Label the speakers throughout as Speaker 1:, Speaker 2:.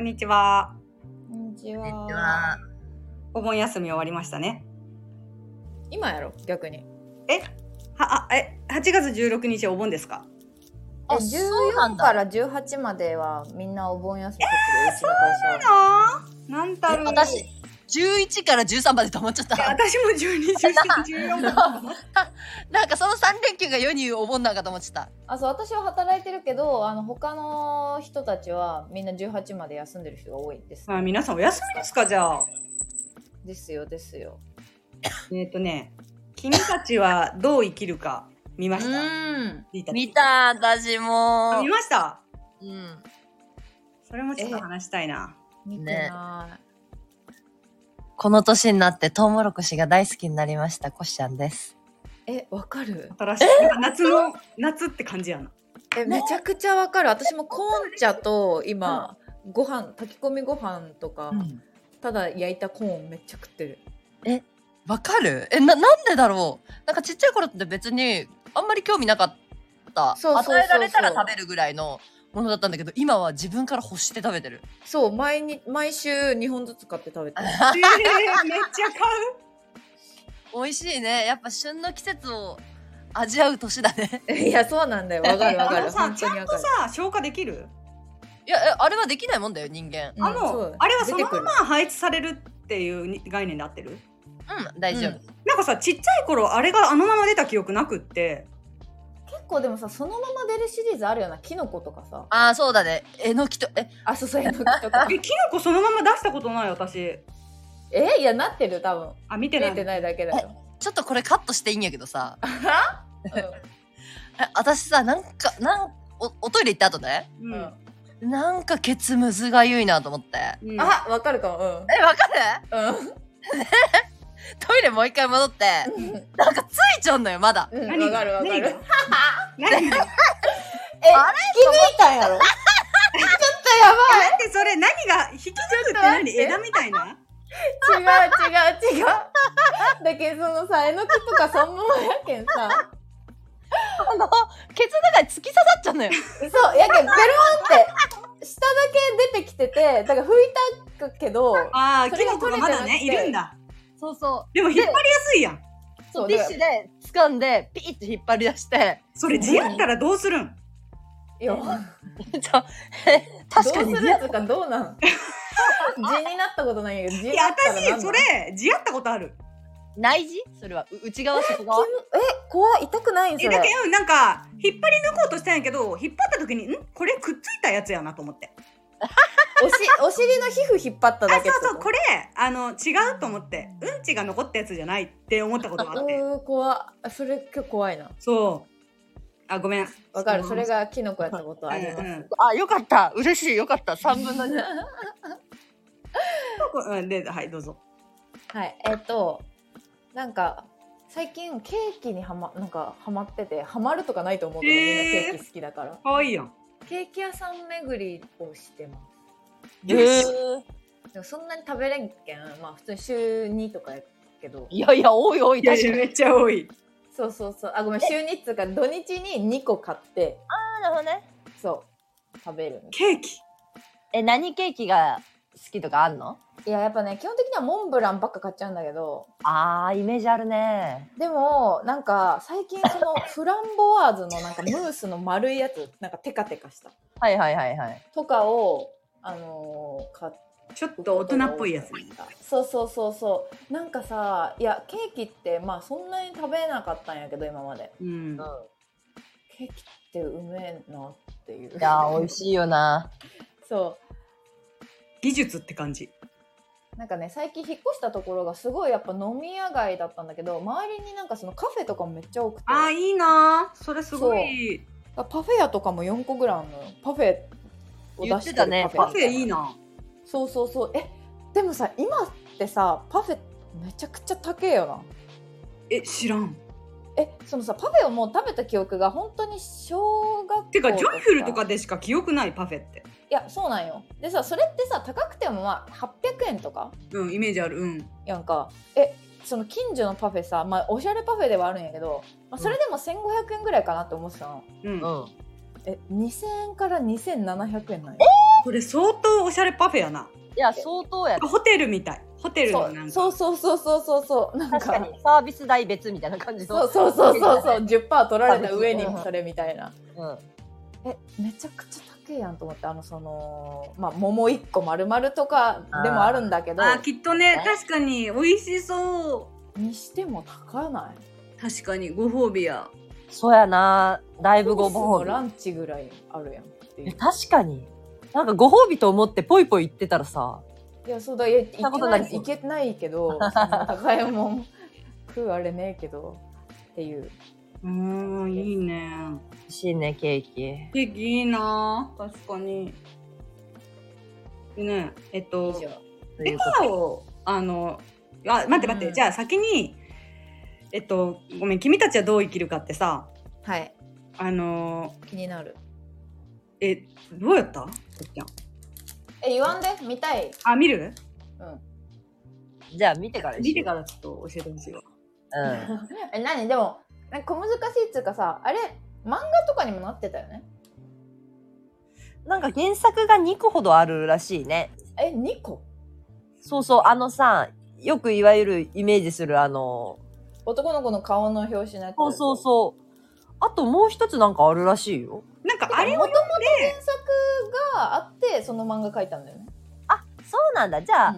Speaker 1: んにちは。
Speaker 2: こんにち
Speaker 3: こんにち
Speaker 2: は。
Speaker 3: は。
Speaker 1: お盆休み終わりましたね。
Speaker 2: 今やろ、逆に。
Speaker 1: は、あ、え、8月16日お盆ですか
Speaker 3: あ
Speaker 2: あ、
Speaker 3: そうなん
Speaker 2: 14
Speaker 3: だ
Speaker 2: から18まではみんなお盆休み取ってる、うちの会社は。
Speaker 1: あーなんたる。
Speaker 3: 私
Speaker 1: い、
Speaker 3: 11から13まで止まっちゃっ
Speaker 1: や
Speaker 3: た。
Speaker 1: 私も12、13、14か な。
Speaker 3: なんかその3連休が世に言うお盆なんかと思っちゃった。
Speaker 2: あ、そう、私は働いてるけど、あの、他の人たちはみんな18まで休んでる人が多いです。
Speaker 1: まあ、皆さんお休みですかじゃあ。
Speaker 2: ですよ、ですよ。
Speaker 1: えっ、とね、君たちはどう生きるか見ました。
Speaker 3: ん。
Speaker 1: リータ
Speaker 3: 見た、私
Speaker 1: あ
Speaker 3: も
Speaker 1: 見。ました
Speaker 3: うん。
Speaker 1: それもちょっと話したいな。
Speaker 2: 見てな
Speaker 3: この年になってトウモロコシが大好きになりました、コシちゃんです。
Speaker 2: い。え、わかる
Speaker 1: 新しい。なんか夏の、夏って感じやな。
Speaker 2: え、めちゃくちゃわかる。私もコーン茶と今、ご飯、炊き込みご飯とか、
Speaker 3: ん。
Speaker 2: ただ焼いたコーンめっちゃ食ってる。
Speaker 3: わかるえ、な、なんでだろうなんかちっちゃい頃って別にあんまり興味なかった。
Speaker 2: そうそうそうそう
Speaker 3: 与えられたら食べるぐらいのものだったんだけど、今は自分から欲して食べてる。
Speaker 2: そう、毎日、毎週2本ずつ買って食べてる。
Speaker 1: えー、めっちゃ買う。
Speaker 3: 美味しいね。やっぱ旬の季節を味わう年だね。
Speaker 2: いや、そうなんだよ。わかるわか
Speaker 1: あの
Speaker 2: る。
Speaker 1: さ
Speaker 2: 本、
Speaker 1: ち
Speaker 2: 当
Speaker 1: ゃ
Speaker 2: にわ
Speaker 1: ん
Speaker 2: か
Speaker 1: と
Speaker 2: る。
Speaker 1: さ、消化できる
Speaker 3: いや、えあれはできないもんだよ、人間。
Speaker 2: うん
Speaker 1: あの、
Speaker 2: そう
Speaker 1: あれはその
Speaker 2: 出てく
Speaker 1: ま
Speaker 2: る
Speaker 1: ま配置されるっていうに概念で合ってる
Speaker 3: うん、大丈夫。
Speaker 1: なんかさちっちゃい頃あれがあのまま出た記憶なくって
Speaker 2: 結構でもさ、そのまま出るシリーズあるよな。キノコとかさ。
Speaker 3: ああ、そうだね。えのきと、え、
Speaker 2: あ、そうそう、えのきとか
Speaker 1: え。キノコそのまま出したことない私
Speaker 2: え、いや、なってる、多分。
Speaker 1: あ見て
Speaker 2: 出
Speaker 1: ない
Speaker 2: てないだけだよ。
Speaker 3: ちょっとこれカットしていいんやけど さ。
Speaker 2: う
Speaker 3: え私さ、なんか、なん、お、おトイレ行った後ね。
Speaker 1: うん
Speaker 2: んうん
Speaker 3: なんかケツむずがゆいなと思って。え、
Speaker 1: うん
Speaker 2: あ、わかるかも。
Speaker 3: わかる
Speaker 2: うん。
Speaker 3: トイレもう一回戻って、なんかついちゃうんのよ、まだ。
Speaker 2: うん。うん。
Speaker 1: 何
Speaker 2: わ
Speaker 1: が
Speaker 2: かるわか
Speaker 1: 何が
Speaker 2: る。
Speaker 1: 何 が
Speaker 2: え、気づいたんやろ。ちょっ
Speaker 1: なんでそれ何が引き軸って何
Speaker 2: ちょっと
Speaker 1: 枝みたいな
Speaker 2: とやばい。違う違う違う。だけど、そのさ、えのきとかそのままやけんさ。
Speaker 3: あの、ケツの中に突き刺さっちゃうのよ。
Speaker 2: そう、やけん、ベロンって、下だけ出てきてて、だから拭いたけど、
Speaker 1: あー
Speaker 2: そ
Speaker 1: キ
Speaker 2: れが
Speaker 1: ノコがまだね
Speaker 2: 取
Speaker 1: い
Speaker 2: れてなくて
Speaker 1: るんだ
Speaker 3: そうそ
Speaker 1: でも引っ張りやすいやん
Speaker 3: う。
Speaker 2: そう
Speaker 3: ティッシュで掴んで、ピーって引っ張り出して、
Speaker 1: それ地やったらどうするん
Speaker 2: いや、
Speaker 3: ちょえ 確か
Speaker 2: ど
Speaker 3: に
Speaker 2: うするやつかどうなん 地になったことないんやけど、地
Speaker 1: い
Speaker 2: にな
Speaker 1: や
Speaker 2: ったらなんなん
Speaker 1: 私それ地やったことある
Speaker 3: 内耳それはう内側外
Speaker 2: き
Speaker 3: 側
Speaker 2: むえ、怖い、痛くないん
Speaker 1: え
Speaker 2: そ
Speaker 1: だけ
Speaker 2: れ。
Speaker 1: どなんか引っ張り抜こうとしたんやけど引っ張った時にんこれくっついたやつやなと思って
Speaker 2: おし、お尻の皮膚引っ張っただけって
Speaker 1: そうそう
Speaker 2: と
Speaker 1: これあの違うと思ってうんちが残ったやつじゃないって思ったことがあって
Speaker 2: うー、怖い。それ結構怖いな。
Speaker 1: そうあごめん
Speaker 2: わかる、それ
Speaker 1: が
Speaker 2: がキノコやったことあります。
Speaker 3: あよかった嬉しいよかった3分の2
Speaker 1: うんうんではいどうぞ
Speaker 2: はい、えっ、と、なんか、最近ケーキにはま、なんか、ハマってて、ハマるとかないと思うけど、みんなケーキ好きだから。
Speaker 1: かわいいやん
Speaker 2: ケーキ屋さん巡りをしてま
Speaker 3: え
Speaker 2: す。でもそんなに食べれんけん、まあ普通に週2とかやけど。
Speaker 3: いやいや多い多い
Speaker 1: いや
Speaker 3: 確
Speaker 1: い
Speaker 3: か
Speaker 1: や
Speaker 3: に
Speaker 1: めっちゃ多い
Speaker 2: そうそうそう。あ、ごめん、週2っつうか土日に2個買って、
Speaker 3: なるほどね
Speaker 2: そう、食べる。
Speaker 1: ケーキ
Speaker 3: え何ケーキが好きとかあんの
Speaker 2: いや、やっぱね、基本的にはモンブランばっか買っちゃうんだけど、
Speaker 3: あーイメージあるね
Speaker 2: でも、なんか最近そのフランボワーズのなんかムースの丸いやつ、なんかテカテカした。
Speaker 3: はいはいはいはい
Speaker 2: とかを、あのー買って、
Speaker 1: ちょっと大人っぽいやつ
Speaker 2: そうそうそうそうなんかさいやケーキってまあそんなに食べなかったんやけど今まで
Speaker 1: うん
Speaker 2: ケーキってうめえなっていう
Speaker 3: いやー美味しいよな
Speaker 2: そ
Speaker 1: 技術って感じ
Speaker 2: うなんかね最近引っ越したところがすごいやっぱ飲み屋街だったんだけど周りになんかそのカフェとかもめっちゃ多くて
Speaker 1: あーいいなーそれすごい
Speaker 2: パフェ屋とかも4個ぐらいあるのよパフェを出してる
Speaker 3: 言ってたね
Speaker 1: パフェいいな
Speaker 2: そうそうそうえでもさ今ってさパフェめちゃくちゃ高えよな
Speaker 1: え知らん
Speaker 2: えそのさパフェをもう食べた記憶が本当に小学校
Speaker 1: てかジョイフルとかでしか記憶ないパフェって
Speaker 2: いやそうなんよでさそれってさ高くてもまあ800円とか
Speaker 1: うんイメージあるうん
Speaker 2: やんかえその近所のパフェさまあおしゃれパフェではあるんやけど、まあ、それでも1500円ぐらいかなって思ってたの、
Speaker 1: うん
Speaker 3: うん
Speaker 2: え2000円から2700円なんよ
Speaker 1: これ相当おしゃれパフェやな。
Speaker 3: いや、相当やで。
Speaker 1: ホテルみたい。ホテル
Speaker 2: そ
Speaker 1: の
Speaker 2: う
Speaker 1: なんか。
Speaker 2: そうそうそうそうそうそうなんか
Speaker 3: 確かに、サービス代別みたいな感じ。
Speaker 2: そうそうそうそうそうう10%取られた上にそれみたいな
Speaker 3: うん。
Speaker 2: えめちゃくちゃ高いやんと思ってあのそのまあ桃1個丸々とかでもあるんだけど
Speaker 1: あー、きっとね
Speaker 3: ね、
Speaker 1: 確かに美味しそ。
Speaker 2: にしても高ないう
Speaker 1: 確かにご褒美や。
Speaker 3: そうやな。だいぶご
Speaker 2: コースの
Speaker 3: 褒美
Speaker 2: ラ。ンチぐらいあるやんってい
Speaker 3: え
Speaker 2: う
Speaker 3: 確かに。なんかご褒美と思ってポイポイ言ってたらさ、
Speaker 2: いやそうだいやいけ
Speaker 3: んなこと
Speaker 2: な
Speaker 3: ないい
Speaker 2: いけないけ どそんな高いもん食うあれねえけどっていう
Speaker 1: うーん、いいね。
Speaker 3: 欲しいね、ケーキ。
Speaker 1: ケーキいいな。確かに。でね、えっ
Speaker 2: 以
Speaker 1: と。
Speaker 2: 上
Speaker 3: というこ
Speaker 1: レターをあのあ待って待って、
Speaker 2: うん
Speaker 1: じゃあ先にえっとごめん君たちはどう生きるかってさ
Speaker 2: はい
Speaker 1: あの
Speaker 2: 気になる
Speaker 1: えどうやったこっちゃん
Speaker 2: え言わんで見たい
Speaker 1: あ見る
Speaker 2: うん
Speaker 3: とじゃあ見てからに
Speaker 1: 見
Speaker 3: しよ
Speaker 1: て
Speaker 3: う
Speaker 1: からちょっと教えてほしいわ
Speaker 3: うん。
Speaker 2: え何でもなんか小難しいっつうかさあれ漫画とかにもなってたよね
Speaker 3: なんか原作が2個ほどあるらしいね。
Speaker 2: え2個
Speaker 3: そうそう、あのさ、よくいわゆるイメージするあの、
Speaker 2: 男の子の顔の表紙のやつ
Speaker 3: そうそうそう。あともう一つなんかあるらしいよ。
Speaker 1: なんかあ
Speaker 2: あれ
Speaker 1: れ
Speaker 2: も
Speaker 1: を
Speaker 2: ともと原作があってその漫画描いたんだよね
Speaker 3: あ、そうなんだ。じゃあ、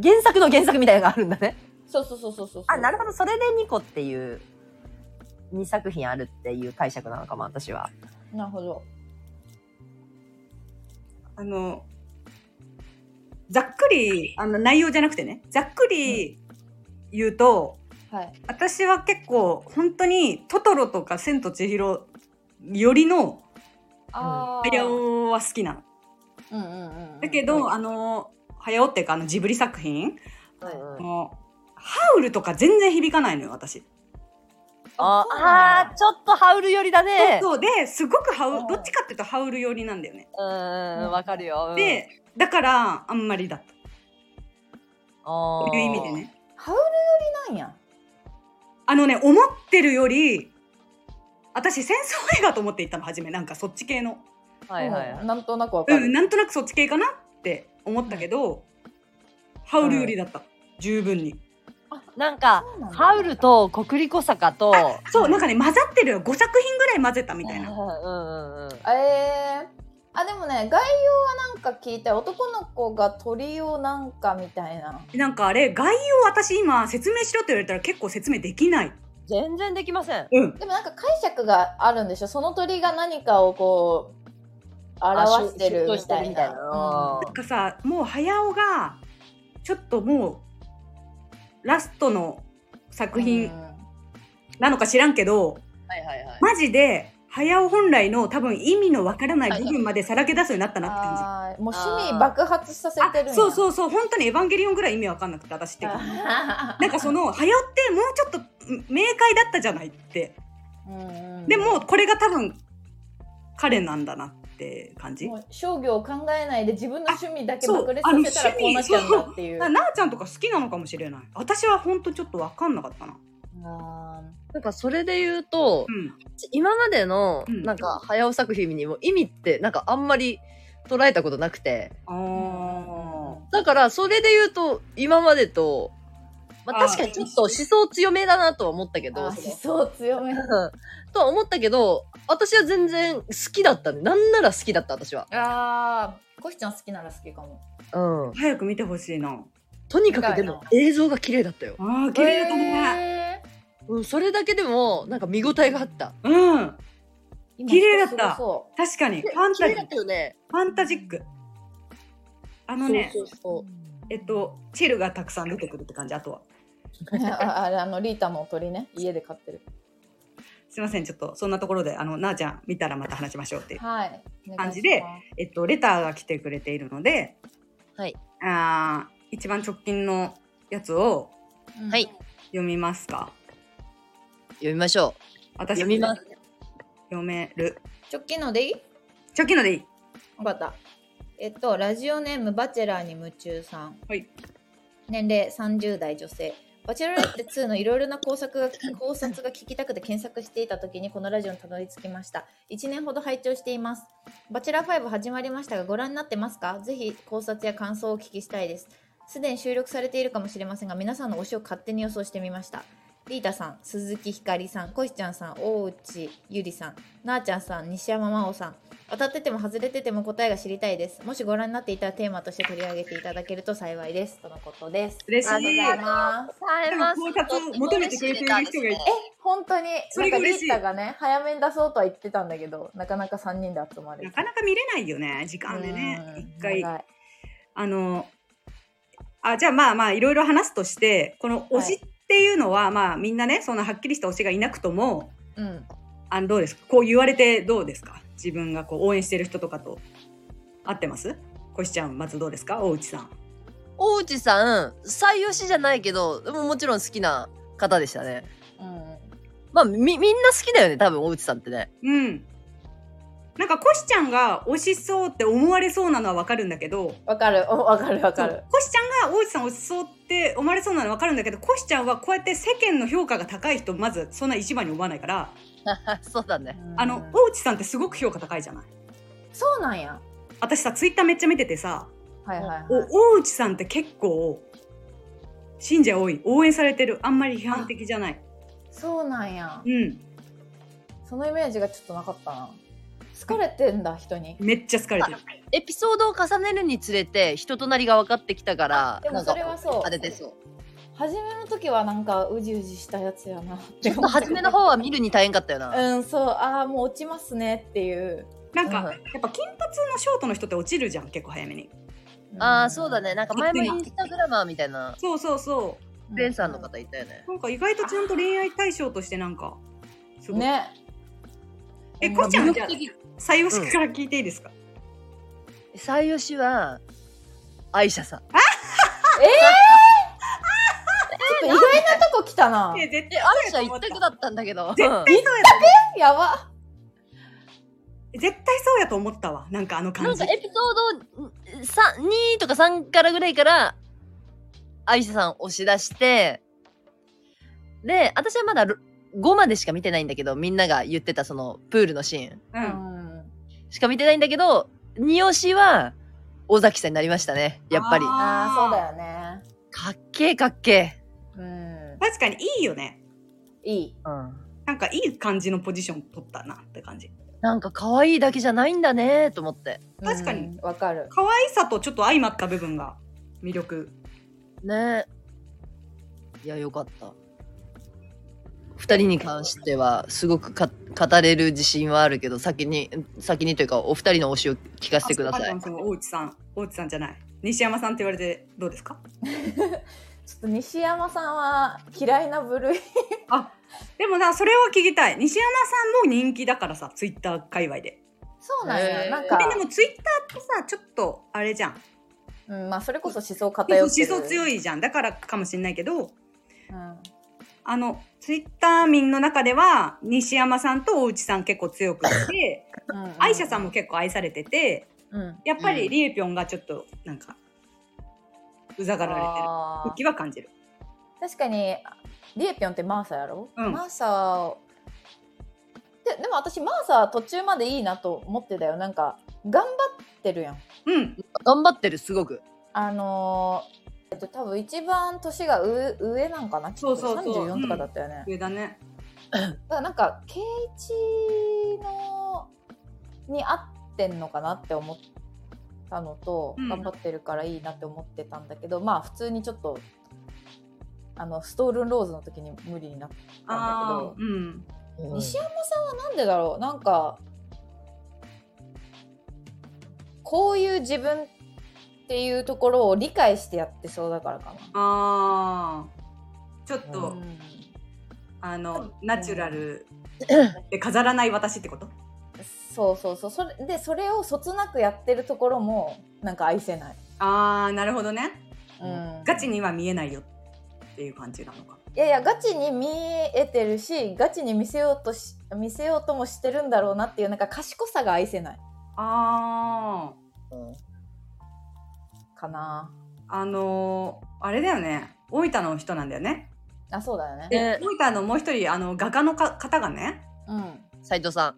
Speaker 3: 原作の原作みたいなのがあるんだね。
Speaker 2: そうそうそうそうそう
Speaker 3: あ、なるほど。それで2個っていう、2作品あるっていう解釈なのかも、私は。
Speaker 2: どなるほど
Speaker 1: あのざっくりあの内容じゃなくてねざっくり言うと、
Speaker 2: はい
Speaker 1: 私は結構本当に「トトロ」とか「千と千尋」よりの
Speaker 2: あー
Speaker 1: 早尾は好きなの。
Speaker 2: うんうんうんうん
Speaker 1: だけど、
Speaker 2: はい
Speaker 1: あの早尾っていうかあのジブリ作品
Speaker 3: うんうん
Speaker 1: もうハウルとか全然響かないのよ私。
Speaker 3: あ
Speaker 2: そうなん
Speaker 3: あ
Speaker 2: だ
Speaker 3: ー、ちょっとハウル寄りだね。
Speaker 1: そうですごくハ
Speaker 2: うん
Speaker 1: ウどっちかっていうとハウル寄りなんだよね。
Speaker 3: うんうんうん、わかるよ。うん、
Speaker 1: でだからあんまりだった
Speaker 3: あ
Speaker 1: と
Speaker 3: ー
Speaker 1: いう意味で。ね。
Speaker 2: ハウル寄りなんや
Speaker 1: あのね思ってるより私戦争映画と思って行ったの初めなんかそっち系の、
Speaker 3: はいはいは
Speaker 2: う
Speaker 3: い
Speaker 2: ん。なんとなくわか
Speaker 1: う
Speaker 2: る、
Speaker 1: ん、なんとなくそっち系かなって思ったけど、ハウル寄りだった、十分に。
Speaker 3: なんか、
Speaker 2: そうなんだ
Speaker 3: ハウルとコクリコ坂と、
Speaker 1: そうなんかね混ざってるよ5作品ぐらい混ぜたみたい
Speaker 3: うん
Speaker 1: な。
Speaker 3: うんうん。
Speaker 2: えー、あでもね概要はなんか聞いた男の子が鳥をなんかみたいな
Speaker 1: なんかあれ概要私今説明しろって言われたら結構説明できない。
Speaker 3: 全然できません。
Speaker 1: うん
Speaker 2: でもなんか解釈があるんでしょその鳥が何かをこう表してるみたいな
Speaker 3: あ
Speaker 1: なんかさもう早尾がちょっともうラストの作
Speaker 2: うん
Speaker 1: 品なのか知らんけど、
Speaker 3: はいはいはい。
Speaker 1: マジで早尾本来の多分意味のわからない部分までさらけ出すようになったなって感じ。
Speaker 2: あーもう趣味爆発させてるん
Speaker 1: あ
Speaker 2: や
Speaker 1: そうそううそう本当に「エヴァンゲリオン」ぐらい意味わかんなくて私的に
Speaker 2: な
Speaker 1: なんかその早尾ってもうちょっとうん明快だったじゃないってでもこれが多分彼なんだなって感じ
Speaker 2: もう商業を考えないで自分の趣味だ
Speaker 1: あ
Speaker 2: け
Speaker 1: そう
Speaker 2: 爆裂させたら
Speaker 1: あの
Speaker 2: こうなっちゃうんだっていう
Speaker 1: ななあちゃんとか好きなのかもしれない私は本当ちょっとわかんなかったな
Speaker 2: あ
Speaker 3: なんかそれで言うと
Speaker 1: う、ん
Speaker 3: 今までの
Speaker 1: うん
Speaker 3: なんか早尾作品にも意味ってなんかあんまり捉えたことなくて、
Speaker 1: あー
Speaker 3: だからそれで言うと今までと、まあ
Speaker 1: あー
Speaker 3: 確かにちょっと思想強めだなとは思ったけ
Speaker 2: ー
Speaker 3: ど、
Speaker 2: あ
Speaker 3: そ
Speaker 2: ー
Speaker 3: の
Speaker 2: 思想強め
Speaker 3: うん とは思ったけど、私は全然好きだったね。なんなら好きだった私は。
Speaker 2: あーコシちゃん好きなら好きかも
Speaker 3: うん。
Speaker 1: 早く見てほしいな
Speaker 3: とにか
Speaker 2: 意
Speaker 3: く
Speaker 2: 外
Speaker 3: で
Speaker 2: な
Speaker 3: も映像が綺麗だったよ。
Speaker 1: ああ綺麗だったね、
Speaker 2: へー
Speaker 3: うん、それだけでもなんか見応えがあった。
Speaker 1: うん
Speaker 2: 今
Speaker 1: 綺麗だった
Speaker 2: 人すごそ
Speaker 1: 確かにフ
Speaker 3: 綺
Speaker 1: ァンタジ
Speaker 3: 麗
Speaker 1: ッ
Speaker 3: だっ
Speaker 1: ク
Speaker 3: たよね。
Speaker 1: ファンタジックあのね
Speaker 3: そうそうそう。
Speaker 1: えっとチェルがたくさん出てくるって感じあとは
Speaker 2: う ああれあのリータも鳥ね家で飼ってる
Speaker 1: すいませんちょっとそんなところであのなあちゃん見たらまた話しましょうっていう
Speaker 2: はい
Speaker 1: 感じでえっとレターが来てくれているので
Speaker 3: はい
Speaker 1: あー一番直近のやつを
Speaker 2: うん
Speaker 3: はい
Speaker 1: 読みますか
Speaker 3: 読みましょ
Speaker 1: 私
Speaker 3: 読みます
Speaker 1: 読める
Speaker 2: 直近のでいい
Speaker 1: 直近のでいい
Speaker 2: 分かったえっとラジオネームバチェラーに夢中さん
Speaker 1: はい
Speaker 2: 年齢30代女性バチェロレッテ2のいろいろな考察が 考察が聞きたくて検索していた時にこのラジオにたどり着きました。1年ほど拝聴しています。バチェラー5始まりましたがご覧になってますかぜひ考察や感想をお聞きしたいです。すでに収録されているかもしれませんが皆さんの推しを勝手に予想してみました。リータさん、鈴木ひかりさん、こしちゃんさん、大内ゆりさん、なあちゃんさん、西山真央さん。当たってても外れてても答えが知りたいです。もしご覧になっていたらテーマとして取り上げていただけると幸いです。とのことです。
Speaker 1: 嬉しい
Speaker 2: ありがとうございます。
Speaker 1: でも考察を求めてくれている人がいて
Speaker 2: え、本当に、
Speaker 1: それが
Speaker 2: なんかリ
Speaker 1: 嬉しい
Speaker 2: ータがね、早めに出そうとは言ってたんだけど、なかなか3人で集まれ
Speaker 1: な
Speaker 2: る。
Speaker 1: かなか見れないよね時間でね
Speaker 2: うん
Speaker 1: 一回
Speaker 2: 長い
Speaker 1: あのあじゃあまあまあいろいろ話すとしてこの推しっていうのは、まあみんなねそんなはっきりした推しがいなくとも
Speaker 2: うん。
Speaker 1: あのどうですかこう言われてどうですか自分がこう応援してる人とかと合ってますこしちゃんまずどうですか大内さん
Speaker 3: 大内さん、最推しじゃないけど、でももちろん好きな方でしたね。
Speaker 2: うん。
Speaker 3: まあ、み、みんな好きだよね、多分、大内さんってね。
Speaker 1: うんなんかこしちゃんが推しそうって思われそうなのはわかるんだけど
Speaker 2: わかる、おわかるわ
Speaker 1: そ
Speaker 2: かる
Speaker 1: う。コシちゃんが大内さんを推しそうって思われそうなの分かるんだけどコシちゃんはこうやって世間の評価が高い人まずそんな一番に思わないから、
Speaker 3: そうだね。
Speaker 1: あ
Speaker 2: う
Speaker 1: の
Speaker 2: ん
Speaker 1: 大内さんってすごく評価高いじゃない
Speaker 2: そうなんや。
Speaker 1: 私さツイッターめっちゃ見ててさ、
Speaker 2: はいはいはい。
Speaker 1: お大内さんって結構信者多い応援されてるあんまり批判的じゃない
Speaker 2: そうなんや
Speaker 1: う。ん
Speaker 2: そのイメージがちょっとなかったな。疲れてんだ、人に。
Speaker 1: めっちゃ好かれてる
Speaker 3: エピソードを重ねるにつれて、人となりが分かってきたから、
Speaker 2: でもそれはそう
Speaker 3: なんかあれでそう。
Speaker 2: 初めの時はなんかうじうじしたやつやなって
Speaker 3: ちょっ
Speaker 2: 思
Speaker 3: と
Speaker 2: って
Speaker 3: 初めの方は見るに大変かったよな。
Speaker 2: うんそうああもう落ちますねっていう、
Speaker 1: なんか、
Speaker 3: うん
Speaker 1: やっぱ金髪のショートの人って落ちるじゃん結構早めに
Speaker 3: ああ、そうだね。なんか前もイ
Speaker 1: 勝手な
Speaker 3: ンスタグラマーみたいな、
Speaker 1: そうそうそう
Speaker 2: うん
Speaker 3: インフルエンサーの方いたよね。
Speaker 1: なんか意外とちゃんと恋愛対象としてなんかすごい、
Speaker 2: ね
Speaker 1: え
Speaker 2: うん
Speaker 1: こうちゃん
Speaker 2: 魅
Speaker 1: じゃ
Speaker 2: 力
Speaker 1: あ最後から聞いていいですか、
Speaker 3: 最推しは、愛車さん。
Speaker 2: ちょっと意外なとこ来た な
Speaker 1: え絶
Speaker 3: え、
Speaker 1: 対
Speaker 3: 愛車一択だったんだけど。
Speaker 1: 絶
Speaker 3: うん
Speaker 1: 対そうやと思っ
Speaker 2: やば
Speaker 1: た絶対そうやと思ったわなんかあの
Speaker 3: な
Speaker 1: 感
Speaker 3: ん
Speaker 1: じ
Speaker 3: かエピソード三2とか3からぐらいから、愛車さん押し出して、で、私はまだろ5までしか見てないんだけど、みんなが言ってたそのプールのシーン
Speaker 1: う
Speaker 2: うんん
Speaker 3: しか見てないんだけど、二押しは尾崎さんになりましたね。やっぱり。
Speaker 1: あ
Speaker 2: ああそうだよね
Speaker 3: かっけえかっけ
Speaker 2: うん
Speaker 1: 確かにいいよね
Speaker 2: いい
Speaker 3: え。うん。
Speaker 1: なんかいい感じのポジション取ったなって感じ
Speaker 3: なんか可愛いだけじゃないんだねと思って。
Speaker 1: 確かに
Speaker 2: うんわかる
Speaker 1: 可愛さとちょっと相まった部分が魅力
Speaker 3: ねえ。いや、よかった。二人に関しては、すごくか語れる自信はあるけど、先に、先にというか、お二人の推しを聞かせてくださ
Speaker 1: あ
Speaker 3: い
Speaker 1: そう。かそうか大内さん大内さんじゃない西山さんって言われてどうですか
Speaker 2: ちょっと西山さんは嫌いな部類
Speaker 1: あでもなそれは聞きたい西山さんも人気だからさツイッター界隈で
Speaker 2: そうなんや、
Speaker 3: へー
Speaker 2: なん
Speaker 1: で
Speaker 2: か、
Speaker 1: でもツイッターってさちょっとあれじゃん
Speaker 2: うん、まあそれこそ思想偏
Speaker 1: 思
Speaker 2: ってる
Speaker 1: 想強
Speaker 2: い、
Speaker 1: いじゃんだからかもしれないけど
Speaker 2: うん、
Speaker 1: あのツイッター民の中では西山さんと大内さん結構強く て
Speaker 2: うんうん
Speaker 1: 愛車さんも結構愛されてて
Speaker 2: うん
Speaker 1: やっぱ
Speaker 3: う
Speaker 1: り
Speaker 3: ん
Speaker 1: リエピョンがちょっとなんかうざがられてる
Speaker 2: あー
Speaker 1: 復帰は感じる
Speaker 2: 確かにリエピョンってマーサやろ、
Speaker 1: うん
Speaker 2: マーサをででも私マーサ途中までいいなと思ってたよなんか頑張ってるやん
Speaker 1: うん
Speaker 3: 頑張ってる、すごく。
Speaker 2: あのーえっと多分一番年が上上なんかなきっと
Speaker 1: そうそうそう
Speaker 2: 34とかだったよね、だ
Speaker 1: 上だね
Speaker 2: からなんか圭一のに合ってんのかなって思ったのと、
Speaker 1: うん
Speaker 2: 頑張ってるからいいなって思ってたんだけどまあ普通にちょっとあのストールンローズの時に無理になったんだけど
Speaker 1: ああうん
Speaker 2: 西山さんはなんでだろうなんかこういう自分っていうところを理解してやってそうだからか
Speaker 1: ああちょっ
Speaker 2: な、
Speaker 1: と、
Speaker 3: う
Speaker 1: あのナチュラ ルで飾らない私ってこと
Speaker 2: そうそうそうそれでそれをそつなくやってるところもなんか愛せない、
Speaker 1: ああなるほどね
Speaker 2: うん、
Speaker 1: ガチには見えないよっていう感じなのか
Speaker 2: いやいやガチに見えてるしガチに見せようとし見せようともしてるんだろうなっていうなんか賢さが愛せない
Speaker 1: ああ
Speaker 3: うん
Speaker 2: かな
Speaker 1: あのーあれだよね大分の人なんだよね
Speaker 2: あ、そうだよね。
Speaker 1: で
Speaker 3: ね
Speaker 1: もう一回あのもう一人あの画家のか方がね
Speaker 2: うん。
Speaker 3: 斉藤さん。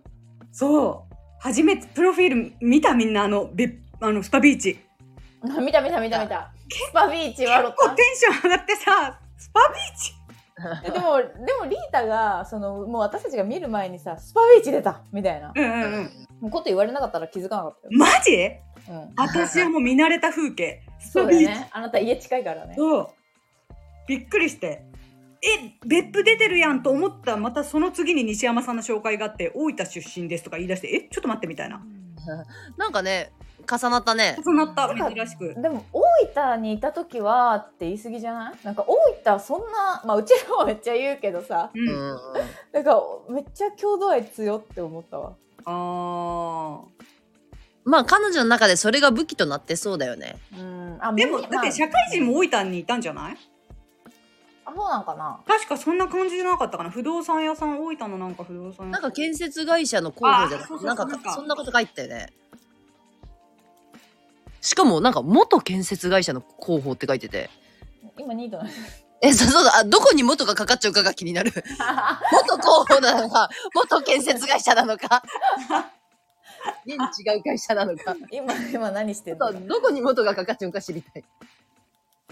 Speaker 1: そう初めてプロフィール見たみんなあのべあのスパビーチ
Speaker 2: 見た見た見た見た。スパビーチ笑っ
Speaker 1: こうテンション上がってさスパビーチ
Speaker 2: た。でも、でもリータが、その、もう私たちが見る前にさ、スパビーチ出たみたいな。
Speaker 1: うんうんうん
Speaker 2: もうこと言われなかったら気づかなかったよ。
Speaker 1: マジ
Speaker 2: うん。
Speaker 1: 私はもう見慣れた風景ス
Speaker 2: そ
Speaker 1: パ
Speaker 2: うだ
Speaker 1: ビー
Speaker 2: よ
Speaker 1: チ
Speaker 2: ね。あなた家近いからね。
Speaker 1: そうびっくりしてえ別府出てるやんと思ったらまたその次に西山さんの紹介があって大分出身ですとか言い出してえちょっと待ってみたいな
Speaker 3: なんかね、重なったね。
Speaker 1: 重なった珍しく
Speaker 2: でも大分にいた時はって言い過ぎじゃないなんか大分そんなまあうちらはめっちゃ言うけどさ
Speaker 1: うん、あ
Speaker 3: うん
Speaker 2: なんかめっちゃ郷土愛強って思ったわ
Speaker 1: あ
Speaker 3: まあ彼女の中でそれが武器となってそうだよね。
Speaker 2: うんあ
Speaker 1: ーでも
Speaker 2: みん
Speaker 1: だって社会人も大分にいたんじゃない
Speaker 2: あそうなんかな
Speaker 1: 確かそんな感じじゃなかったかな不動産屋さん大分のなんか不動産屋
Speaker 3: なん
Speaker 1: さん
Speaker 3: か建設会社の候補じゃな
Speaker 1: あそうそ
Speaker 3: くて、
Speaker 1: う
Speaker 3: なん
Speaker 1: なんか
Speaker 3: かそんなこと書いてたよね。しかもなんか元建設会社の広報って書いてて。
Speaker 2: 今ニートなんで
Speaker 3: え、そう そうだ。あ、どこに元がかかっちゃうかが気に なる。元広報なのか、元建設会社なの か。現違う会社なのか。
Speaker 2: 今今何して
Speaker 3: ちょ
Speaker 2: るの
Speaker 3: っとどこに元がかかっちゃうか知りたい。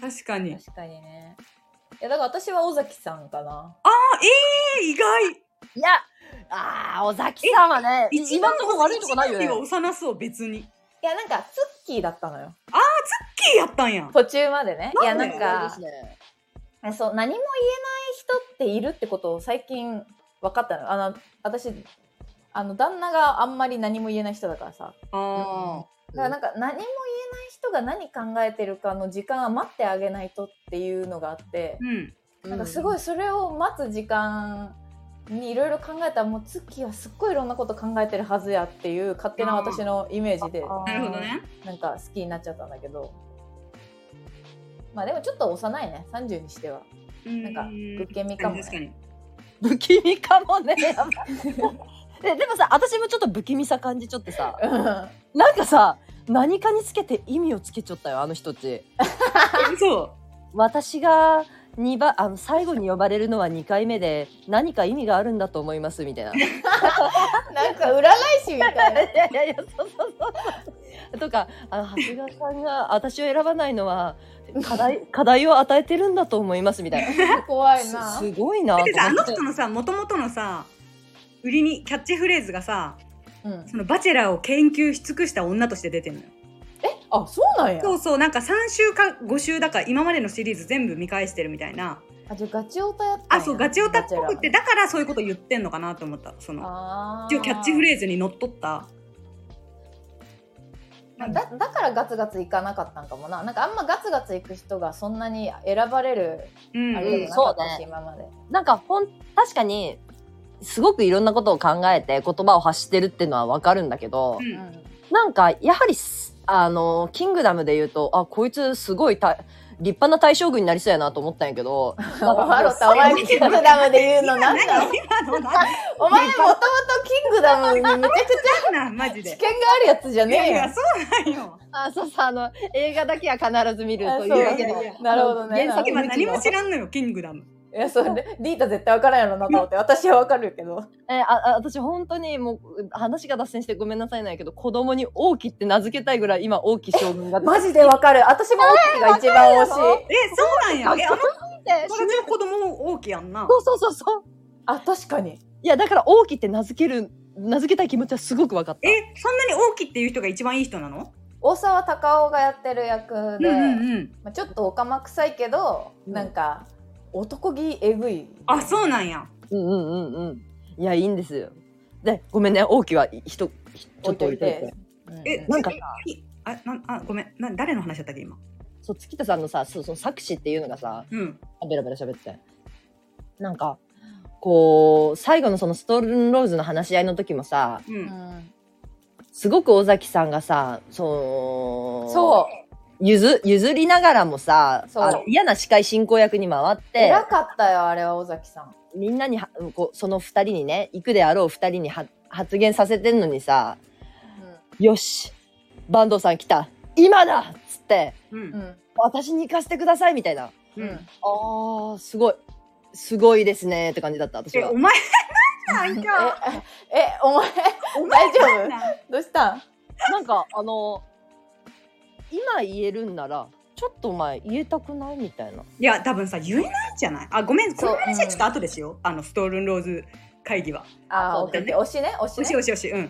Speaker 1: 確かに
Speaker 2: 確かにねいやだから私は尾崎さんかな
Speaker 1: え意外
Speaker 3: いや、ああ、尾崎さんはね、一番のとこ悪いとこないよ
Speaker 1: 一番は
Speaker 3: ね。
Speaker 1: 幼そう別に
Speaker 2: いやなんかツッキーだったのよ
Speaker 1: キーやったんやん
Speaker 2: 途中までねいや
Speaker 1: な
Speaker 2: なんん
Speaker 1: で
Speaker 2: かそう何も言えない人っているってことを最近分かったのあの私あの旦那があんまり何も言えない人だからさ
Speaker 1: あ
Speaker 2: だからなんか何も言えない人が何考えてるかの時間は待ってあげないとっていうのがあって
Speaker 1: ー、うん
Speaker 2: なんかすご
Speaker 3: い。
Speaker 2: いそれを待つ時間にいろいろ考えたらもう月はすっごいいろんなこと考えてるはずやっていう勝手な私のイメージで
Speaker 1: なるほどね
Speaker 2: なんか好きになっちゃったんだけどまあでもちょっと幼いね30にしては
Speaker 1: なん
Speaker 2: か物件見かもね
Speaker 1: 確かに
Speaker 3: 不気味かもね。やばいえでもさ、私もちょっと不気味さ感じちょってさ、なんかさ、何かにつけて意味をつけちゃったよ、あの人たち。
Speaker 1: そう
Speaker 3: 私が二番あの最後に呼ばれるのは2回目で何か意味があるんだと思いますみ たいな。い
Speaker 2: なんか占い師みたいな。
Speaker 3: やいやいやそうそうそう。とかあの長谷川さんが私を選ばないのは課題課題を与えてるんだと思いますみたいな。
Speaker 2: 怖いな
Speaker 3: す。すごいな
Speaker 1: だ
Speaker 3: と
Speaker 1: ってさあ
Speaker 3: 思
Speaker 1: の
Speaker 3: って
Speaker 1: 人。のさもともとのさ売りにキャッチフレーズがさ
Speaker 2: うん
Speaker 1: そのバチェラーを研究し尽くした女として出てんのよ
Speaker 2: あ、そうなんや。
Speaker 1: そうそうなんか3週か5週だから今までのシリーズ全部見返してるみたいな
Speaker 2: あ、じゃあガチオタやったんや。
Speaker 1: あそうガチオタっぽくって
Speaker 2: ガチ
Speaker 1: だからそういうこと言ってんのかなと思ったそ
Speaker 2: ャ
Speaker 1: の
Speaker 2: ラ。あ
Speaker 1: 一応キャッチフレーズにのっとった
Speaker 2: ーだだからガツガツいかなかったんかもな。なんかあんまガツガツいく人がそんなに選ばれる
Speaker 1: うん
Speaker 2: あ
Speaker 1: う
Speaker 2: れで
Speaker 1: ん
Speaker 2: もなかった
Speaker 3: うんそう
Speaker 2: し、
Speaker 3: ね
Speaker 2: 今まで。
Speaker 3: なんかほん確かにすごくいろんなことを考えて言葉を発してるっていうのはわかるんだけど、
Speaker 2: うん
Speaker 3: なんかやはりすあのキングダムで言うとあこいつすごいた立派な大将軍になりそうやなと思ったんやけ
Speaker 2: お
Speaker 3: ど
Speaker 2: はろたお前キングダムで言うのなんだ
Speaker 1: 何今の何
Speaker 2: お前もともとキングダムにめちゃく
Speaker 1: なんマジ
Speaker 2: ちゃ
Speaker 1: で
Speaker 2: 知見があるやつじゃ
Speaker 1: い
Speaker 2: ね
Speaker 1: やい
Speaker 2: え
Speaker 1: や
Speaker 2: よ
Speaker 1: そうなんよ
Speaker 3: あそうそうあの映画だけは必ず見る
Speaker 2: あ
Speaker 3: と
Speaker 2: そ
Speaker 3: いうう
Speaker 2: だ
Speaker 3: だけ
Speaker 2: ね
Speaker 3: で
Speaker 2: なるほどね。
Speaker 3: 原作
Speaker 1: 今何も知らんのよキングダム
Speaker 2: いや、それ、リータ絶対わからんやろなと思って、私はわかるけど。
Speaker 3: えああ私本当にもう話が脱線してごめんなさいなんやけど子供に王毅って名付けたいぐらい今王毅将軍 が
Speaker 2: マジでわかる。私も大きいが一番
Speaker 3: わ
Speaker 1: え
Speaker 2: 惜しい。
Speaker 1: そうなんやえあの
Speaker 3: で
Speaker 1: 友達の子供大きいやんな
Speaker 3: そうそうそうそう
Speaker 2: あ、確かに。
Speaker 3: いやだから王毅って名付ける名付けたい気持ちはすごく分かった
Speaker 1: えそんなに大きいっていう人が一番いい人なの
Speaker 2: 大沢たかおがやってる役で、
Speaker 1: ん
Speaker 2: まあ、ちょっとおかま臭いけど、
Speaker 3: うん
Speaker 2: なんか男気えぐい
Speaker 1: あそうなんや
Speaker 3: うんうんうんうん。いや、いいんですよ。で、ごめんね、大きはい人、ひちょっと置いといて。
Speaker 2: うん
Speaker 1: え
Speaker 3: なんかさ、
Speaker 1: いあなんあごめんな誰の話だったっけ今
Speaker 3: そう、月田さんのさ、そう、その作詞っていうのがさ、
Speaker 1: うん
Speaker 3: ベラベラ喋ってて。なんか、こう、最後のそのストーンローズの話し合いの時もさ、
Speaker 1: う
Speaker 2: うんん
Speaker 3: すごく尾崎さんがさ、そう、
Speaker 2: そう
Speaker 3: 譲、譲りながらもさ、
Speaker 2: そう
Speaker 3: あの嫌な司会進行役に回って、
Speaker 2: 偉かったよあれは尾崎さん
Speaker 3: みんなにはこう、その二人にね、行くであろう二人には発言させてんのにさ、よし坂東さん来た今だっつって
Speaker 1: うん
Speaker 2: うんうん
Speaker 3: 私に行かせてくださいみたいなあ
Speaker 1: うん
Speaker 2: うん
Speaker 3: ーすごいすごいですねって感じだった、私
Speaker 1: え、
Speaker 3: は
Speaker 1: お。前なんなんじゃあ。
Speaker 2: え、 えお前、
Speaker 1: お前
Speaker 2: 大丈夫
Speaker 1: なんなん
Speaker 2: どうしたん
Speaker 3: なんか、あの、今言えるんなら、ちょっと前言えたくないみたいな。
Speaker 1: いや、多分さ、言えないんじゃないあ、ごめん、こ
Speaker 2: そう
Speaker 1: の話はちょっと
Speaker 2: うん
Speaker 1: 後ですよ。あの、ストールンローズ会議は。
Speaker 2: あー、オッケーオッケー。推しね、推
Speaker 1: お
Speaker 2: し
Speaker 1: し
Speaker 2: ね。
Speaker 1: おしおし、うん。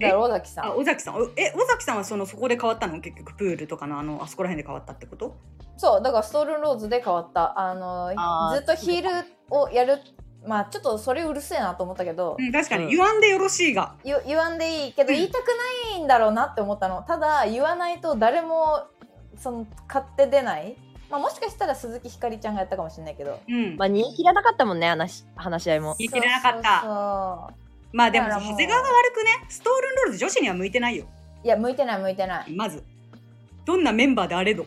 Speaker 2: だから、尾崎さ
Speaker 1: あ、
Speaker 2: ん。
Speaker 1: 尾崎さん。おえ、尾崎さんはその、そこで変わったの結局、プールとかの、あの、あそこら辺で変わったってこと
Speaker 2: そう、だから、ストールンローズで変わった。あの
Speaker 3: あー
Speaker 2: ずっとヒールをやる。まあ、ちょっとそれうるせえなと思ったけど
Speaker 1: う、ん、確か
Speaker 3: うん
Speaker 1: に。言わんでよろしいが。
Speaker 2: 言言わんでいいけど、言いたくないんだろうなって思ったの。ただ、言わないと誰も、その、買って出ない。まあ、もしかしたら鈴木ひかりちゃんがやったかもしれないけど。
Speaker 1: うん。
Speaker 3: まあ、人気がなかったもんね、話し、話し合いも。
Speaker 1: 言ってなかった
Speaker 2: そうそうそう
Speaker 1: まあでも
Speaker 2: だ
Speaker 1: さ、
Speaker 2: からも
Speaker 1: 長
Speaker 2: う
Speaker 1: 谷川が悪くね、ストールンローズ女子には向いてないよ。
Speaker 2: いや向いてない向いてない。
Speaker 1: まず。どんなメンバーであれど。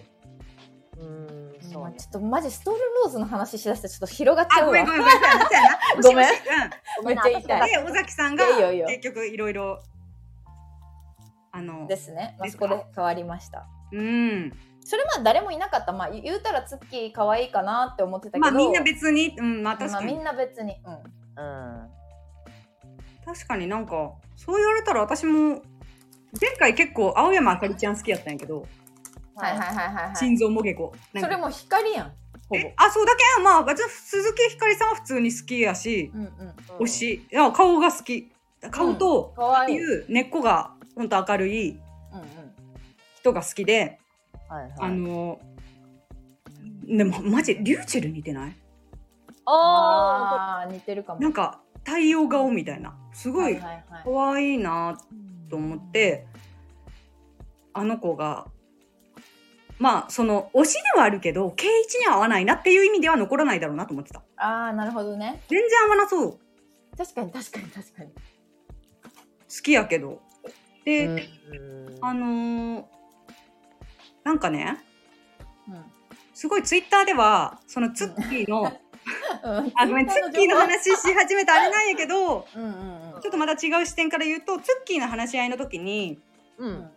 Speaker 3: うー
Speaker 2: ま
Speaker 3: ん、そ
Speaker 2: あ
Speaker 3: うね
Speaker 2: ちょっとマジストールローズの話しだしてちょっと広がっち
Speaker 1: あ、
Speaker 2: ゃ
Speaker 1: ご
Speaker 2: うわ
Speaker 1: めんご。めんごめん。そうやなそうや なもしもしう
Speaker 2: ごめん
Speaker 1: ん。
Speaker 2: めっちゃ言いたい
Speaker 1: で尾崎さんが
Speaker 2: いいよいいよ
Speaker 1: 結局いろいろあの
Speaker 2: ですね。まあ
Speaker 1: です
Speaker 2: そ
Speaker 1: か
Speaker 2: こで変わりました。
Speaker 1: うん
Speaker 2: それまで誰もいなかった。まあ言うたらツッキー可愛いかなって思ってたけど。
Speaker 1: まあみんな別にうんまあ確
Speaker 2: まあ
Speaker 1: か
Speaker 2: み
Speaker 1: に、
Speaker 2: んな別に。うん。
Speaker 3: うん。
Speaker 1: 確かになんかそう言われたら私も前回結構青山あかりちゃん好きやったんやけど、
Speaker 2: はいはいはいはいはい。
Speaker 1: 心臓もげこなん
Speaker 2: そ
Speaker 1: か
Speaker 2: れも光やん。ほぼ。
Speaker 1: えあそうだけまあ別に鈴木ひかりさんは普通に好きやし
Speaker 2: うんうん。
Speaker 1: 推しいや顔が好き顔と
Speaker 2: 可
Speaker 1: ああ
Speaker 2: 愛
Speaker 1: い
Speaker 2: い。うんうん。
Speaker 1: う根っこがほんと明るい人が好きで、
Speaker 3: はいは
Speaker 1: あ
Speaker 3: い。
Speaker 1: のでもマジリューチェル似てない
Speaker 2: あ
Speaker 3: あ
Speaker 2: あ似てるかも。
Speaker 1: なんか太陽顔みたいなすご
Speaker 2: はい
Speaker 1: い
Speaker 2: はいはい。
Speaker 1: 可愛いなと思ってあの子がまあその推しではあるけど圭一には合わないなっていう意味では残らないだろうなと思ってた
Speaker 2: ああなるほどね。
Speaker 1: 全然合わなそう好
Speaker 2: 確かに確かに確かに。
Speaker 1: きやけど
Speaker 3: ー
Speaker 1: で、
Speaker 3: うん
Speaker 1: あのーなんかね
Speaker 2: うん。
Speaker 1: すごいツイッターではそのツッキーの
Speaker 2: うん
Speaker 1: あごめんツッキーの。話し始めたあれなんやけど
Speaker 2: うんうんうん
Speaker 1: ちょ。っとまた違う視点から言うとツッキーの話し合いの時に
Speaker 3: うん。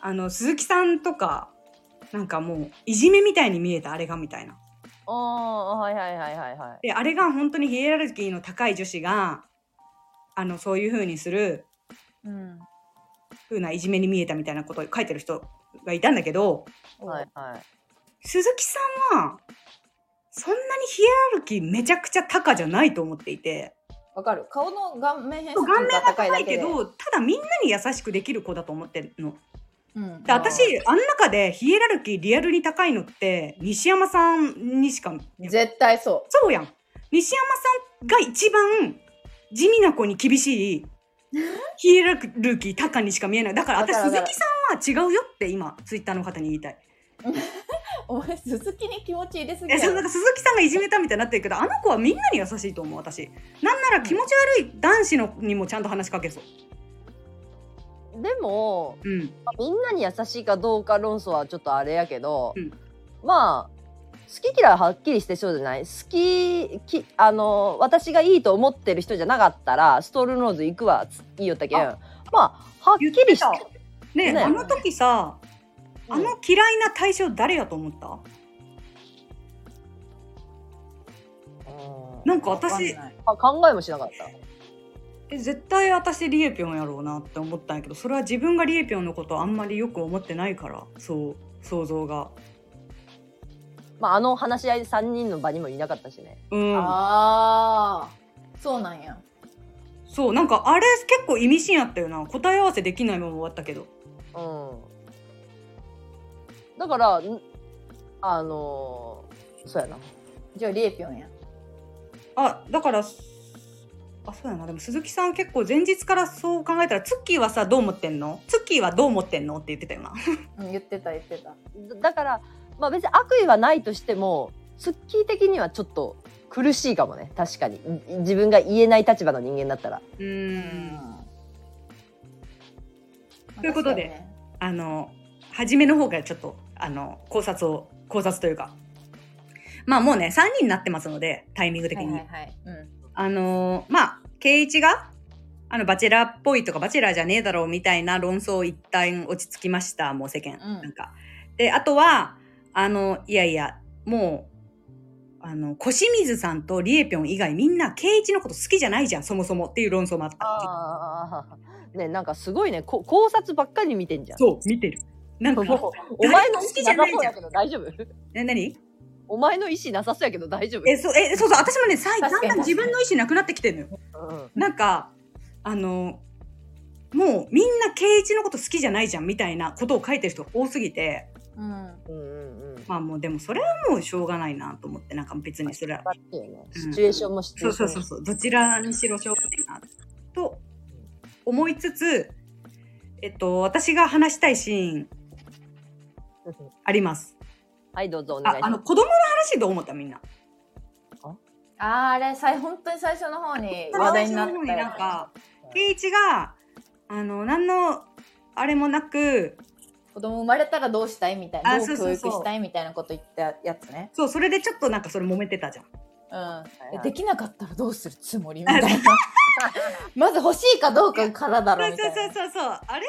Speaker 1: あの鈴木さんとかなんかもういじめみたいに見えたあれがみたいな。
Speaker 3: ああ、はいはいはいはいはい。
Speaker 1: であれが本当にヒエラルキーの高い女子があのそういう風にする
Speaker 2: うん。
Speaker 1: 風ないじめに見えたみたいなことを書いてる人がいたんだけど
Speaker 3: はいはい。
Speaker 1: 鈴木さんはそんなにヒエラルキーめちゃくちゃ高じゃないと思っていて
Speaker 2: わかる顔の顔面偏差
Speaker 1: 顔面
Speaker 2: 値が
Speaker 1: は
Speaker 2: 高い
Speaker 1: 高
Speaker 2: だ
Speaker 1: い
Speaker 2: け
Speaker 1: け
Speaker 2: で。
Speaker 1: どただみんなに優しくできる子だと思ってるの。
Speaker 2: うん
Speaker 1: で私あん中でヒエラルキーリアルに高いのって西山さんにしか
Speaker 2: 絶対そ
Speaker 1: そうやん西山さんが一番地味な子に厳しいヒエラルキー高にしか見えないだから私
Speaker 2: わかる
Speaker 1: 鈴
Speaker 2: わかる。
Speaker 1: 木さんは違うよって今ツイッターの方に言いたいう
Speaker 2: お前鈴木に気持ち入れすぎ
Speaker 1: え
Speaker 2: や
Speaker 1: そうな
Speaker 2: ろ
Speaker 1: んか鈴木さんがいじめたみたいになってるけどあの子はみんなに優しいと思う私なんなら気持ち悪い男子のにもちゃんと話しかけそう
Speaker 3: でも、
Speaker 1: うん
Speaker 3: まあみんなに優しいかどうか論争はちょっとあれやけど、
Speaker 1: うん
Speaker 3: まあ好き嫌いはっきりしてそうじゃない好ききあの私がいいと思ってる人じゃなかったらストールノーズ行くわつ言いよったけん
Speaker 1: あ
Speaker 3: まあはっきりし
Speaker 1: 言っててねえ
Speaker 3: ね
Speaker 1: あの時さあの嫌いな対象誰やと思ったなんか
Speaker 2: わかん
Speaker 1: 私
Speaker 2: ない
Speaker 3: あ考えもしなかった
Speaker 1: え絶対私リエピョンやろうなって思ったんやけどそれは自分がリエピョンのことあんまりよく思ってないからそう想像が
Speaker 3: まああの話し合い3人の場にもいなかったしね
Speaker 1: うん
Speaker 2: ああそうなんや。
Speaker 1: そうなんかあれ結構意味深やったよな答え合わせできないまま終わったけど
Speaker 3: うんだからんあのそうやな
Speaker 2: じゃあリエピョンや。
Speaker 1: あだからあそうやなでも鈴木さん結構前日からそう考えたらツッキーはさどう思ってんのツッキーはどう思ってんのって言ってたよな
Speaker 2: うん言ってた言ってた。
Speaker 3: だだから、まあ、別に悪意はないとしてもツッキー的にはちょっと苦しいかもね確かにい自分が言えない立場の人間だったら
Speaker 1: う
Speaker 2: うんん
Speaker 1: ということで。あの初めの方からちょっとあの考察を考察というかまあもうね3人になってますのでタイミング
Speaker 2: 確
Speaker 1: 的
Speaker 2: か
Speaker 1: に、
Speaker 2: にねはいはいはい。うん
Speaker 1: あのーまあ圭一があのバチェラーっぽいとかバチェラーじゃねえだろうみたいな論争を一旦落ち着きましたもう世間、
Speaker 2: うん
Speaker 1: なんかであとはあのいやいやもうあの、小清水さんとリエピョン以外みんな、圭一のこと好きじゃないじゃん、そもそもっていう論争もあった。
Speaker 3: ああ。ね、なんかすごいね、こ考察ばっかり見てんじゃん。
Speaker 1: そう、見てる。なんか、
Speaker 3: もうお前の意思なさそうやけど大丈夫
Speaker 1: え、何
Speaker 3: お前の意思なさそうやけど大丈夫
Speaker 1: え、そう、え、そうそう、私もね、最だん
Speaker 2: 確かに
Speaker 1: だん自分の意思なくなってきてるのよ。
Speaker 3: うん
Speaker 1: なんか、あの、もうみんな圭一のこと好きじゃないじゃんみたいなことを書いてる人が多すぎて、
Speaker 2: うん。
Speaker 3: うんうんうん。
Speaker 1: まあもうでもそれはもうしょうがないなと思って、なんか別にそれは。
Speaker 3: だってね、
Speaker 1: うん
Speaker 3: シチュエーションもシチュ
Speaker 1: そ
Speaker 3: エー
Speaker 1: う
Speaker 3: ショ
Speaker 1: そ
Speaker 3: ン
Speaker 1: うそうそ
Speaker 3: も
Speaker 1: う、どちらにしろしょうがないなと思いつつ、えっと、私が話したいシーンあります。
Speaker 3: はい、どうぞお願い
Speaker 1: あ
Speaker 3: し、
Speaker 1: あ
Speaker 3: ま
Speaker 1: の
Speaker 3: す。
Speaker 1: 子供の話どう思ったみんな。
Speaker 2: あーあれさい本当に最初の方に話題になっ
Speaker 1: 最初の方
Speaker 2: たよ
Speaker 1: に
Speaker 2: ね
Speaker 1: なんか、圭一が、あの、何の、あれもなく、
Speaker 2: 子供生まれたらどうしたいみたいな
Speaker 1: あ
Speaker 2: どう
Speaker 1: そうそ
Speaker 2: 教
Speaker 1: う
Speaker 2: 育
Speaker 1: そう
Speaker 2: したいみたいなこと言ったやつね。
Speaker 1: そう、それでちょっとなんかそれ揉めてたじゃん。
Speaker 2: うん
Speaker 3: いはい
Speaker 2: できなかったらどうするつもりみたいな まず欲しいかどうかからだろ
Speaker 1: そう
Speaker 2: みた
Speaker 1: そう
Speaker 2: い
Speaker 1: そう
Speaker 2: な
Speaker 1: そうそう。あれ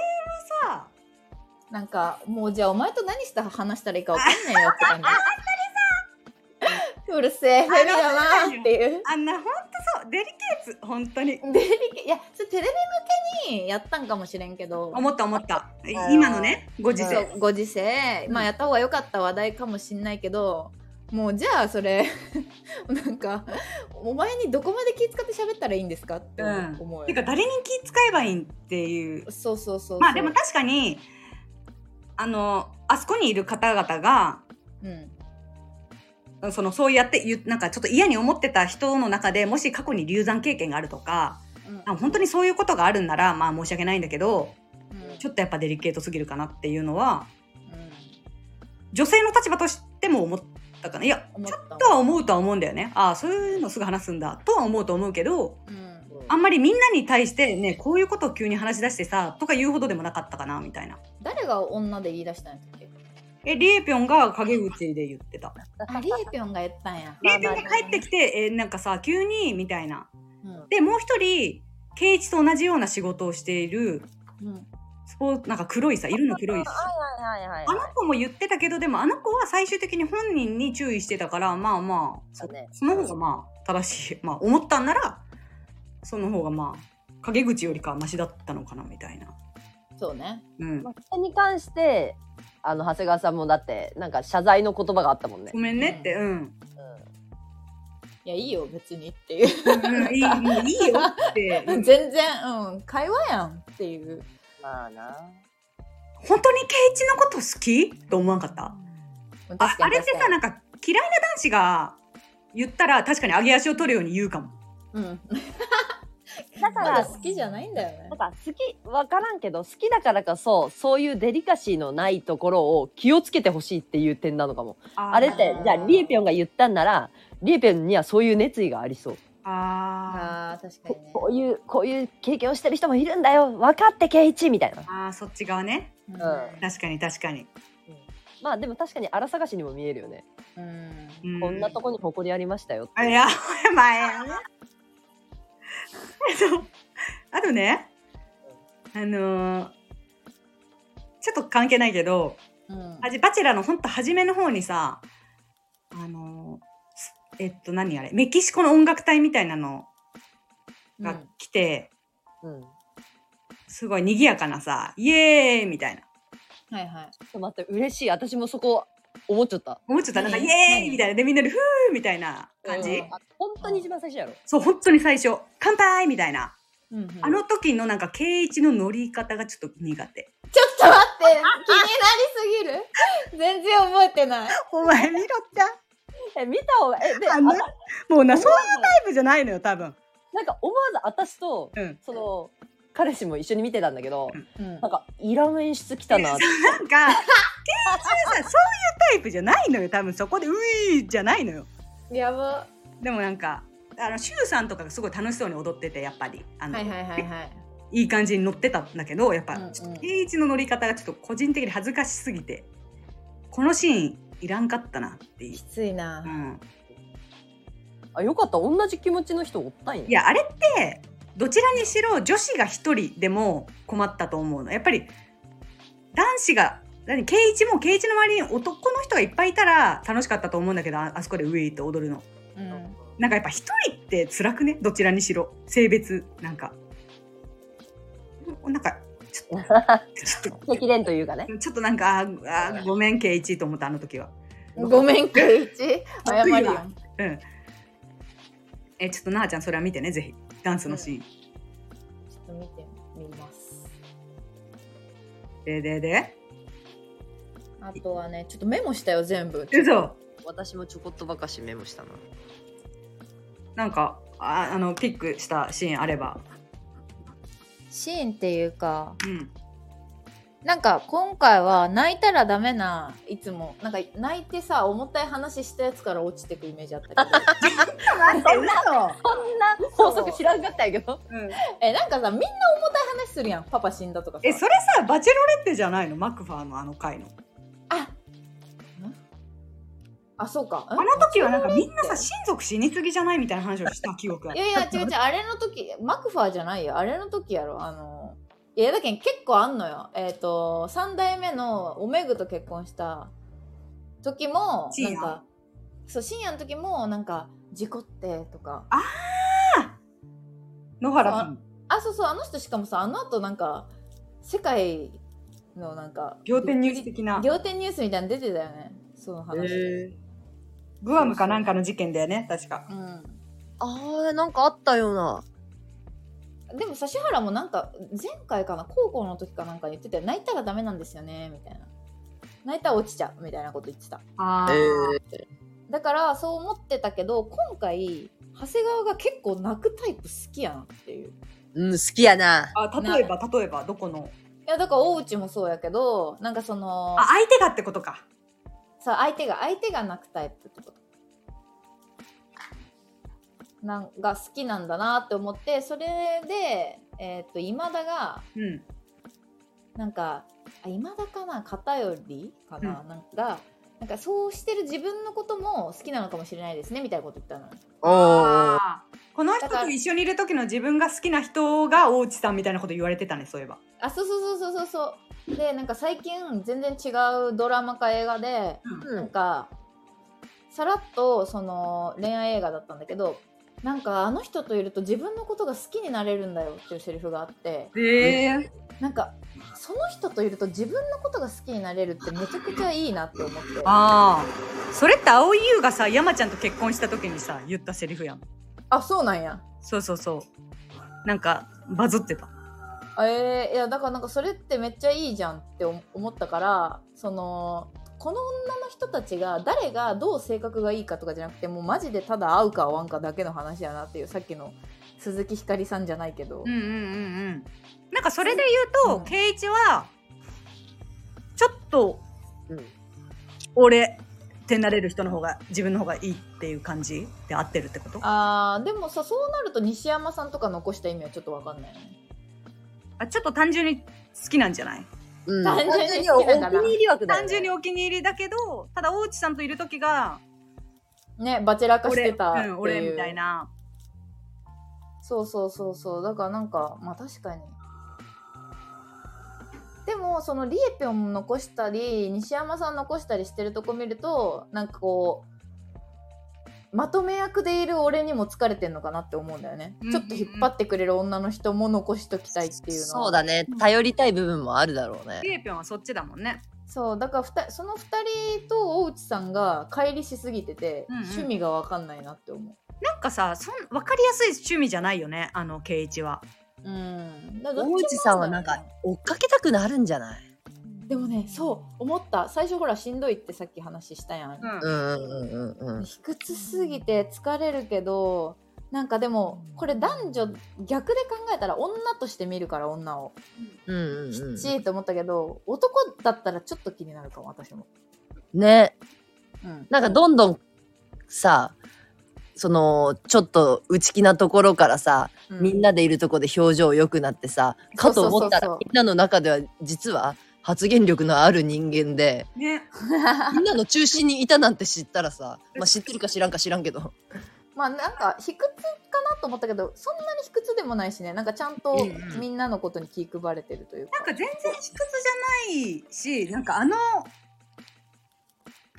Speaker 1: はさ、
Speaker 2: なんかもうじゃあお前と何したら話したらいいかわかんないよって感じ うるせえフェリだなーっていう
Speaker 1: あんな、ほんとそう、デリケート、本当に。
Speaker 2: デリケいやそれテレビ向けにやったんかもしれんけど
Speaker 1: 思った思った。
Speaker 2: ー
Speaker 1: 今のね、ご時
Speaker 2: そ
Speaker 1: 世。
Speaker 2: うご時世、まあやった方が良かった話題かもしんないけどもうじゃあそれ なんかお前にどこまで気使って喋ったらいいんですかって思う,、
Speaker 1: うんてか、誰に気使えばいいんっていう。
Speaker 2: そうそうそうそう
Speaker 1: まあでも確かに、あの、あそこにいる方々が、
Speaker 2: うん
Speaker 1: そのそうやって言うなんかちょっと嫌に思ってた人の中でもし過去に流産経験があるとか
Speaker 2: うん
Speaker 1: あ本当にそういうことがあるんならまあ申し訳ないんだけど
Speaker 2: うん
Speaker 1: ちょっとやっぱデリケートすぎるかなっていうのは
Speaker 2: うん
Speaker 1: 女性の立場としても思ったかないや
Speaker 2: 思
Speaker 1: ちょ
Speaker 2: った
Speaker 1: っとは思うとは思うんだよねああそういうのすぐ話すんだとは思うと思うけど
Speaker 2: うん
Speaker 1: あんまりみんなに対してねこういうことを急に話し出してさとか言うほどでもなかったかなみたいな
Speaker 2: 誰が女で言い出したんやったっけ
Speaker 1: えリエピョンが陰口で言ってた
Speaker 2: あリエピョンが言ったんや
Speaker 1: リエピョンが帰ってきてえなんかさ急にみたいな
Speaker 2: うん
Speaker 1: でもう一人圭一と同じような仕事をしている
Speaker 2: うん
Speaker 1: スポーツなんか黒いさ色の黒いあ
Speaker 3: はいはいはい
Speaker 1: の子も言ってたけどでもあの子は最終的に本人に注意してたからまあまあそ
Speaker 3: そうね
Speaker 1: その方がまあ正しい まあ思ったんならその方がまあ陰口よりかはマシだったのかなみたいな。
Speaker 2: そうね
Speaker 1: うん
Speaker 3: ま、あそれに関して、あの、長谷川さんもだって、なんか謝罪の言葉があったもんね
Speaker 1: ご。めんねって、うん。
Speaker 2: いやいいよ別にって いう
Speaker 1: うん、いい、もういいよ って。うん
Speaker 2: 全然うん会話やんっていう
Speaker 3: まあな。
Speaker 1: 本当に圭一のこと好きと思わんかった
Speaker 2: 確か
Speaker 1: ああ
Speaker 2: に
Speaker 1: れって
Speaker 2: 確か
Speaker 1: さ、
Speaker 2: に
Speaker 1: なんか嫌いな男子が言ったら確かに上げ足を取るように言うかも。
Speaker 2: うん
Speaker 3: だか
Speaker 2: ま
Speaker 3: ら
Speaker 2: だ、好きじゃないんだよね
Speaker 3: なんか好き、わからんけど、好きだからこそ、そういうデリカシーのないところを気をつけてほしいっていう点なのかも。
Speaker 1: あー
Speaker 3: あれって
Speaker 2: あー、
Speaker 3: じゃあ、リエピョンが言ったんなら、リエピョンにはそういう熱意がありそう。
Speaker 1: あ
Speaker 2: あー確か
Speaker 3: こ
Speaker 2: にね
Speaker 3: こういう、こういう経験をしてる人もいるんだよ。分かって、ケイチみたいな
Speaker 1: ー。あーそっち側ね確かに確かに、
Speaker 3: まあでも確かに荒探しにも見えるよね。
Speaker 2: うんうん
Speaker 1: うん
Speaker 3: こんなとこに誇りありましたよって。
Speaker 1: あいや前そうあとねあのーちょっと関係ないけど
Speaker 2: うん
Speaker 1: あじバチェラーのほんと初めの方にさあのーすえっと何あれメキシコの音楽隊みたいなの
Speaker 2: う
Speaker 1: が
Speaker 2: ん
Speaker 1: 来て、
Speaker 3: うん。ちょ
Speaker 1: すごい賑やかなさイエーイみたいな
Speaker 2: はいはい
Speaker 3: っと待って、嬉しい。私もそこ、思っちゃった。
Speaker 1: もうちょっとなんか、
Speaker 2: うん
Speaker 1: イエーイみたいなでみんなでフーみたいな感じ、
Speaker 2: うん
Speaker 3: あ本当に一番最初やろ。
Speaker 1: そう本当に最初乾杯みたいな
Speaker 2: うんうん
Speaker 1: あの時のなんか圭一の乗り方がちょっと苦手。
Speaker 2: ちょっと待って気になりすぎる全然覚えてない
Speaker 1: お前見ろって。
Speaker 3: え、見た方が、え、で、
Speaker 1: あ
Speaker 3: あ
Speaker 1: の
Speaker 3: の、
Speaker 1: もうな、そういう
Speaker 3: う
Speaker 1: タイプじゃないのよ、多分。
Speaker 3: なんか思わず私と、
Speaker 1: うん
Speaker 3: その、彼氏も一緒に見てたんだけど、
Speaker 2: うん
Speaker 3: なんか、いらん演出来た なって。
Speaker 1: なんか、圭一はさ、そういうタイプじゃないのよ、多分。そこで、ういーじゃないのよ。
Speaker 2: やば
Speaker 1: でもなんか、あの、シュウさんとかがすごい楽しそうに踊ってて、やっぱり。あの、
Speaker 2: はい
Speaker 1: い
Speaker 2: はいはいはい
Speaker 1: い、感じに乗ってたんだけど、やっぱ、
Speaker 2: うんうん
Speaker 1: ちょっと圭一の乗り方がちょっと個人的に恥ずかしすぎて、このシーンいらんかったなっていう
Speaker 2: き。ついな
Speaker 1: うん。
Speaker 3: あ、よかった。同じ気持ちの人おったんや。
Speaker 1: いやあれってどちらにしろ女子が一人でも困ったと思うのやっぱり男子が何圭一も圭一の周りに男の人がいっぱいいたら楽しかったと思うんだけどああそこでウェイと踊るの
Speaker 2: うん
Speaker 1: なんかやっぱ一人って辛くねどちらにしろ性別なんかなんかちょっとちょっ
Speaker 4: 適練というかね。
Speaker 1: とちょっとなんかあーあーごめん圭一と思ったあの時は
Speaker 2: ごめん、ケイチ。謝るよ。
Speaker 1: うんえちょっとなあちゃんそれは見てねぜひダンスのシーン、
Speaker 2: ちょっと見てみます。
Speaker 1: ででで
Speaker 2: あとはね、ちょっとメモしたよ、全部。
Speaker 1: 嘘
Speaker 3: 私もちょこっとばかしメモしたな。
Speaker 1: なんかああのピックしたシーンあれば
Speaker 2: シーンっていうか、
Speaker 1: うん
Speaker 2: なんか今回は泣いたらダメな、いつも。なんか泣いてさ、重たい話したやつから落ちてくイメージあった けど。
Speaker 1: そんな
Speaker 2: の
Speaker 4: そんな法則知らんかったんやけど。
Speaker 1: うん
Speaker 2: え、なんかさ、みんな重たい話するやん。パパ死んだとかさ。
Speaker 1: えそれさバチェロレッテじゃないのマクファーのあの回の
Speaker 2: あんあ、そうか。
Speaker 1: あ
Speaker 2: あ
Speaker 1: の時はなんかみんなさ親族死にすぎじゃないみたいな話をした記憶あ
Speaker 2: い
Speaker 1: る
Speaker 2: やいや、 違う違う、あれの時、マクファーじゃないよ。あれの時やろ。あの、いや、だけん結構あんのよ。えっ、と、三代目のオメグと結婚した時も、
Speaker 1: 深
Speaker 2: な
Speaker 1: 夜
Speaker 2: んか、そう、深夜の時も、なんか、事故ってとか。
Speaker 1: 野原さん
Speaker 2: あ、そうそう、あの人しかもさ、あの後なんか、世界のなんか、
Speaker 1: 仰天ニュース的な
Speaker 2: 仰天ニュースみたいなの出てたよね。その話。
Speaker 1: グアムかなんかの事件だよね確か
Speaker 2: うん。
Speaker 3: ああ、なんかあったような。
Speaker 2: でも指原もなんか前回かな高校の時かなんか言ってて泣いたらダメなんですよねみたいな泣いたら落ちちゃうみたいなこと言ってた
Speaker 1: あ
Speaker 3: え
Speaker 1: ー
Speaker 2: だからそう思ってたけど今回長谷川が結構泣くタイプ好きやんっていうい
Speaker 3: うん、好きやな。
Speaker 1: あ例えば例えばどこの
Speaker 2: やだから大内もそうやけどなんかその
Speaker 1: あ相手がってことか
Speaker 2: さ相手が相手が泣くタイプってことなんが好きなんだなって思ってそれでえーっと今田が
Speaker 1: うん
Speaker 2: なんかあ今だかな片よりかな、なんかなんかそうしてる自分のことも好きなのかもしれないですねみたいなこと言ったのよ
Speaker 3: おお。
Speaker 1: あーこの人と一緒にいる時の自分が好きな人が大内さんみたいなこと言われてたねそういえば
Speaker 2: あそうそうそうそうそうそうでなんか最近全然違うドラマか映画で、
Speaker 3: う
Speaker 2: なん
Speaker 3: ん。
Speaker 2: かさらっとその恋愛映画だったんだけどなんかあの人といると自分のことが好きになれるんだよっていうセリフがあって
Speaker 1: ええ
Speaker 2: なんかその人といると自分のことが好きになれるってめちゃくちゃいいなって思って
Speaker 1: ああそれって蒼井優がさ山ちゃんと結婚した時にさ言ったセリフやん
Speaker 2: あそうなんや
Speaker 1: そうそうそうなんかバズってた
Speaker 2: えーいやだからなんかそれってめっちゃいいじゃんって思思ったからそのこの女の人たちが誰がどう性格がいいかとかじゃなくてもうマジでただ合うか合わんかだけの話やなっていうさっきの鈴木ひかりさんじゃないけど、
Speaker 1: うんうんうんうんなんかそれで言うと
Speaker 2: うん
Speaker 1: 圭一はちょっと
Speaker 3: うん
Speaker 1: 俺ってなれる人の方が自分の方がいいっていう感じで合ってるってことあ
Speaker 2: あーでもさそうなると西山さんとか残した意味はちょっとわかんないよね
Speaker 1: ちょっと単純に好きなんじゃない
Speaker 3: うん
Speaker 2: 単
Speaker 4: 単
Speaker 2: 純
Speaker 4: 純
Speaker 2: に
Speaker 4: に
Speaker 2: 好
Speaker 4: お
Speaker 2: きだから
Speaker 4: 気に入り枠だよ
Speaker 1: 単
Speaker 4: ね。
Speaker 1: 純にお気に入りだけどただ大内さんといる時が
Speaker 2: ねバチェラ化し
Speaker 1: 俺,、
Speaker 2: てたって
Speaker 1: う、
Speaker 2: いうん
Speaker 1: 俺みたいな
Speaker 2: そうそうそうそうだからなんかまあ確かにでもそのリエピョンも残したり西山さん残したりしてるとこ見るとなんかこうまとめ役でいる俺にも疲れてんのかなって思うんだよね、
Speaker 1: うんうん
Speaker 2: ちょっと引っ張ってくれる女の人も残しときたいっていうのは
Speaker 3: そうだね。頼りたい部分もあるだろう
Speaker 1: ピ
Speaker 3: ね。
Speaker 1: エピョンはそっちだもんね
Speaker 2: そうだからふたその2人と大内さんが乖離しすぎてて、
Speaker 1: うんうん
Speaker 2: 趣味が分かんないなって思う
Speaker 1: なんかさそん分かりやすい趣味じゃないよねあの圭一は
Speaker 2: うんだからどっちも
Speaker 3: 大内さんはなん
Speaker 2: だよ
Speaker 3: か
Speaker 2: ね
Speaker 3: 追っかけたくなるんじゃない
Speaker 2: でもねそう思った最初ほらしんどいってさっき話したやん、
Speaker 1: うん
Speaker 3: うんうんうんうんうん。
Speaker 2: 卑屈すぎて疲れるけどなんかでもこれ男女逆で考えたら女として見るから女を
Speaker 3: うんうん
Speaker 2: き
Speaker 3: う
Speaker 2: っ
Speaker 3: ん。
Speaker 2: ちいと思ったけど、男だったらちょっと気になるかも私も、
Speaker 3: ね。
Speaker 2: うん、
Speaker 3: なんかどんどんさ、その、ちょっと内気なところからさ、
Speaker 2: うん
Speaker 3: みんなでいるとこで表情良くなってさ、かと思っ
Speaker 2: そうそうそ
Speaker 3: た
Speaker 2: うそう
Speaker 3: らみんなの中では実は発言力のある人間で、
Speaker 1: ね
Speaker 3: みんなの中心にいたなんて知ったらさ、まあ知ってるか知らんか知らんけど、
Speaker 2: まあなんか卑屈かなと思ったけどそんなに卑屈でもないしねなんかちゃんと
Speaker 3: うんうん
Speaker 2: みんなのことに気配れてるというか
Speaker 1: なんか全然卑屈じゃないし、なんかあの、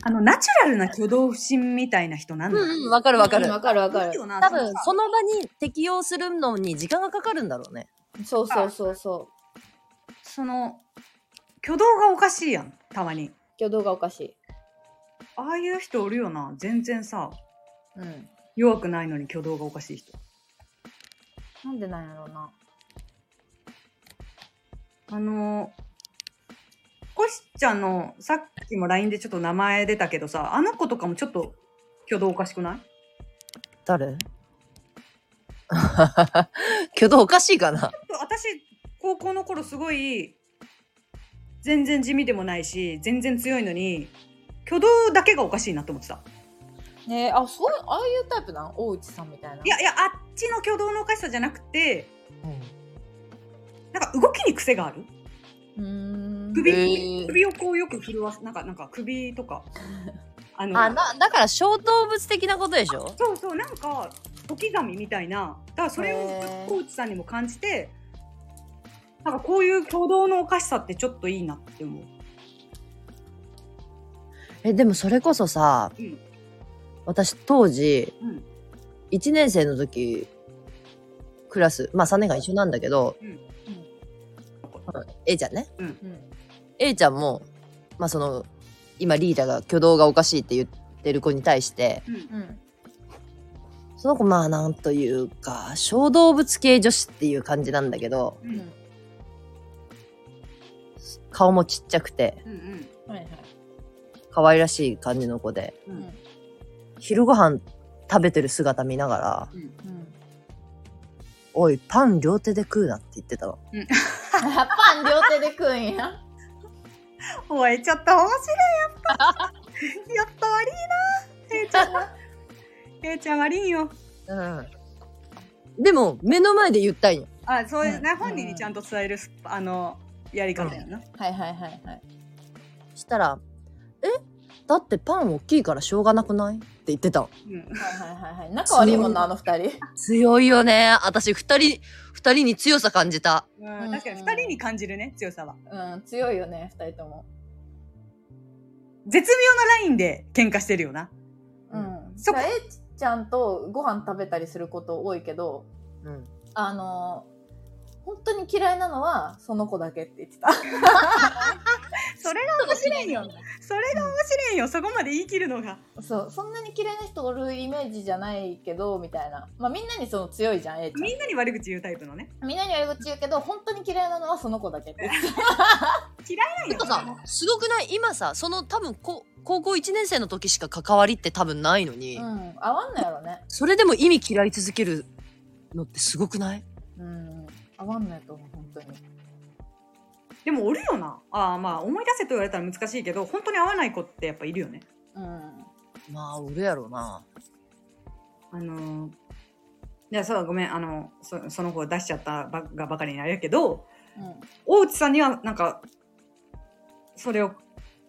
Speaker 1: あの、ナチュラルな挙動不審みたいな人なんだ。
Speaker 3: うんうん、わかるわかる
Speaker 2: うん。わかるわか
Speaker 1: いい
Speaker 2: る
Speaker 1: よな
Speaker 3: 多
Speaker 1: そ
Speaker 3: 分
Speaker 1: のさ
Speaker 3: その場に適用するのに時間がかかるんだろうね。
Speaker 2: そうそうそうそう
Speaker 1: その、挙動がおかしいやん、たまに。
Speaker 2: 挙動がおかしい
Speaker 1: ああいう人おるよな、全然さ、
Speaker 2: うん
Speaker 1: 弱くないのに挙動がおかしい人。
Speaker 2: なんでなんやろうな
Speaker 1: あの、コシちゃんの、さっきも LINE でちょっと名前出たけどさ、あの子とかもちょっと挙動おかしくない
Speaker 3: 誰 挙動おかしいかな
Speaker 1: 私高校の頃すごい全然地味でもないし全然強いのに挙動だけがおかしいなと思ってた
Speaker 2: ねえあそうああいうタイプなの大内さんみたいない
Speaker 1: いやいやあっちの挙動のおかしさじゃなくてなんか動きに癖がある
Speaker 2: うーん
Speaker 1: 首,、
Speaker 3: へー
Speaker 1: 首をこうよく振るわすなんかなんか首とかあの
Speaker 3: あなだから小動物的なことでしょ
Speaker 1: そうそうなんか小刻みみたいなだからそれ
Speaker 2: へ
Speaker 1: を
Speaker 2: ー
Speaker 1: コーチさんにも感じてなんかこういう挙動のおかしさってちょっといいなって思う。
Speaker 3: えでもそれこそさ、
Speaker 1: うん
Speaker 3: 私当時
Speaker 1: うん
Speaker 3: 1年生の時クラスまあ3年間一緒なんだけど、
Speaker 1: うんうん
Speaker 3: A ちゃんね
Speaker 2: うん
Speaker 3: A ちゃんもまあその今リーダーが挙動がおかしいって言ってる子に対して
Speaker 1: うん
Speaker 2: うん
Speaker 3: その子まあなんというか小動物系女子っていう感じなんだけど
Speaker 1: う
Speaker 2: うん
Speaker 1: ん
Speaker 3: 顔もちっちゃくて
Speaker 1: うんうん
Speaker 2: はいはい
Speaker 3: 可愛らしい感じの子で
Speaker 1: うん
Speaker 3: 昼ご飯食べてる姿見ながら
Speaker 1: うん
Speaker 2: うん
Speaker 3: 「おいパン両手で食うな」って言ってたの。
Speaker 2: あパン両手で食うんや
Speaker 1: 終えちゃった面 白いやっぱやっぱ悪いなえいちゃんはえいちゃん悪いんよ
Speaker 3: うん、でも目の前で言ったんよ。
Speaker 1: あそういう、ね
Speaker 2: うん
Speaker 1: 本人にちゃんと伝えるすあのやり方やな、
Speaker 2: はいはいはいはい
Speaker 3: したら「えだってパン大きいからしょうがなくない?」って言ってたの
Speaker 1: うん、
Speaker 2: はいはいはいはい仲悪いもんなあの二人
Speaker 3: 強いよね私2人2人に強さ感じた
Speaker 1: うん
Speaker 2: うん
Speaker 1: 確かに二人に感じるね強さは
Speaker 2: うん強いよね二人とも
Speaker 1: 絶妙なラインで喧嘩してるよな
Speaker 2: うん
Speaker 1: そ
Speaker 2: そ
Speaker 1: こ
Speaker 2: こえちゃんとご飯食べたりすること多いけど
Speaker 3: うん
Speaker 2: あの本当に嫌いなのはその子だけって言ってた
Speaker 1: それが面白いよそれが面白いよそこまで言い切るのが
Speaker 2: そうそんなに嫌いな人おるイメージじゃないけどみたいなまあみんなにその強いじゃん A ちゃ
Speaker 1: みんなに悪口言うタイプのね
Speaker 2: んみんなに悪口言うけど本当に嫌いなのはその子だけって言ってた
Speaker 3: てかさすごくない今さその多分こ高校1年生の時しか関わりって多分ないのに、
Speaker 2: うん合わんのやろね
Speaker 3: それでも意味嫌い続けるのってすごくない
Speaker 2: うん合わんのやと思う本当に
Speaker 1: でもおるよなあーまあ思い出せと言われたら難しいけど本当に合わない子ってやっぱいるよね
Speaker 2: うん
Speaker 3: まあ俺やろうな
Speaker 1: あのーいやそうごめんあのそその子出しちゃったばがばかりにあれやけど
Speaker 2: うん
Speaker 1: 大内さんにはなんかそれを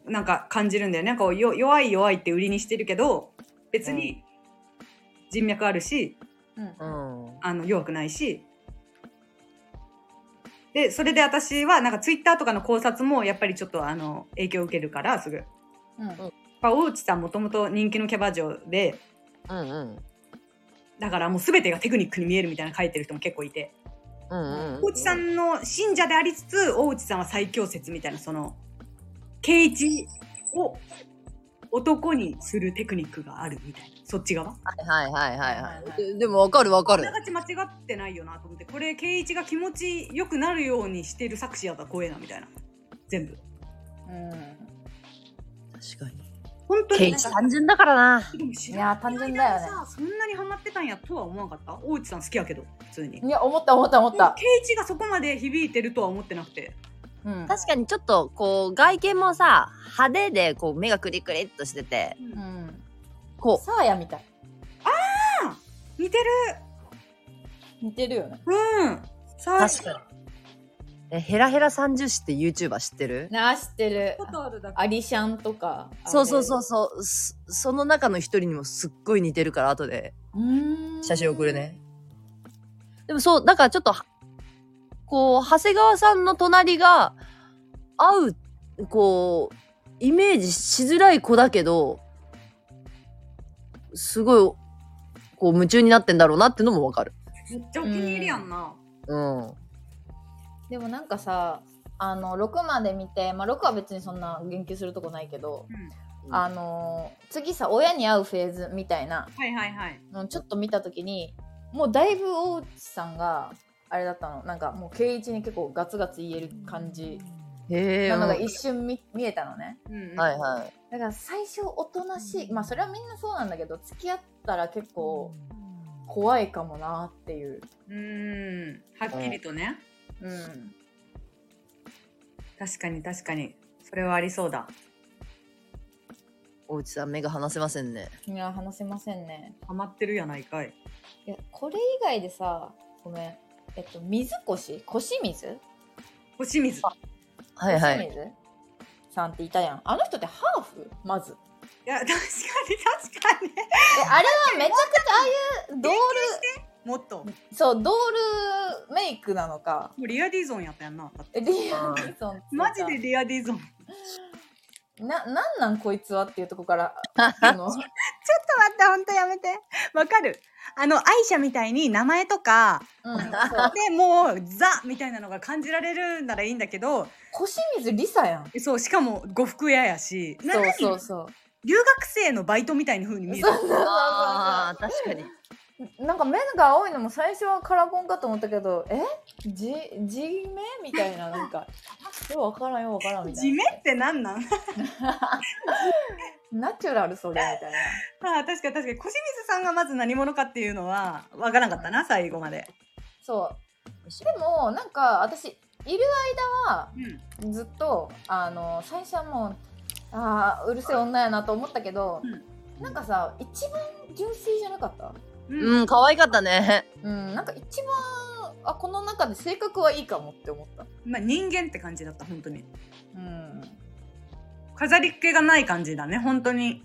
Speaker 1: なんか感じるんだよねなんかこうよ弱い弱いって売りにしてるけど別に人脈あるし、
Speaker 2: うん
Speaker 3: うん
Speaker 1: あの弱くないしでそれで私はなんかツイッターとかの考察もやっぱりちょっとあの影響を受けるからすぐやっ
Speaker 2: うん
Speaker 1: ぱ大内さんもともと人気のキャバ嬢で
Speaker 3: うんうん
Speaker 1: だからもう全てがテクニックに見えるみたいな書いてる人も結構いて。
Speaker 3: うん
Speaker 1: 大内さんの信者でありつつ大内さんは最強説みたいなその圭一を男にするテクニックがあるみたいなそっち側
Speaker 3: はいはいはいは
Speaker 2: はいはい
Speaker 3: いででもわかるわかる
Speaker 1: あながち間違ってないよなと思ってこれ圭一が気持ちよくなるようにしてる作詞やったら怖えなみたいな全部
Speaker 2: うん
Speaker 3: 確かに
Speaker 1: 本当
Speaker 3: ケ
Speaker 1: に
Speaker 3: イ
Speaker 1: なん
Speaker 3: チ
Speaker 1: か
Speaker 3: 単純だからな
Speaker 1: でも知
Speaker 2: い
Speaker 1: ら
Speaker 2: や単純だよ
Speaker 1: ない
Speaker 2: ね
Speaker 1: さそんなにハマってたんやとは思わなかった大内さん好きやけど普通に
Speaker 2: いや思った思った思っ
Speaker 1: でも
Speaker 2: た
Speaker 1: 圭一がそこまで響いてるとは思ってなくて
Speaker 2: うん
Speaker 3: 確かにちょっとこう外見もさ派手でこう目がクリクリっとしてて
Speaker 1: う
Speaker 2: うんん
Speaker 3: こ
Speaker 2: サーヤみたい
Speaker 1: 似てる
Speaker 2: 似てるよね
Speaker 1: うん
Speaker 3: う
Speaker 1: さあ
Speaker 3: かにえヘラヘラ三十師って YouTuber 知ってる
Speaker 2: なあ、知ってる。
Speaker 1: とあるだ
Speaker 2: アリシャンとか。。
Speaker 3: そうそうそううそうすその中の一人にもすっごい似てるから後で写真送る。ねでもそうだからちょっとはこう長谷川さんの隣が合うこうイメージしづらい子だけどすごいこう夢中になってんだろうなってのもわかる
Speaker 1: めっちゃお気に入りやんな。
Speaker 3: うん
Speaker 2: でもなんかさ、あの、6まで見て、まあ6は別にそんな言及するとこないけど、
Speaker 3: うん
Speaker 2: あのー、次さ、親に会うフェーズみたいな
Speaker 1: はいはいはい。
Speaker 2: のをちょっと見たときに、もうだいぶ大内さんが、あれだったの、なんかもう圭一に結構ガツガツ言える感じ
Speaker 3: へえ
Speaker 2: なのが
Speaker 3: はい
Speaker 2: 一瞬見見えたのね。
Speaker 1: うんうん
Speaker 3: はい
Speaker 2: だから最初おとなしいまあそれはみんなそうなんだけど付き合ったら結構怖いかもなっていう、
Speaker 1: うーん。はっきりとね。
Speaker 2: うん、
Speaker 1: 確かに確かに。それはありそうだ。
Speaker 3: おうちさん目が離せませんね
Speaker 2: いや話せませんね
Speaker 1: ハマってるやないかい。
Speaker 2: いやこれ以外でさごめんえっと水越越水
Speaker 1: 星水。い
Speaker 3: はいはい
Speaker 2: 越水さんっていたやんあの人ってハーフまず
Speaker 1: や、確かに確かに。
Speaker 2: えあれはめちゃくちゃああいうドー
Speaker 1: もっと。も
Speaker 2: ルそうドールメイクなのか
Speaker 1: うリアディゾンやったやんな。だって
Speaker 2: えリアリソンってさ
Speaker 1: マジでリアディゾン。ちょっ
Speaker 2: ななんなんこいつはっていうとこ からあの
Speaker 1: と待って、ほんとやめて。わかる。あの、愛車みたいに名前と か、
Speaker 2: うんそう
Speaker 1: でもうザみたいなのが感じられるならいいんだけど
Speaker 2: 越水りさやん
Speaker 1: そうしかも呉服屋やしな
Speaker 2: そう
Speaker 1: 何
Speaker 2: そうそう
Speaker 1: 留学生のバイトみたいな風に見える
Speaker 2: そうそうそうそう
Speaker 3: あー確かに
Speaker 2: なんか目が青いのも最初はカラコンかと思ったけどえじ地目みたいななんかよう分からんよう分からんみたい
Speaker 1: 地
Speaker 2: な
Speaker 1: 面ってなん なんあ
Speaker 2: ナチュラルそれみたいな
Speaker 1: あ確かに確かに小清水さんがまず何者かっていうのはわからんかったな最後まで、
Speaker 2: そうでもなんか私いる間は
Speaker 1: うん
Speaker 2: ずっとあの最初はもうあーうるせえ女やなと思ったけど、なんかさ一番純粋じゃなかった
Speaker 1: うん
Speaker 3: うん可愛かったね
Speaker 2: うんなんか一番あこの中で性格はいいかもって思った
Speaker 1: まあ、人間って感じだった本当に
Speaker 2: うん
Speaker 1: 飾りっ気がない感じだね本当に、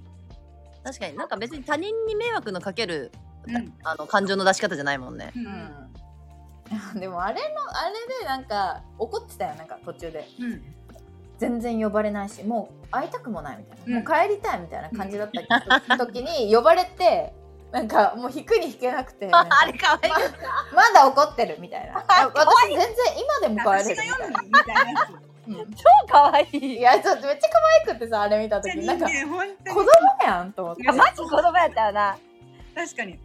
Speaker 3: 確かになんか別に他人に迷惑のかける
Speaker 1: うん
Speaker 3: あの感情の出し方じゃないもんね。
Speaker 1: う
Speaker 2: うん、 でもあれのあれでなんか怒ってたよなんか途中で
Speaker 1: ん
Speaker 2: 全然呼ばれないしもう会いたくもないみたいな、
Speaker 1: うん
Speaker 2: もう帰りたいみたいな感じだった時に呼ばれてなんかもう引くに引けなく てなんか
Speaker 3: あれ可愛い。
Speaker 2: まだ怒ってるみたいなあ私全然今でも帰れ
Speaker 1: 私
Speaker 2: る
Speaker 1: が読むのみたいなや
Speaker 2: みたいな、
Speaker 4: 超可愛
Speaker 2: うんい
Speaker 4: い。
Speaker 2: やちょっとめっちゃ可愛くってさあれ見た
Speaker 1: つじゃ
Speaker 2: 時
Speaker 1: あ
Speaker 2: にな
Speaker 1: 人
Speaker 2: んか
Speaker 1: 間本
Speaker 2: 子
Speaker 1: 当
Speaker 2: 供
Speaker 1: に
Speaker 2: やんと思って
Speaker 4: いや、マジ子供やったよな。
Speaker 1: 確かに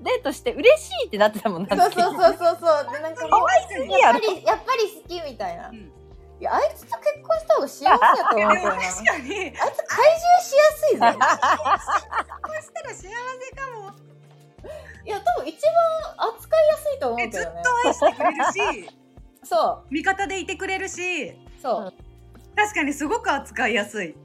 Speaker 4: デートして嬉しいってなってたもんな。
Speaker 2: そうそうそうそうそうでなんかもう
Speaker 1: すぎ
Speaker 2: やっぱりやっぱり好きみたいな、
Speaker 1: うん
Speaker 2: いやあいつと結婚した方が幸せやと思うけどな
Speaker 1: 確かに
Speaker 2: あいつ怪獣しやす
Speaker 1: そし
Speaker 2: いぜ
Speaker 1: たら幸せかも
Speaker 2: いや多分一番扱いやすいと思うけどね
Speaker 1: 愛してくれるし
Speaker 2: そう
Speaker 1: 味方でいてくれるし
Speaker 2: そう
Speaker 1: 確かにすごく扱いやすい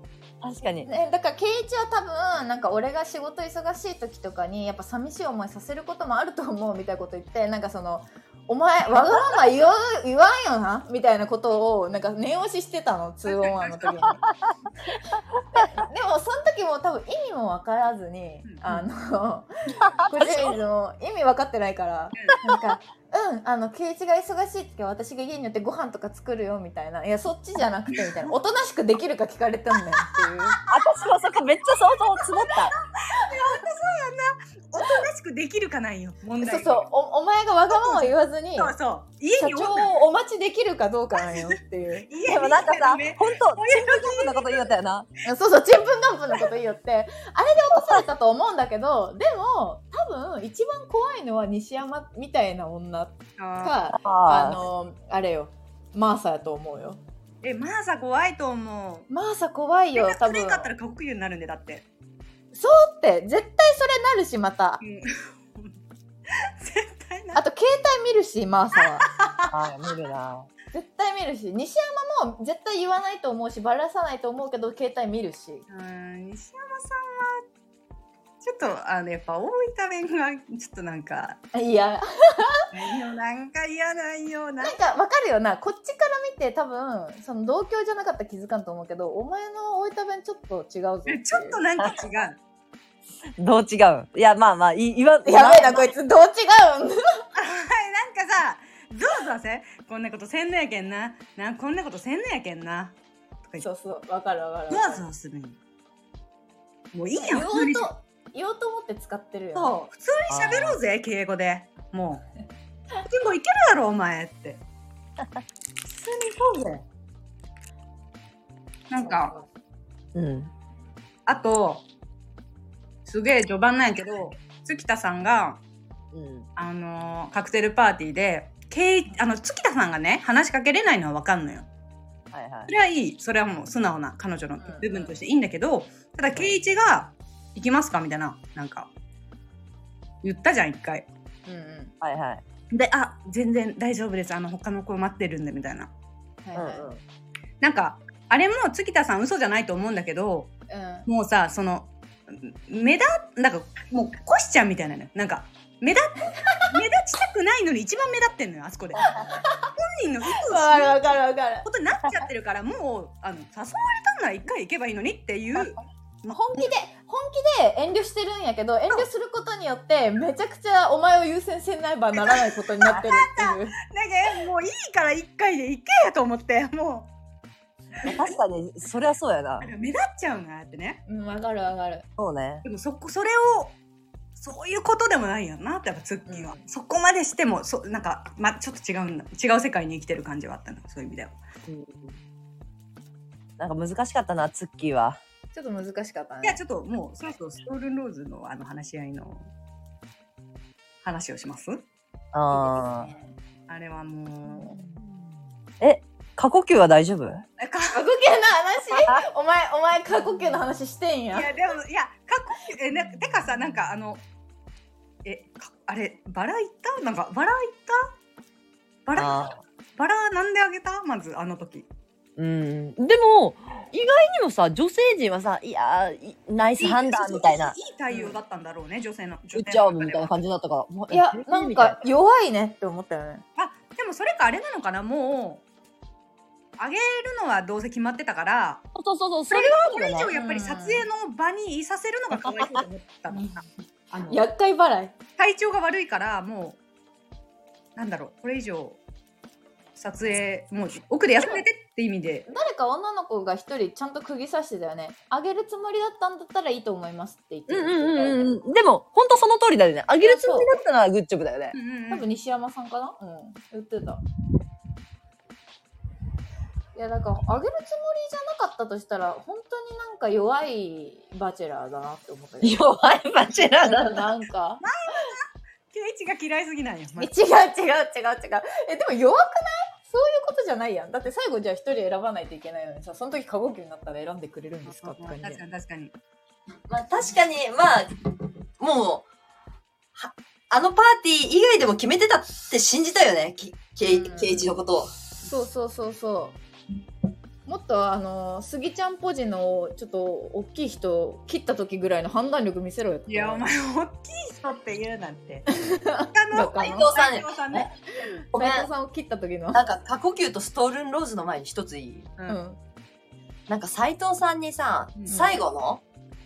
Speaker 4: 確かに。
Speaker 2: ね、だから圭一は多分なんか俺が仕事忙しい時とかにやっぱ寂しい思いさせることもあると思うみたいなこと言ってなんかその「お前わがまま言わん言わんよな」みたいなことをなんか念押ししてたの2オンワンの時に。ででもその時も多分意味も分からずに
Speaker 1: うん
Speaker 2: あの小清水も意味分かってないからなんか「うんあの圭一が忙しい時は私が家に寄ってご飯とか作るよ」みたいな「いやそっちじゃなくて」みたいな「おとなしくできるか聞かれたんだよ」っていう。
Speaker 4: 私もそこめっちゃ想像つぼった。
Speaker 1: おとなしくできるかないよ問題
Speaker 2: そうそうおお前がわがまま言わずに
Speaker 1: そう
Speaker 2: 社
Speaker 1: そう家にお
Speaker 2: 長
Speaker 1: った
Speaker 2: をお待ちできるかどうかなんよっていう
Speaker 1: 家に
Speaker 4: でもなんか
Speaker 1: お
Speaker 4: さ
Speaker 1: ったね、
Speaker 4: ほんと、チンプキンプのこと言おったよな。
Speaker 2: そうそうちんぷんかんぷんのこと言いよってあれで落とされたと思うんだけどでも多分一番怖いのは西山みたいな女
Speaker 1: あ
Speaker 2: かあ
Speaker 4: あ
Speaker 2: のあれよマーサやと思うよ
Speaker 1: ーえマーサ怖いと思う
Speaker 2: マーサ怖い
Speaker 1: 連
Speaker 2: よ
Speaker 1: 絡
Speaker 2: 多
Speaker 1: 取れ
Speaker 2: 分
Speaker 1: んか
Speaker 2: だっ
Speaker 1: ったら国有になるんでだって
Speaker 2: て絶対それなるしまた
Speaker 1: うん 絶対な
Speaker 2: あと携帯見るしマーサは
Speaker 4: あ、見るな。
Speaker 2: 絶対見るし西山も絶対言わないと思うしバラさないと思うけど携帯見るし
Speaker 1: うーん西山さんはちょっとあのやっぱ大分弁がちょっとなんか
Speaker 2: いや
Speaker 1: いやなんか嫌なんよな
Speaker 2: なんかわかるよなこっちから見て多分その同居じゃなかったら気づかんと思うけどお前の大分弁ちょっと違うぞっていう
Speaker 1: ちょっとなんか違う
Speaker 4: どう違ういや、まあまあ、い言わ、
Speaker 2: やべえなこいつどう違う
Speaker 1: はい、な
Speaker 2: ん
Speaker 1: んかさ、ゾワゾワせん、こんなことせんのやけんな、なんこんなことせんのやけんな。とか言って、ゾ
Speaker 2: そうそうわかるわかるわ
Speaker 1: ワ
Speaker 2: か
Speaker 1: ゾ
Speaker 2: る
Speaker 1: ワするんよもういいや
Speaker 2: 言
Speaker 1: ん、
Speaker 2: お
Speaker 1: 普通
Speaker 2: う
Speaker 1: に。
Speaker 2: と言おうと思って使ってるよね
Speaker 1: そう、普通に喋ろうぜ、敬語で。もう。でもいけるやろ、お前って。普通に行こうぜ。なんか、
Speaker 4: うん。
Speaker 1: あと、すげえ序盤なんやけど、月田さんが、
Speaker 4: うん。
Speaker 1: あのーカクテルパーティーで、けいあの月田さんがね、話しかけれないのはわかんのよ。
Speaker 4: はいは
Speaker 1: それはいいそれはもう素直な彼女の部分としていいんだけどただ圭一が「行きますか?」みたいななんか言ったじゃん一回
Speaker 2: うんうん
Speaker 4: い。はいはい。
Speaker 1: で「あ全然大丈夫ですあの他の子待ってるんで」みたいな
Speaker 2: はい
Speaker 4: うん
Speaker 2: はい
Speaker 4: うん。
Speaker 1: なんかあれも月田さん嘘じゃないと思うんだけど
Speaker 2: うん
Speaker 1: もうさその目立なんかもうコシちゃんみたいなのよなんか目立 目立ちたくないのに一番目立ってんのよあそこで本人の意図を知らな
Speaker 2: わか
Speaker 1: い
Speaker 2: るわかるわかる
Speaker 1: ことになっちゃってるからもうあの誘われたんなら一回行けばいいのにっていう
Speaker 2: 本気で本気で遠慮してるんやけど遠慮することによってめちゃくちゃお前を優先せないばならないことになってるっていう
Speaker 1: なんかもういいから一回で行けやと思っても
Speaker 4: まあ確かに、そりゃそうやな
Speaker 1: う。目立っちゃうなってね
Speaker 2: うんわかるわかる
Speaker 4: そうね。
Speaker 1: でもそこそれをそういうことでもないよなってやっぱツッキーは、
Speaker 2: う
Speaker 1: そこまでしてもそなんか、ま、ちょっと違うんだ違う世界に生きてる感じはあったのそういう意味では
Speaker 4: うんなんか難しかったな、ツッキーは。
Speaker 2: ちょっと難しかった
Speaker 1: いや
Speaker 2: ね
Speaker 1: ちょっともうそろそろストールンローズのあの話し合いの話をします
Speaker 4: ああ。
Speaker 1: あれはもう
Speaker 4: 過呼吸は大丈夫
Speaker 1: えか
Speaker 2: 過呼吸の 話お前お前過呼吸の話してんや
Speaker 1: いやでもいや過去えなてかさなんかあのえかあれバラ行ったなんかバラ行ったバラ
Speaker 4: ああ。
Speaker 1: バラなんであげたまずあの時
Speaker 4: うん。でも、意外にもさ、女性陣はさ、いやー、いナイスハンダーみたいな。
Speaker 1: いい対応だったんだろうね、女性の
Speaker 4: 打っ
Speaker 1: 女
Speaker 4: ちゃお
Speaker 1: 性
Speaker 4: う
Speaker 1: の中
Speaker 4: み
Speaker 1: では
Speaker 4: たいな感じだったから。もう
Speaker 2: いやなんか、弱いねって思ったよね
Speaker 1: あでもそれかあれなのかなもうあげるのはどうせ決まってたから
Speaker 4: えそうそうそう、そ
Speaker 1: それ
Speaker 4: れ
Speaker 1: はこ
Speaker 4: は
Speaker 1: れ以上
Speaker 4: ね
Speaker 1: やっぱり撮影の場にいさせるのがかわいそうと思ったのかなあの
Speaker 2: 厄介払い
Speaker 1: 体調が悪いからもうなんだろうこれ以上撮影もう奥で休めてって意味で
Speaker 2: 誰か女の子が一人ちゃんと釘刺してたよねあげるつもりだったんだったらいいと思いますって言って
Speaker 4: う
Speaker 2: た
Speaker 4: んうんうんうん。でも、ほんとその通りだよね。あげるつもりだったらグッジョブだよね。
Speaker 2: 多分西山さんかなうん言ってたいやだからあげるつもりじゃなかったとしたら本当になんか弱いバチェラーだなって思ったよ
Speaker 4: 弱いバチェラーだな。
Speaker 2: なんか
Speaker 1: ケイチが嫌いすぎないよ、
Speaker 2: え違う違う違う違うえでも弱くないそういうことじゃないやんだって最後じゃあ一人選ばないといけないのにさその時過呼吸になったら選んでくれるんですかって感じ
Speaker 1: 確かに確かに
Speaker 3: まあ確かに、まあ、もう、はあのパーティー以外でも決めてたって信じたよね、きけい
Speaker 2: うん
Speaker 3: 圭一のことを。
Speaker 2: そうそうそうそうもっとあのスギちゃんポジのちょっと大きい人を切った時ぐらいの判断力見せろよって
Speaker 1: いやお前大きい人って言うなん て他の
Speaker 2: バカな
Speaker 1: 斉藤さんね
Speaker 3: ごめん
Speaker 2: 斉。藤さんを切った時の
Speaker 3: なんか、過呼吸とストールンローズの前に一ついい。
Speaker 1: う
Speaker 2: うんん
Speaker 3: なんか、斎藤さんにさ
Speaker 1: う、ん
Speaker 3: 最後の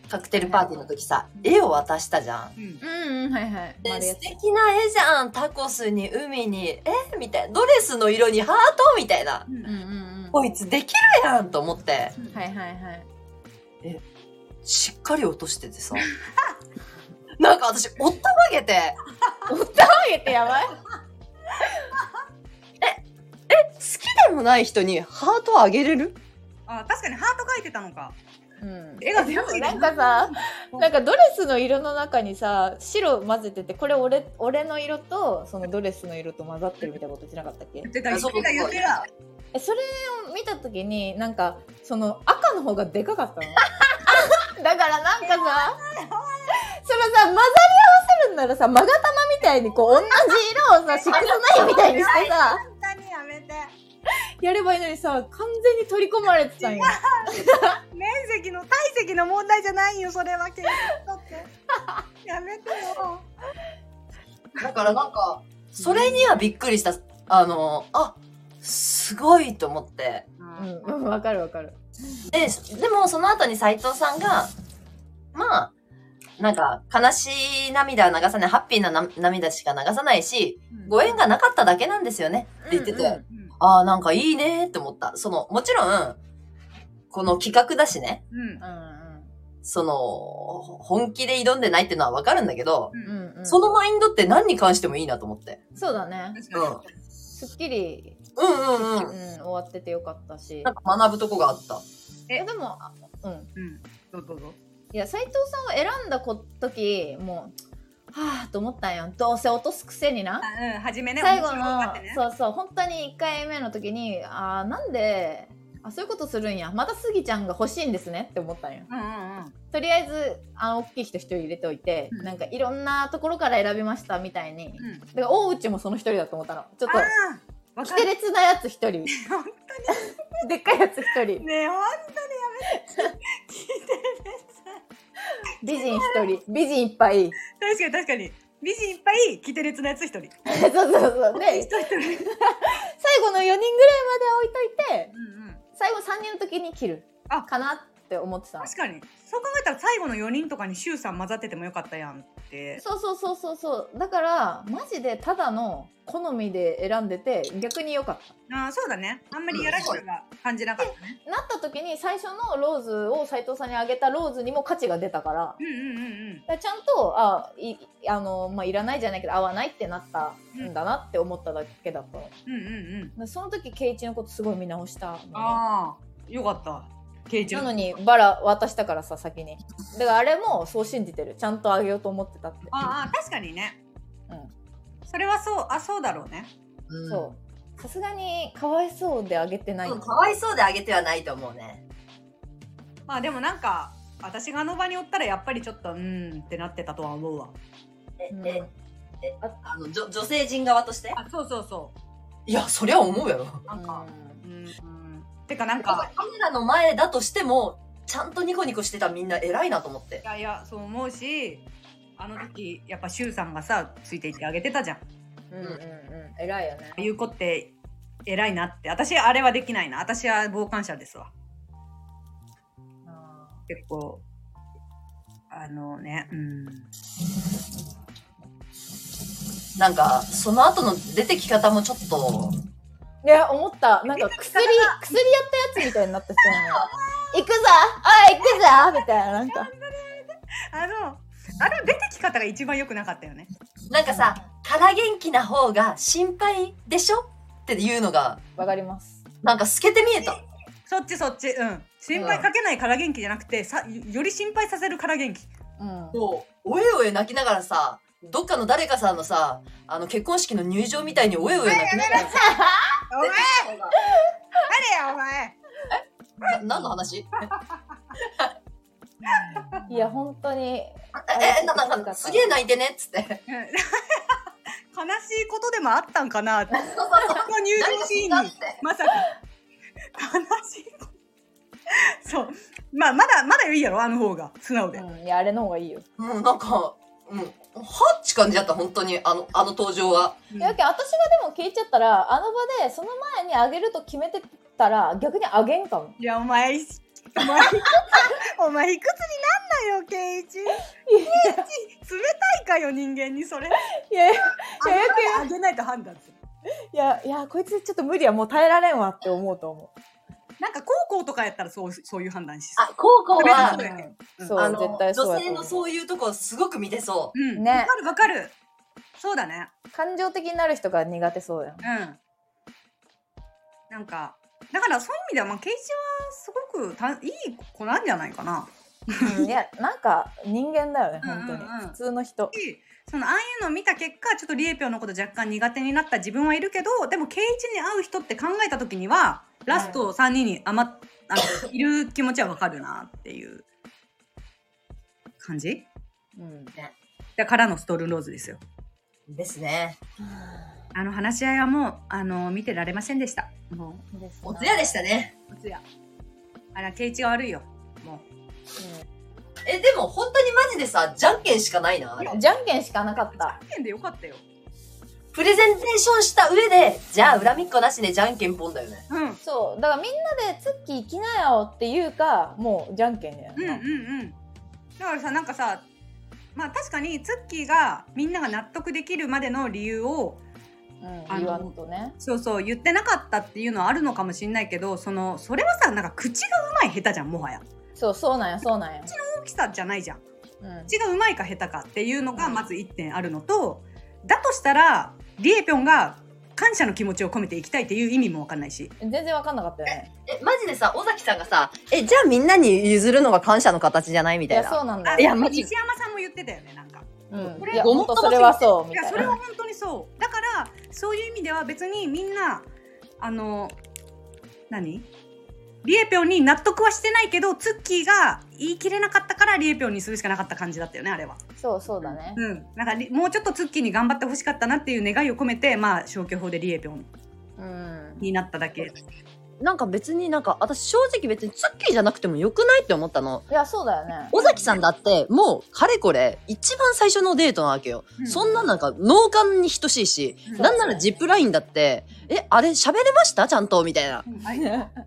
Speaker 3: カクテルパーティーの時さ、絵を渡したじゃん。
Speaker 1: うん
Speaker 2: うんうんはいはい。
Speaker 3: で
Speaker 2: 丸いや
Speaker 3: 素
Speaker 2: つ
Speaker 3: 敵な絵じゃんタコスに海にえみたいなドレスの色にハートみたいな
Speaker 2: うんうんうん。
Speaker 3: こいつできるやんと思って
Speaker 2: はいはいはい。
Speaker 3: しっかり落としててさなんか私おったまげて
Speaker 2: あげてやばい。
Speaker 3: 好きでもない人にハートをあげれる
Speaker 1: あ確かにハート描いてたのか
Speaker 2: うん。
Speaker 1: 絵が全部
Speaker 2: なんかさ、なんかドレスの色の中にさ、白混ぜてて、これ俺俺の色とそのドレスの色と混ざってるみたいなこと言ってなかったっけ
Speaker 1: 言？ってた言
Speaker 3: あ
Speaker 1: っ
Speaker 3: そう
Speaker 1: てた言ってた
Speaker 2: えそれを見たときになんかその赤の方がでかかった の。だからなんかさ、そのさ混ざり合わせるんならさ、マガタマ みたいにこう同じ色をさ、シックスナインみたいにしてさ。
Speaker 1: 簡単にやめて
Speaker 2: ややればいいのにさ、完全に取り込まれてたんよ。
Speaker 1: 面積の体積の問題じゃないよそれは計算だって やめてよ
Speaker 3: だからなんか、それにはびっくりした。あの、あ、すごいと思って。
Speaker 2: うん、わかるわかる。
Speaker 3: で、でもその後に斉藤さんが、まあ、なんか、悲しい涙は流さない、ハッピーなな涙しか流さないし、ご縁がなかっただけなんですよねって言ってて、
Speaker 2: うんうん
Speaker 1: うん
Speaker 3: ああ、なんかいいねって思った。その、もちろん、この企画だしね、
Speaker 1: うん
Speaker 3: その、本気で挑んでないってのはわかるんだけど、
Speaker 2: うんうんうんうん
Speaker 3: そのマインドって何に関してもいいなと思って。
Speaker 2: そうだね。
Speaker 1: 確
Speaker 3: うん
Speaker 1: か
Speaker 2: すっきり、
Speaker 3: うんうん
Speaker 2: うん、
Speaker 3: うん。
Speaker 2: 終わっててよかったし
Speaker 3: なん。か学ぶとこがあった。
Speaker 2: えでも、あうん。
Speaker 1: に、うん、どうぞどうぞ
Speaker 2: いや、斎藤さんを選んだこ時、もう、はぁと思ったんやん。どうせ落とすくせにな。
Speaker 1: あうん初めね
Speaker 2: 最後
Speaker 1: 面白い分か
Speaker 2: の、
Speaker 1: ってね
Speaker 2: そうそう本当に1回目の時にあーなんであそういうことするんやまたスギちゃんが欲しいんですねって思ったんよ
Speaker 1: うんうんうん
Speaker 2: とりあえずあ大きい人一人入れておいて、
Speaker 1: うん
Speaker 2: なんかいろんなところから選びましたみたいに、だ
Speaker 1: うん
Speaker 2: から大内もその一人だと思ったのちょっ
Speaker 1: あ
Speaker 2: と
Speaker 1: あわか
Speaker 2: 奇
Speaker 1: る
Speaker 2: 烈なやつ一人
Speaker 1: 本
Speaker 2: でっかいやつ一人
Speaker 1: ねえほん
Speaker 2: 美人一人美人いっぱい
Speaker 1: 確かに確かに美人いっぱいキテレツのやつ一人
Speaker 2: そうそうそう
Speaker 1: 一人一人
Speaker 2: で最後の4人ぐらいまで置いといて
Speaker 1: うんうん
Speaker 2: 最後3人の時に切る
Speaker 1: あ
Speaker 2: かなって思ってたの
Speaker 1: 確かにそう考えたら最後の4人とかに周さん混ざっててもよかったやんって
Speaker 2: そうそうそうそうそうだからマジでただの好みで選んでて逆に良かっ
Speaker 1: あーそうだねあんまりやらしさが感じなかったね
Speaker 2: たなった時に最初のローズを斎藤さんにあげたローズにも価値が出たから
Speaker 1: うんうんうんうん
Speaker 2: だからちゃんとあいあの、まあ、いらないじゃないけど合わないってなったんだなって思っただけだったの
Speaker 1: うんうんうん
Speaker 2: でその時圭一のことすごい見直したのね
Speaker 1: ああよかったケイチ
Speaker 2: な
Speaker 1: の
Speaker 2: のにバラ渡したからさ先にだからあれもそう信じてるちゃんとあげようと思ってたって
Speaker 1: ああ確かにね
Speaker 2: うん
Speaker 1: それはそうあそうだろうね
Speaker 2: そうさすがにかわいそうであげてない
Speaker 3: うん。かわいそうであげてはないと思うね。
Speaker 1: まあでもなんか私があの場におったらやっぱりちょっとうーんってなってたとは思うわ
Speaker 3: え、
Speaker 2: うん
Speaker 3: え、え、ああの、女女性陣側として
Speaker 1: あそうそうそ
Speaker 3: いや、そりゃ思うやろ。
Speaker 1: うなんか
Speaker 2: うん
Speaker 1: うんうんてかなん
Speaker 3: カ
Speaker 1: か
Speaker 3: メラの前だとしても、ちゃんとニコニコしてたみんな偉いなと思って
Speaker 1: い。やいやそう思うしあの時やっぱ周さんがさついていってあげてたじゃん
Speaker 2: うんうんうん、偉いよね
Speaker 1: ああ。いう子って偉いなって私あれはできないな私は傍観者ですわ結構あのねうん
Speaker 3: なんか、その後の出てき方もちょっと、
Speaker 2: いや、思った。なんか薬、薬やったやつみたいになった人なのよ。行くぞおい、行くぞみたいな、なんか。
Speaker 1: あのあの出てき方が一番良くなかったよね
Speaker 3: なんかさ、から元気な方が心配でしょっていうのが、
Speaker 2: わかります。
Speaker 3: なんか透けて見えた。
Speaker 1: そっちそっちうん心配かけないから元気じゃなくてさより心配させるから元気
Speaker 2: うん。
Speaker 3: もう、おえおえ泣きながらさ、どっかの誰かさんのさ、あの結婚式の入場みたいにおえおえ泣きながらさ、
Speaker 1: お前
Speaker 3: 出てきたの
Speaker 1: 誰やお前
Speaker 3: がな何の話
Speaker 2: いや、本当に。
Speaker 3: え、ななんか、すげえ泣いてねっつって。
Speaker 1: うん悲し いことでもあったんかなってこの入場シーンにまさか悲しいことそうまあまだまだいいやろあの方が素直で、
Speaker 2: うん、いや、あれの方がいいよ。
Speaker 3: もうなんか、うん、はっち感じだった、本当に、あの、あの登場は。
Speaker 1: うん
Speaker 2: いや、けん私がでも聞いちゃったら、あの場で、その前にあげると決めてたら、逆にあげんかも。
Speaker 1: いやお前お前 お前いくつになんなよケイイチケイイチ冷たいかよ人間にそれ
Speaker 2: いやいや、
Speaker 1: あげないあげないと判断する
Speaker 2: いや、いや、こいつちょっと無理や、もう耐えられんわって思うと思
Speaker 1: なんか高校とかやったらそうそういう判断しそ
Speaker 3: あ、高校
Speaker 1: う
Speaker 3: は
Speaker 1: そ、れね
Speaker 2: う。
Speaker 1: うん
Speaker 2: そ
Speaker 3: あ
Speaker 2: う、
Speaker 3: の
Speaker 2: 絶対そう
Speaker 3: 女
Speaker 2: や
Speaker 3: 性
Speaker 2: と
Speaker 3: の
Speaker 2: 思う。
Speaker 3: そういうとこすごく見てそ
Speaker 1: うん
Speaker 2: ね
Speaker 1: わかるわかるそうだね
Speaker 2: 感情的になる人が苦手そうやん。
Speaker 1: うんなんかだからそういう意味ではまあケイイチはすごくたいい子なんじゃないかな
Speaker 2: うんいやなんか人間だよね本当に、
Speaker 1: うんうんうん
Speaker 2: 普通の人
Speaker 1: しそのああいうのを見た結果ちょっとリエピョンのこと若干苦手になった自分はいるけどでも圭一に会う人って考えた時にはラスト3人に余っあのいる気持ちはわかるなっていう感じ
Speaker 2: うん
Speaker 1: だからのストールローズですよ。
Speaker 3: う。ですね。
Speaker 1: あの話し合いはもうあの見てられませんでしたも
Speaker 5: おつやでしたね。
Speaker 1: うおつやあら圭一が悪いよも
Speaker 5: え、でも本当にマジでさ、じゃんけんしかないな。あれ
Speaker 2: じゃんけんしかなかっ
Speaker 1: う
Speaker 2: た。
Speaker 1: 件でよかったよ
Speaker 5: プレゼンテーションした上で、じゃあ恨みっこなしでじゃんけんぽんだよね。
Speaker 1: うんうん
Speaker 2: そう。だからみんなでツッキー行きなよっていうか、もうじゃんけんだよ
Speaker 1: うん
Speaker 2: ね。
Speaker 1: うんだからさなんかさまあ確かにツッキーがみんなが納得できるまでの理由を
Speaker 2: うん。
Speaker 1: あの
Speaker 2: 言わんとね。
Speaker 1: そうそう言ってなかったっていうのはあるのかもしれないけどそのそれはさなんか口がうまい下手じゃんもはや
Speaker 2: そう、そうなんや、そうなんや。
Speaker 1: 大きさじゃないじゃん
Speaker 2: うん。
Speaker 1: 口がうまいか下手かっていうのがまず1点あるのとだとしたらリエピョンが感謝の気持ちを込めていきたいっていう意味も分かんないし
Speaker 2: 全然わかんなかったよね。
Speaker 5: え、マジでさ、尾崎さんがさ、え、じゃあみんなに譲るのが感謝の形じゃないみ
Speaker 2: い
Speaker 5: たい
Speaker 2: や、
Speaker 5: な。
Speaker 2: そうなんだよ。
Speaker 1: い
Speaker 4: いやマジ
Speaker 1: 西山さんも言ってたよねなんか
Speaker 2: うん
Speaker 1: これ
Speaker 2: いや、
Speaker 5: ごも
Speaker 2: 本
Speaker 5: っと
Speaker 2: 当
Speaker 5: も
Speaker 2: それはそう、み
Speaker 1: いや
Speaker 2: たい
Speaker 1: それ
Speaker 2: な。
Speaker 1: は本当にそうだからそういう意味では別にみんなあの何リエピョンに納得はしてないけどツッキーが言い切れなかったからリエピョンにするしかなかった感じだったよねあれは
Speaker 2: そう、そうだね。
Speaker 1: うんなんかリもうちょっとツッキーに頑張ってほしかったなっていう願いを込めてまあ消去法でリエピョン
Speaker 2: うん。
Speaker 1: になっただけ
Speaker 3: なんか別になんか、私正直別にツッキーじゃなくてもよくないって思ったの。
Speaker 2: いや、そうだよね。
Speaker 3: 尾崎さんだって、もう、かれこれ、一番最初のデートなわけよ。
Speaker 1: うん
Speaker 3: そんななんか、脳幹に等しいし、
Speaker 1: うん
Speaker 3: なんならジップラインだって、え、あれ喋れましたちゃんとみたい な。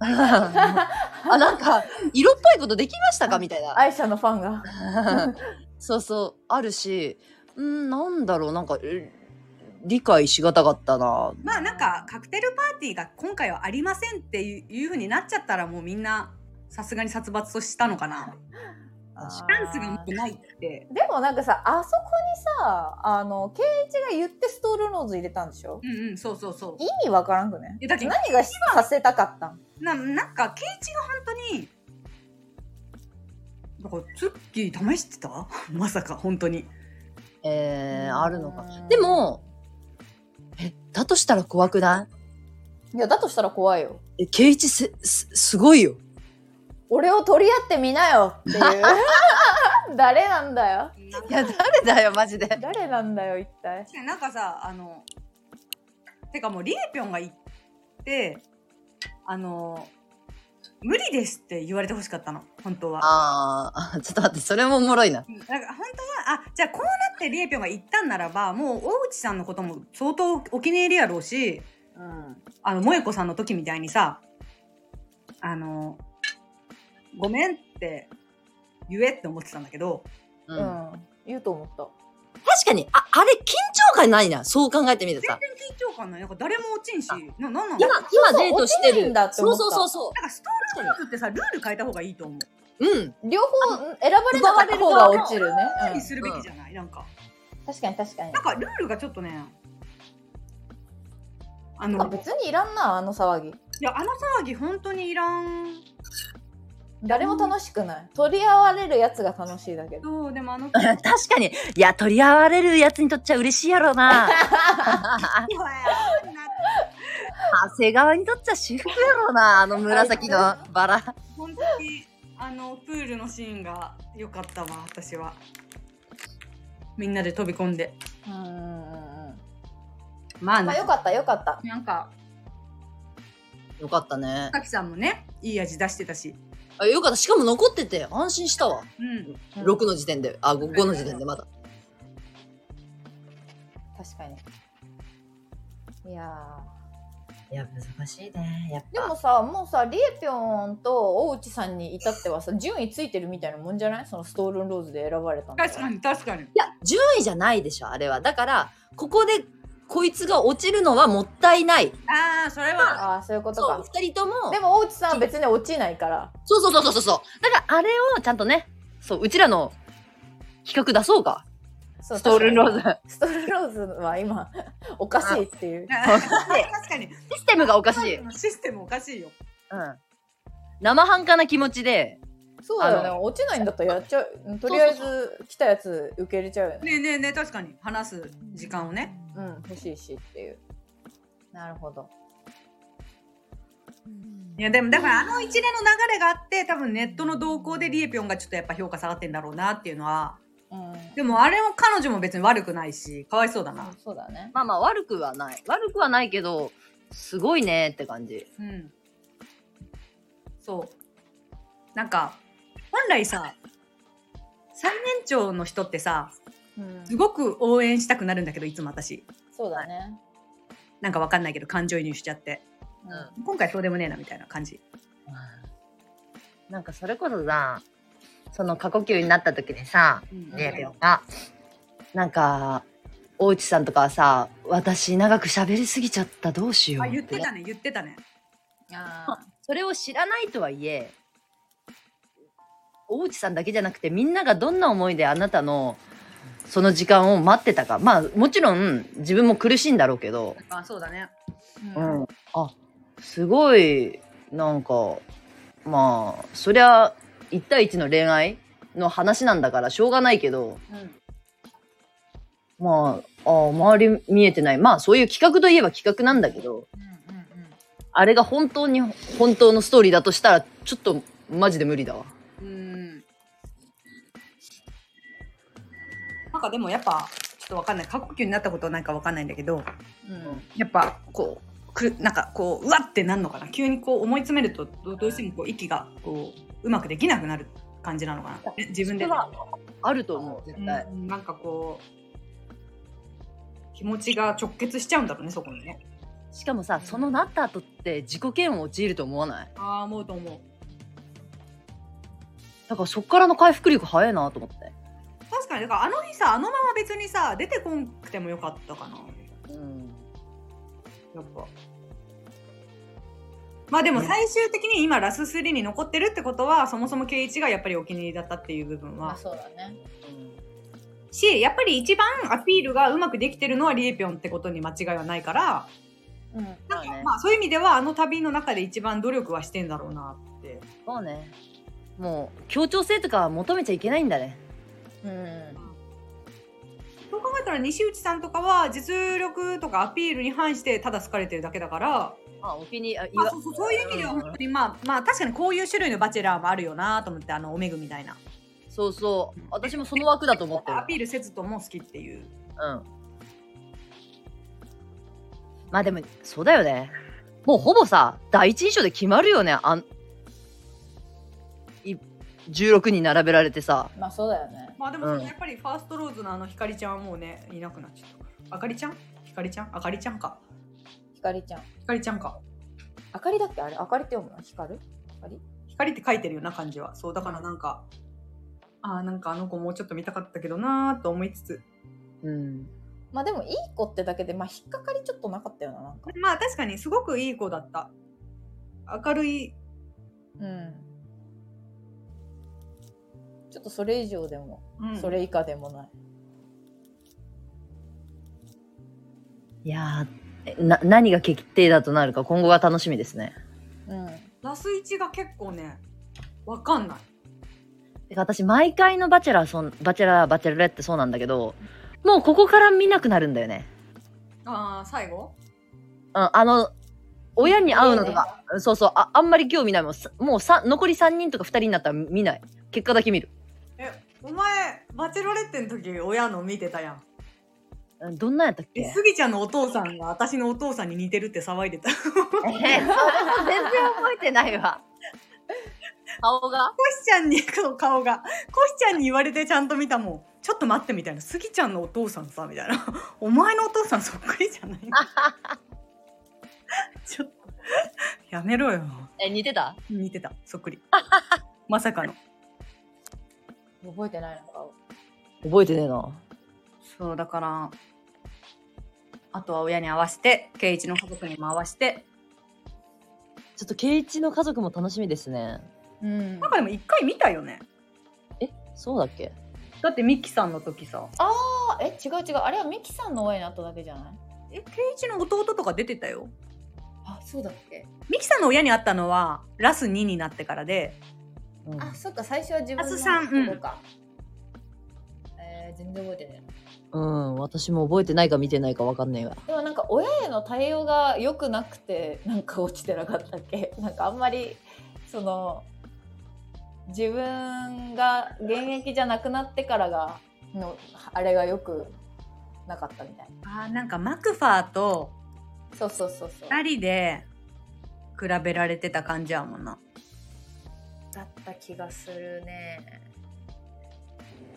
Speaker 3: あ、なんか、色っぽいことできましたかみたい な。
Speaker 2: 愛車のファンが。
Speaker 3: そうそう、あるし、うん、なんだろう、なんか、え理解しがたかったな。
Speaker 1: まあなんかカクテルパーティーが今回はありませんっていういうふうになっちゃったらもうみんなさすがに殺伐としたのかなチャンスがもうないって
Speaker 2: でもなんかさ、あそこにさ、あの、圭一が言ってストールノーズ入れたんでしょ
Speaker 1: うんうんそうそうそう
Speaker 2: 意味わからんくね
Speaker 1: えだけど
Speaker 2: 何がさせたかったん
Speaker 1: ななんかケイチが本当になんかツッキー試してたまさか本当に
Speaker 3: えー、あるのか。
Speaker 2: うん
Speaker 3: でも、え、だとしたら怖くない
Speaker 2: や、だとしたら怖いよ。
Speaker 3: いえ、ケイチす、す、すごいよ。
Speaker 2: 俺を取り合ってみなよっていう。誰なんだよ。
Speaker 3: いや、誰だよ、マジで。
Speaker 2: 誰なんだよ、一体。
Speaker 1: なんかさあのてかもうリエピョンが行ってあの無理ですって言われてほしかったの本当は
Speaker 3: あー、 ちょっと待って、それもおもろいな。
Speaker 1: なんか本当はあじゃあこうなってリエピョンが言ったんならばもう大内さんのことも相当お気に入りやろうし
Speaker 4: うん。
Speaker 1: あの萌子さんの時みたいにさあのごめんって言えって思ってたんだけど
Speaker 3: う。
Speaker 2: うん
Speaker 3: 確
Speaker 2: ん。言うと思った。
Speaker 3: かに、あ、あれ、緊張感ないな。そう考えてみるとさ。
Speaker 1: 緊張感ないなんか誰も落ちんしななんなん
Speaker 3: 今
Speaker 1: なん、
Speaker 3: 今デートし
Speaker 2: 落ち
Speaker 3: て
Speaker 2: ない
Speaker 3: る
Speaker 2: んだ。って
Speaker 3: そ
Speaker 2: 思
Speaker 3: う
Speaker 2: った
Speaker 3: そうそうそ
Speaker 1: かストールーズってさルール変えた方がいいと思う
Speaker 3: う。うん。
Speaker 2: 両方うん選ばれなかった方が落ちるね。う
Speaker 1: に
Speaker 2: ん
Speaker 1: するべきじゃないなんか
Speaker 2: 確かに確かに
Speaker 1: な。んかルールがちょっとねあ
Speaker 2: なん
Speaker 1: の
Speaker 2: か別にいらんな、あの騒ぎ。
Speaker 1: いやあの騒ぎ本当にいらん
Speaker 2: 誰も楽しくない。取り合われるやつが楽しいだけど。
Speaker 1: そうでもあの
Speaker 3: 確かに。いや、取り合われるやつにとっちゃ嬉しいやろうな。長谷川にとっちゃ私服やろうな。あの紫のバラ。
Speaker 1: 本当にあのプールのシーンが良かったわ私はみんなで飛び込んで
Speaker 2: うんうんうんうん。
Speaker 1: まあ
Speaker 2: まあよかったよかった。
Speaker 1: なんか
Speaker 3: よかったね。
Speaker 1: さきさんもねいい味出してたし
Speaker 3: あよかった。しかも残ってて、安心したわ。
Speaker 1: うん
Speaker 2: うん
Speaker 3: 6の時点で、あ、5の時点でまだ。
Speaker 2: 確かに。いや
Speaker 3: いや、難しいね。やっ
Speaker 2: ーでもさもうさリエぴょんと大内さんに至ってはさ順位ついてるみたいなもんじゃないそのストールンローズで選ばれたんだら
Speaker 1: 確かに確かに
Speaker 3: いや、順位じゃないでしょ、あれは。だから、ここで、こいつが落ちるのはもったいない。
Speaker 1: ああそれは
Speaker 2: ああそういうこと
Speaker 3: そう
Speaker 2: か、
Speaker 3: 二人とも。
Speaker 2: でも大内さんは別に落ちないから
Speaker 3: そうそうそうそうそうそう。だから、あれをちゃんとね、そう、うちらの企画出そうか。
Speaker 2: そう
Speaker 3: ストールンローズ。
Speaker 2: ストールンローズは今 おかしいっていう
Speaker 1: 確かに
Speaker 3: システムがおかしい。うん。
Speaker 1: システムおかしいよ
Speaker 3: 生半可な気持ちで、
Speaker 2: そうだよ
Speaker 3: あ
Speaker 2: ね落ちないんだったらやっちゃうとりあえず来たやつ受け入れちゃうよね
Speaker 1: ねえねえねえ確かに話す時間をね
Speaker 2: うん欲しいしっていうなるほど
Speaker 1: いやでもだからあの一連の流れがあって多分ネットの動向でリエピョンがちょっとやっぱ評価下がってんだろうなっていうのは
Speaker 2: うん、
Speaker 1: でもあれも彼女も別に悪くないし、かわいそうだな。
Speaker 2: そうだね。
Speaker 3: まあまあ悪くはない。悪くはないけど、すごいねって感じ。
Speaker 1: うん。そう。なんか、本来さ、最年長の人ってさ、
Speaker 2: うん、
Speaker 1: すごく応援したくなるんだけど、いつも私。
Speaker 2: そうだね。
Speaker 1: なんかわかんないけど、感情移入しちゃって。
Speaker 3: うん
Speaker 1: 今回そうでもねえな、みたいな感じ。
Speaker 3: なんかそれこそさ、その過呼吸になった時にさ、
Speaker 1: うん
Speaker 3: ねえよが、なんか、大内さんとかはさ、私長く喋りすぎちゃった、どうしよう
Speaker 1: あ、言ってたね、言ってたね。
Speaker 2: あ
Speaker 3: それを知らないとはいえ、大内さんだけじゃなくて、みんながどんな思いであなたの、その時間を待ってたか。まあ、もちろん、自分も苦しいんだろうけど、
Speaker 1: あ、そうだね。
Speaker 2: あ、うん。
Speaker 3: あ、すごい、なんか、まあ、そりゃ、一対一の恋愛の話なんだから、しょうがないけど、まあ、あ周り見えてない。まあ、そういう企画といえば企画なんだけど、あれが本当に本当のストーリーだとしたら、ちょっとマジで無理だわ。
Speaker 1: うん。なんかでもやっぱ、ちょっとわかんない。過呼吸になったことないかわかんないんだけど、やっぱこうくるなんかこううわってなんのかな急にこう思い詰めるとどどうしてもこう息がこううまくできなくなる感じなのかなえ自分で、
Speaker 3: それはあると思う、
Speaker 1: う
Speaker 3: 絶
Speaker 1: ん
Speaker 3: 対。
Speaker 1: なんかこう気持ちが直結しちゃうんだろうねそこにね
Speaker 3: しかもさ、そのなった後って自己嫌悪陥ると思わない
Speaker 1: ああ思うと思う
Speaker 3: だからそっからの回復力早いなと思って。
Speaker 1: 確かにだからあの日さあのまま別にさ出てこんくてもよかったかな
Speaker 3: うん。
Speaker 1: やっぱまあでも最終的に今ラス3に残ってるってことはそもそも圭一がやっぱりお気に入りだったっていう部分
Speaker 2: まあ
Speaker 1: は
Speaker 2: そうだね。
Speaker 1: しやっぱり一番アピールがうまくできてるのはリエピョンってことに間違いはないから、
Speaker 2: うん。
Speaker 3: まあね。
Speaker 1: まあ、そういう意味ではあの旅の中で一番努力はしてんだろうなって
Speaker 3: そうね。もう、協調性とかは求めちゃいけないんだね。
Speaker 2: うん。
Speaker 1: そう考えたら西内さんとかは実力とかアピールに反してただ好かれてるだけだから、
Speaker 3: あ、お気に入り、
Speaker 1: まあ、そうそうそういう意味では本当にまあまあ確かにこういう種類のバチェラーもあるよなと思ってあのおめぐみたいな
Speaker 3: そうそう。私もその枠だと思ってる
Speaker 1: ア。ピールせずとも好きっていう
Speaker 3: うん。まあでも、そうだよね。もうほぼさ、第一印象で決まるよね。あん、い16に並べられてさ。
Speaker 2: まあそうだよね。
Speaker 1: まあでも
Speaker 3: うん
Speaker 1: やっぱりファーストローズのあのひかりちゃんはもうねいなくなっちゃったからあかりちゃんひかりちゃんあかりちゃんか
Speaker 2: ひかりちゃん。
Speaker 1: ひかりちゃんか
Speaker 2: あかりだっけあれあかりって読むのひかるひかり
Speaker 1: 光って書いてるような感じはそうだからなんか、ああなんかあの子もうちょっと見たかったけどなーと思いつつ
Speaker 3: うん。
Speaker 2: まあでもいい子ってだけで、まあ引っかかりちょっとなかったよな、なんか。
Speaker 1: まあ確かにすごくいい子だった明るい
Speaker 2: うん。ちょっとそれ以上でも、
Speaker 1: うん
Speaker 2: それ以下でもない。
Speaker 3: いやーえな、何が決定だとなるか今後が楽しみですね。
Speaker 2: うん。
Speaker 1: ラス1が結構ねわかんない
Speaker 3: てか私、毎回のバチェラーそん、バチェラー、バチェラレってそうなんだけど、もうここから見なくなるんだよね。
Speaker 1: ああ最後
Speaker 3: うん、あの、親に会うのとか、そうそうあ、あんまり興味ないもん。さもうさ残り3人とか2人になったら見ない。結果だけ見る。
Speaker 1: えお前バチェロレッテの時親の見てたやん
Speaker 3: うんどんなんやったっけ
Speaker 1: えスギちゃんのお父さんが私のお父さんに似てるって騒いでた星
Speaker 3: えー、全然覚えてない わ。顔が
Speaker 1: ちゃんにこの顔がコシちゃんに言われてちゃんと見たもんちょっと待ってみたいなスギちゃんのお父さんさみたいなお前のお父さんそっくりじゃないちょっとやめろよ
Speaker 3: え、似てた
Speaker 1: 似てたそっくりまさかの
Speaker 2: 覚えてないのか。
Speaker 3: 覚えてねえな。
Speaker 1: そうだからあとは親に合わせて圭一の家族にも合わせて
Speaker 3: ちょっと、ケイチの家族も楽しみですね。
Speaker 2: うん
Speaker 1: なん。かでも一回見たよね
Speaker 3: え、そうだっけ
Speaker 1: だってミキさんの時さ
Speaker 2: あ、え、違う違う。あれはミキさんの親になっただけじゃない
Speaker 1: え圭一の弟とか出てたよ
Speaker 2: あ、そうだっけ
Speaker 1: ミキさんの親に会ったのはラス2になってからで
Speaker 3: うん
Speaker 2: あ、そっか、最初は自分
Speaker 1: あ
Speaker 2: の
Speaker 1: すさんうん
Speaker 2: とか。えー全然覚えてない。
Speaker 3: うん、私も覚えてないか見てないかわかんねえわ。
Speaker 2: でもなんか親への対応が良くなくて、なんか落ちてなかったっけなんかあんまり、その、自分が現役じゃなくなってからがのあれがよくなかったみたい
Speaker 1: あーなんかマクファーと
Speaker 2: なそうそうそうそう
Speaker 1: 2人で比べられてた感じやもんな
Speaker 2: だった気がするね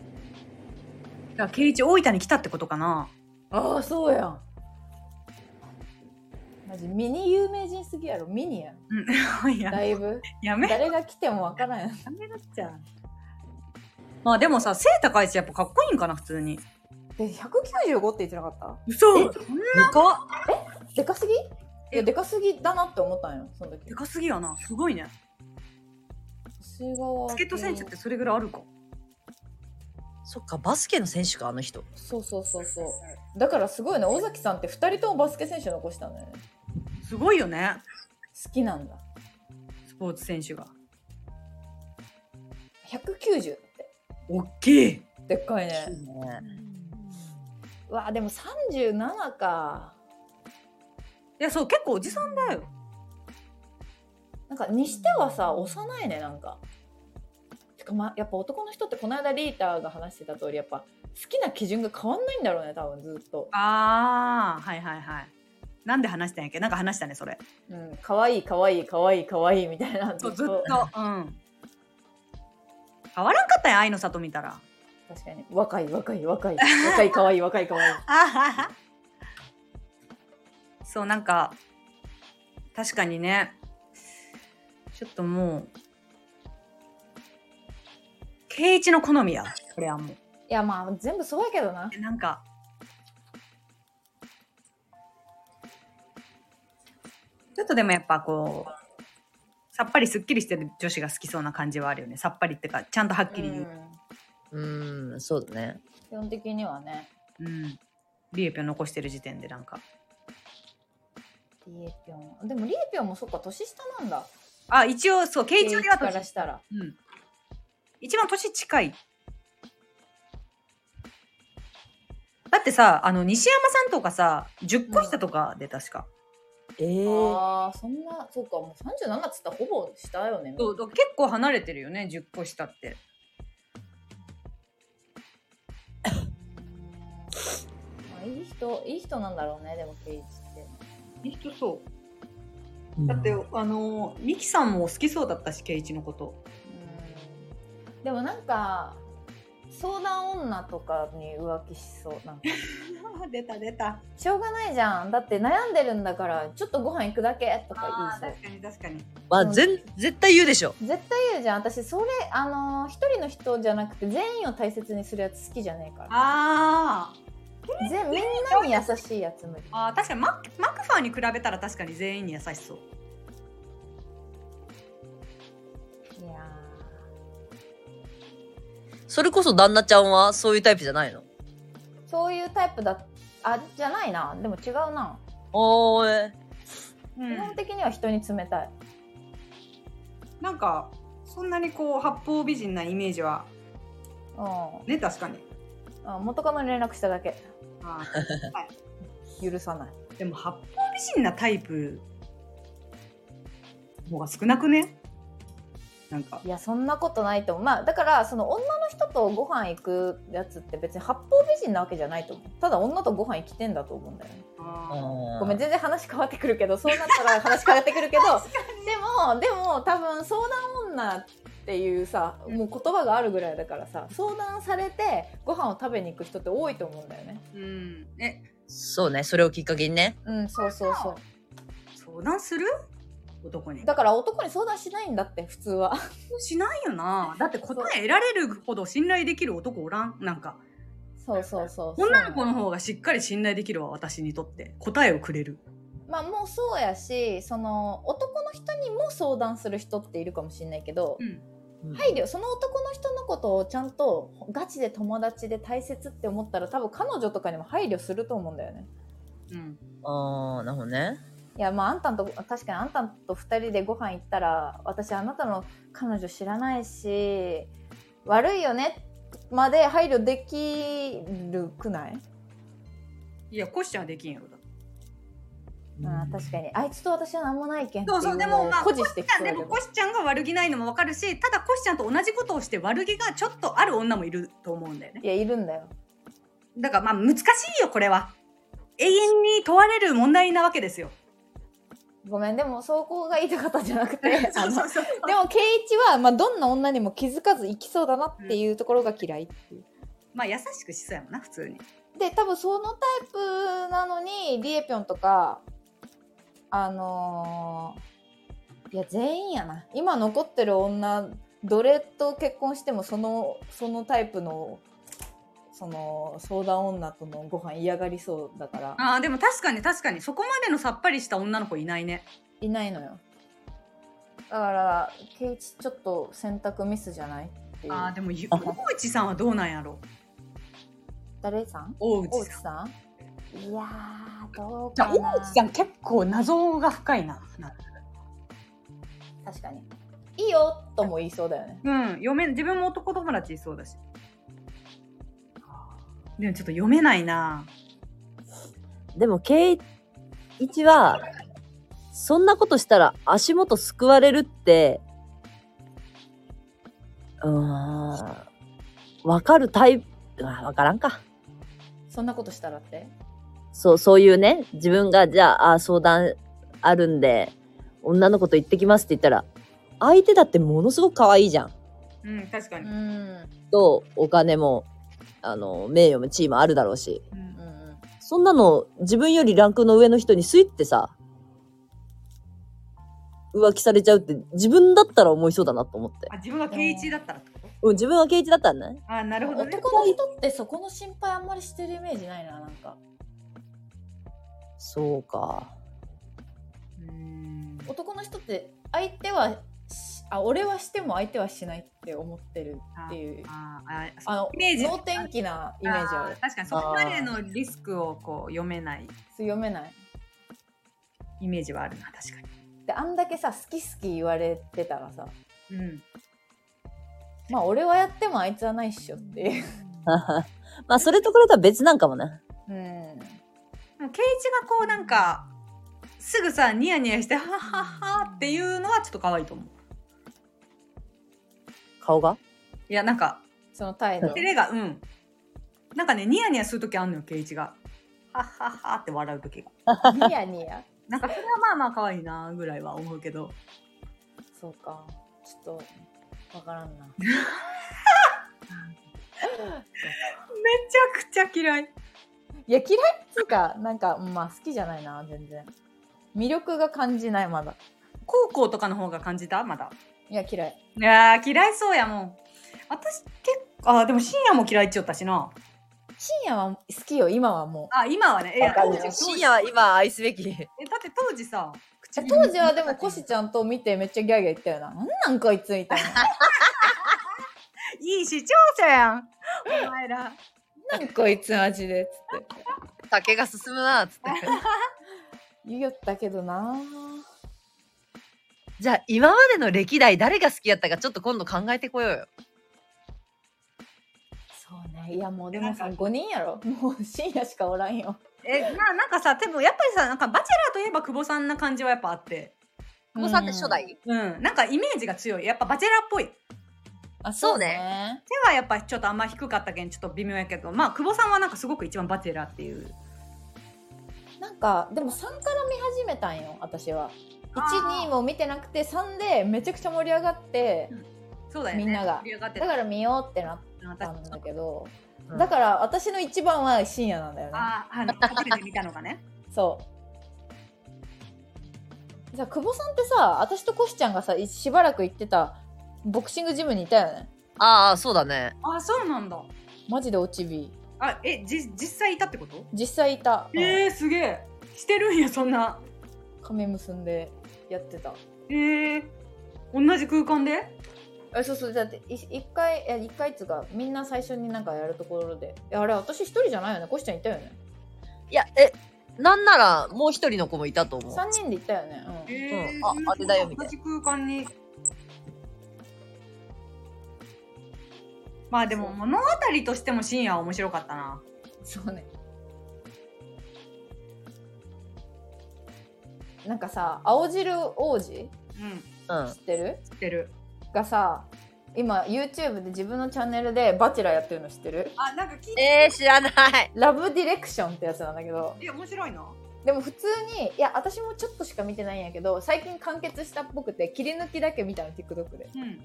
Speaker 1: だから圭一大分に来たってことかな
Speaker 2: ああそうやんマジミニ有名人すぎやろミニやん
Speaker 1: うんいや
Speaker 2: だいぶ
Speaker 1: やめ
Speaker 2: 誰が来てもわからんやん
Speaker 1: ダメだっちゃうまあでもさ背高いしやっぱかっこいいんかな普通に
Speaker 2: で195って言ってなかった
Speaker 1: 嘘で
Speaker 4: か
Speaker 2: でかすぎい
Speaker 1: え
Speaker 2: やでかすぎだなって思ったんよその時
Speaker 1: かすぎやなすごいね
Speaker 2: 長谷川
Speaker 1: スケート選手ってそれぐらいあるか
Speaker 3: そっか、バスケの選手か、あの人。
Speaker 2: そうそうそうそうだからすごいね尾崎さんって2人ともバスケ選手残したのよね
Speaker 1: すごいよね
Speaker 2: 好きなんだ
Speaker 1: スポーツ選手が
Speaker 2: 190って
Speaker 1: おっきい
Speaker 2: でっかいねうわでも37か
Speaker 1: いやそう結構おじさんだよ
Speaker 2: なんかにしてはさ幼いねなんかてか、ま、やっぱ男の人ってこの間リーターが話してた通りやっぱ好きな基準が変わんないんだろうね多分ずっと
Speaker 1: ああはいはいはいなんで話したんやっけなんか話したねそれ
Speaker 2: うん可愛い可愛い可愛い可愛いみたいな
Speaker 1: そうずっとうん変わらんかったんや愛の里見たら
Speaker 2: 確かに若い若い若い若い可愛い若い可 愛い
Speaker 1: あははそうなんか確かにねちょっともう圭一の好みやこれは も
Speaker 2: いやまあ全部そうやけどな
Speaker 1: うなんかちょっとでもやっぱこうさっぱりすっきりしてる女子が好きそうな感じはあるよねさっぱりってかちゃんとはっきり
Speaker 2: う
Speaker 1: 言
Speaker 2: ん
Speaker 1: う、
Speaker 3: うん、そうだね。
Speaker 2: 基本的にはね
Speaker 1: うんリエピョ残してる時点でなんか
Speaker 2: リエピョンでもリエピョンもそっか年下なんだ
Speaker 1: あ一応そう圭一よりは
Speaker 2: か
Speaker 1: 年
Speaker 2: らしたら
Speaker 1: うん。一番年近い。だってさ、あの、西山さんとかさ、10個下とかで確か。
Speaker 3: ええ
Speaker 2: ああそんなそうかもう37っつったらほぼ下よね
Speaker 1: そうだから結構離れてるよね、10個下って。
Speaker 2: まあ、いい人いい人なんだろうねでもケイジって
Speaker 1: いい人そう。だって、あの、ミキさんも好きそうだったし、圭一のこと。
Speaker 2: うんでもなんか相談女とかに浮気しそうなんか
Speaker 1: 出た出た。
Speaker 2: しょうがないじゃんだって悩んでるんだからちょっとご飯行くだけとか言い
Speaker 1: 確かに確かに。
Speaker 3: まあ、
Speaker 2: うん
Speaker 3: 全、絶対言うでしょ。
Speaker 2: そう絶対言うじゃん私それあのー一人の人じゃなくて全員を大切にするやつ好きじゃねえから
Speaker 1: あー
Speaker 2: 全みんなに優しいやつ無理
Speaker 1: あー、確かにママクファーに比べたら確かに全員に優しそう。
Speaker 2: いや
Speaker 3: それこそ旦那ちゃんはそういうタイプじゃないの
Speaker 2: ーそういうタイプだあじゃないなでも違うな
Speaker 3: おーえ。
Speaker 1: う
Speaker 2: 基本的には人に冷たい
Speaker 1: なんか、そんなにこう、八方美人なイメージは、
Speaker 2: う
Speaker 1: ね、確かに。
Speaker 2: んあ元カノに連絡しただけ
Speaker 1: あ
Speaker 2: 許さない
Speaker 1: ーでも八方美人なタイプの方が少なくねなんか
Speaker 2: いやそんなことないと思うまあだからその女の人とご飯行くやつって別に八方美人なわけじゃないと思うただ女とご飯行きてんだと思うんだよねごめん
Speaker 3: ん。
Speaker 2: 全然話変わってくるけどそうなった ら話変わってくるけどでもでも多分相談女っていうさもう言葉があるぐらいだからさ相談されてご飯を食べに行く人って多いと思うんだよね
Speaker 1: うんえ
Speaker 3: そうね、それをきっかけにね。
Speaker 2: うんそうそうそう
Speaker 1: 相談する男に
Speaker 2: だから男に相談しないんだって普通は
Speaker 1: しないよなだって答え得られるほど信頼できる男おらんなんか
Speaker 2: そうそうそうそう
Speaker 1: 女の子の方がしっかり信頼できるわ私にとって答えをくれる
Speaker 2: まあもうそうやしその男の人にも相談する人っているかもしれないけど、
Speaker 1: うん
Speaker 2: 配慮その男の人のことをちゃんとガチで友達で大切って思ったら多分彼女とかにも配慮すると思うんだよね。
Speaker 1: うん
Speaker 3: ああ、なるほどね。
Speaker 2: いやまああんたんと確かにあんたんと2人でご飯行ったら私あなたの彼女知らないし悪いよねまで配慮できるくない
Speaker 1: いやこしちゃんはできんやろだ
Speaker 3: う
Speaker 2: あー確かにあいつと私は何もないけんってい
Speaker 1: そうそうでもまあ
Speaker 2: 誇示してき
Speaker 1: ちゃ
Speaker 2: そ
Speaker 1: ん
Speaker 2: う
Speaker 1: で
Speaker 2: や
Speaker 1: もコシちゃんが悪気ないのもわかるしただコシちゃんと同じことをして悪気がちょっとある女もいると思うんだよね
Speaker 2: いやいるんだよ
Speaker 1: だからまあ難しいよこれは永遠に問われる問題なわけですよ
Speaker 2: ごめんでも走行がいいとかじゃなくてあの
Speaker 1: う そう
Speaker 2: でも圭一は、まあ、どんな女にも気づかず生きそうだなっていうところが嫌いっていう。
Speaker 1: まあ優しくしそうやもんな普通に
Speaker 2: で多分そのタイプなのにリエピョンとかあのーいや全員やな今残ってる女どれと結婚してもそのそのタイプのその相談女とのご飯嫌がりそうだから
Speaker 1: あーでも確かに確かにそこまでのさっぱりした女の子いないね
Speaker 2: いないのよだから圭一ちょっと選択ミスじゃないっていう
Speaker 1: あーでもゆ大内さんはどうなんやろう
Speaker 2: 誰さん
Speaker 1: 大
Speaker 2: 大
Speaker 1: 内
Speaker 2: 内
Speaker 1: さん
Speaker 2: さんいやーどう
Speaker 1: じゃ
Speaker 2: か
Speaker 1: あ
Speaker 2: な
Speaker 1: 大内さん結構謎が深いななんか
Speaker 2: 確かにいいよとも言いそうだよね
Speaker 1: うん読め自分も男友達いそうだしでもちょっと読めないな
Speaker 4: でも、圭一は、そんなことしたら足元すくわれるって、うーん、わかるタイプ、うわわからんか。
Speaker 2: そんなことしたらって
Speaker 4: そう、そういうね、自分が、じゃあ、あ相談あるんで、女の子と行ってきますって言ったら、相手だってものすごく可愛いじゃん。
Speaker 1: うん確か
Speaker 2: う
Speaker 1: に、
Speaker 2: んうん
Speaker 4: と、お金も、あの、名誉も地位もあるだろうし。
Speaker 1: うん
Speaker 2: うん
Speaker 4: そんなの、自分よりランクの上の人にスイってさ、浮気されちゃうって、自分だったら思いそうだなと思って。
Speaker 1: あ自分が圭一だったらってこと
Speaker 4: うん、自分は圭一だったんだね。
Speaker 1: あーなるほどね
Speaker 2: 男の人ってそこの心配あんまりしてるイメージないななんか
Speaker 4: そうか。
Speaker 1: うん
Speaker 2: 男の人って相手はしあ俺はしても相手はしないって思ってるっていう
Speaker 1: あーあ
Speaker 2: あの
Speaker 1: イメージ
Speaker 2: 能天気なイメージある
Speaker 1: ー確かにそこまでのリスクをこう読めない
Speaker 2: 読めない
Speaker 1: イメージはあるな確か
Speaker 2: であんだけさ好き好き言われてたらさ
Speaker 1: にうん
Speaker 2: まあ俺はやってもあいつはないっしょっていう
Speaker 4: まあ、それとこれとは別なんかもね。
Speaker 2: うん
Speaker 1: でも圭一がこうなんかすぐさニヤニヤして「はっはっは」っていうのはちょっと可愛いと思う
Speaker 4: 顔が。
Speaker 1: いやなんか
Speaker 2: その態 度
Speaker 1: 照れがうんなんかねニヤニヤする時あんのよ圭一が「はっはっは」って笑う時が
Speaker 2: ニヤニヤ
Speaker 1: なんかそれはまあまあ可愛いなぐらいは思うけど
Speaker 2: そうか。ちょっと、わからんな。
Speaker 1: めちゃくちゃ嫌い
Speaker 2: いや、嫌いっつうか、なんか、まあ、好きじゃないな、全然。魅力が感じない、まだ。
Speaker 1: 高校とかの方が感じたまだ
Speaker 2: いや、嫌い。
Speaker 1: いやー嫌いそうやもん私結構あーでも深夜も嫌いっちゃったしな
Speaker 2: 深夜は好きよ、今はも
Speaker 1: あ今はねいや
Speaker 2: わかる
Speaker 1: 当時当時
Speaker 3: 深夜は今愛すべき。
Speaker 1: えだって当時さ
Speaker 2: う。当時はでも、コシちゃんと見てめっちゃギャーギャー言ったよな。なんなんこいつみたいな。
Speaker 1: いい視聴者やんお前ら
Speaker 2: なんこいつマジで。つって。
Speaker 3: 酒が進むなっつって。
Speaker 2: 言いよったけどな
Speaker 3: じゃあ今までの歴代誰が好きやったかちょっと今度考えてこようよ。
Speaker 2: そうね。いや、もうで
Speaker 1: な
Speaker 2: も
Speaker 1: んか
Speaker 2: さ、5人やろ。もう深夜しかおらんよ。
Speaker 1: えまあなんかさでもやっぱりさなんかバチェラーといえば久保さんな感じはやっぱあって
Speaker 3: 久保さんって初代
Speaker 1: うんなんかイメージが強いやっぱバチェラーっぽい
Speaker 2: あ、
Speaker 3: そ
Speaker 2: そうう
Speaker 3: ね
Speaker 2: ね。
Speaker 1: 手はやっぱちょっとあんま低かったけんちょっと微妙やけどまあ久保さんはなんかすごく一番バチェラーっていう
Speaker 2: なんかでも3から見始めたんよ私は
Speaker 1: あー
Speaker 2: 12も見てなくて3でめちゃくちゃ盛り上がって
Speaker 1: そうだよね
Speaker 2: みんなが
Speaker 1: 盛り上がって
Speaker 2: だから見ようってなったたんだけど
Speaker 3: うん
Speaker 2: だから私の一番は深夜なんだよね
Speaker 1: あーあの初めて見たのがね
Speaker 2: そうさ久保さんってさ私とコシちゃんがさいしばらく行ってたボクシングジムにいたよね
Speaker 3: ああ、そうだね。
Speaker 1: あーそうなんだ
Speaker 2: マジで落ちび
Speaker 1: あえじ実際いたってこと
Speaker 2: 実際いた、うん
Speaker 1: えー、すげえしてるんやそんな
Speaker 2: 髪結んでやってた
Speaker 1: えー、同じ空間で
Speaker 2: あそうそうだってい一回いや一回っつうかみんな最初になんかやるところでいやあれ私一人じゃないよねコシちゃんいたよね
Speaker 3: いや、え、なんならもう一人の子もいたと思う。
Speaker 2: 3人で行ったよね、うん、
Speaker 1: え
Speaker 3: うんああれだよみたい
Speaker 1: 同じ空間にまあでも物語としても深夜は面白かったな
Speaker 2: そうねなんかさ青汁王子知
Speaker 1: うん
Speaker 4: うん
Speaker 2: ってる
Speaker 1: 知ってる
Speaker 2: がさ今 YouTube で自分のチャンネルでバチェラーやってるの知ってる
Speaker 1: あなんか聞いて
Speaker 3: えー、知ら ない。
Speaker 2: ラブディレクションってやつなんだけど
Speaker 1: え面白いな
Speaker 2: でも普通にいや私もちょっとしか見てないんやけど最近完結したっぽくて切り抜きだけ見たの TikTok で
Speaker 1: うん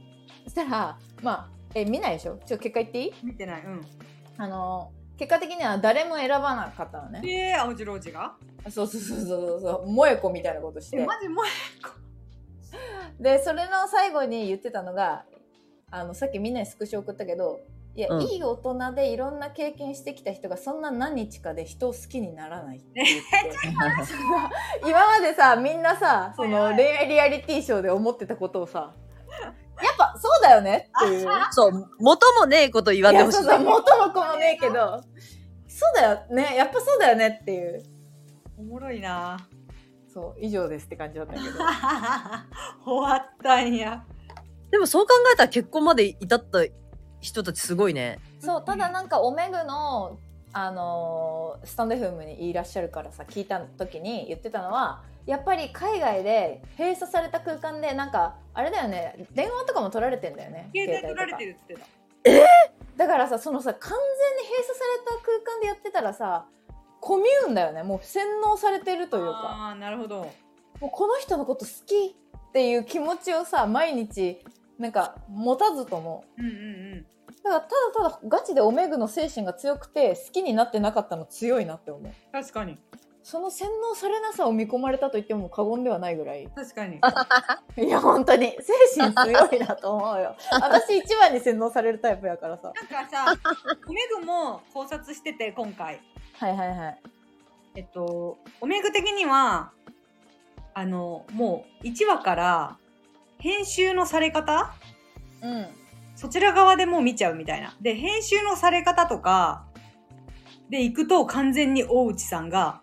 Speaker 2: そしたらまあえ見ないでしょちょっと結果言っていい
Speaker 1: 見てないうん
Speaker 2: あの結果的には誰も選ばなかったのね
Speaker 1: えー、青白王子が
Speaker 2: そうそうそうそうそう萌え子みたいなことして
Speaker 1: えマジもう
Speaker 2: でそれの最後に言ってたのがあのさっきみんなにスクショ送ったけどいや、
Speaker 4: うん
Speaker 2: いい大人でいろんな経験してきた人がそんな何日かで人を好きにならないって 言って今までさみんなさそ
Speaker 1: は
Speaker 2: の
Speaker 1: いはい
Speaker 2: 恋愛リアリティショーで思ってたことをさやっぱそうだよねって いう。
Speaker 4: そう、元もねえこと言わ
Speaker 2: い
Speaker 4: んで
Speaker 2: や
Speaker 4: ほし
Speaker 2: そ。
Speaker 4: いう
Speaker 2: そう元も子もねえけどそうだよねやっぱそうだよねっていう
Speaker 1: おもろいな
Speaker 2: そう以上ですって感じだったけど
Speaker 1: 終わったんや
Speaker 4: でもそう考えたら結婚まで至った人たちすごいね。
Speaker 2: そうただなんかおめぐの、あのースタンド FM にいらっしゃるからさ聞いた時に言ってたのはやっぱり海外で閉鎖された空間でなんかあれだよね電話とかも取られてんだよね
Speaker 1: 携帯取られ
Speaker 2: とか
Speaker 1: てるって言ってた
Speaker 2: だからさそのさ完全に閉鎖された空間でやってたらさコミューンだよねもう洗脳されてるというか
Speaker 1: ああーなるほど
Speaker 2: もうこの人のこと好きっていう気持ちをさ毎日なんか持たずとも
Speaker 1: うんうんうん
Speaker 2: だからただただガチでオメグの精神が強くて好きになってなかったの強いなって思う
Speaker 1: 確かに
Speaker 2: その洗脳されなさを見込まれたと言っても過言ではないぐらい
Speaker 1: 確かに
Speaker 2: いや本当に精神強いなと思う よ私一番に洗脳されるタイプやからさ
Speaker 1: なんかさ、おめぐも考察してて、今回。
Speaker 2: はいはいはい
Speaker 1: えっと、おめぐ的には、あの、もう1話から、編集のされ方
Speaker 2: うん
Speaker 1: そちら側でもう見ちゃうみたいな。で、編集のされ方とか、で、行くと完全に大内さんが、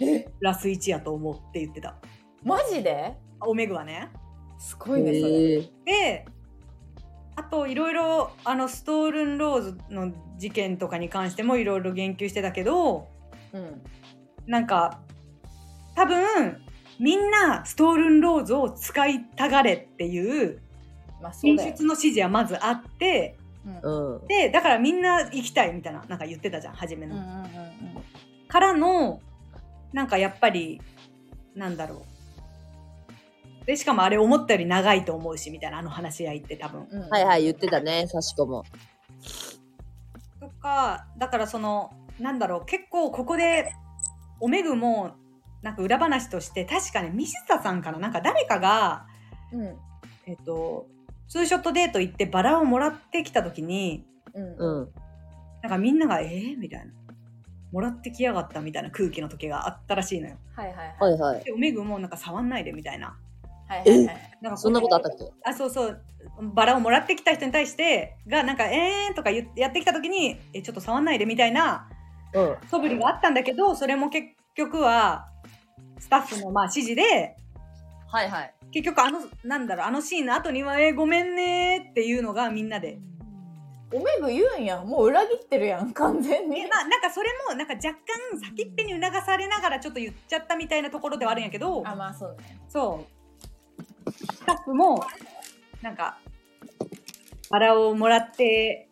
Speaker 2: え
Speaker 1: ラス1やと思うって言ってた。
Speaker 2: マジで
Speaker 1: おめぐはね。
Speaker 2: すごいねそれ
Speaker 4: へえ
Speaker 1: で、あと、いろいろ、あの、ストールンローズの事件とかに関してもいろいろ言及してたけど、
Speaker 2: うん
Speaker 1: なんか多分みんなストールンローズを使いたがれっていう
Speaker 2: まあそう
Speaker 1: 演
Speaker 2: だよ
Speaker 1: 出の指示はまずあって
Speaker 2: うん
Speaker 4: う
Speaker 2: うん
Speaker 4: ん。
Speaker 1: でだからみんな行きたいみたいななんか言ってたじゃん初め
Speaker 2: うん
Speaker 1: の。
Speaker 2: うんうん
Speaker 1: からのなんかやっぱりなんだろう。でしかもあれ思ったより長いと思うしみたいなあの話し合いって多分。
Speaker 2: うんうん
Speaker 4: はいはい、言ってたね、サシコも。
Speaker 1: とかだからそのなんだろう結構ここでおめぐもなんか裏話として確かねミシタさんからなんか誰かが
Speaker 2: うん
Speaker 1: えっと、ツーショットデート行ってバラをもらってきた時に、
Speaker 2: うん
Speaker 4: う
Speaker 2: うん
Speaker 4: ん。
Speaker 1: なんかみんなが、えー、みたいな。もらってきやがったみたいな空気の時があったらしいのよ。
Speaker 2: はいはい
Speaker 4: は
Speaker 2: はい
Speaker 4: いはい。
Speaker 1: で、おめぐもなんか触んないでみたいな。
Speaker 2: はいはいはい
Speaker 1: なんか
Speaker 4: そんなことあったっけ
Speaker 1: あ、そうそう。バラをもらってきた人に対して、がなんか、えーとか言ってやってきた時に、え、ちょっと触んないでみたいな
Speaker 4: うん。
Speaker 1: 素振りがあったんだけど、それも結局は、スタッフのまあ指示で、
Speaker 3: はいはい。
Speaker 1: 結局あの、なんだろう、あのシーンの後には、えーごめんねーっていうのがみんなで
Speaker 2: おめぐ言うんやんもう裏切ってるやん完全に
Speaker 1: えまあなんかそれもなんか若干先っぺに促されながらちょっと言っちゃったみたいなところではあるんやけど
Speaker 2: あまあそ うね
Speaker 1: そうスタッフもなんかバラをもらって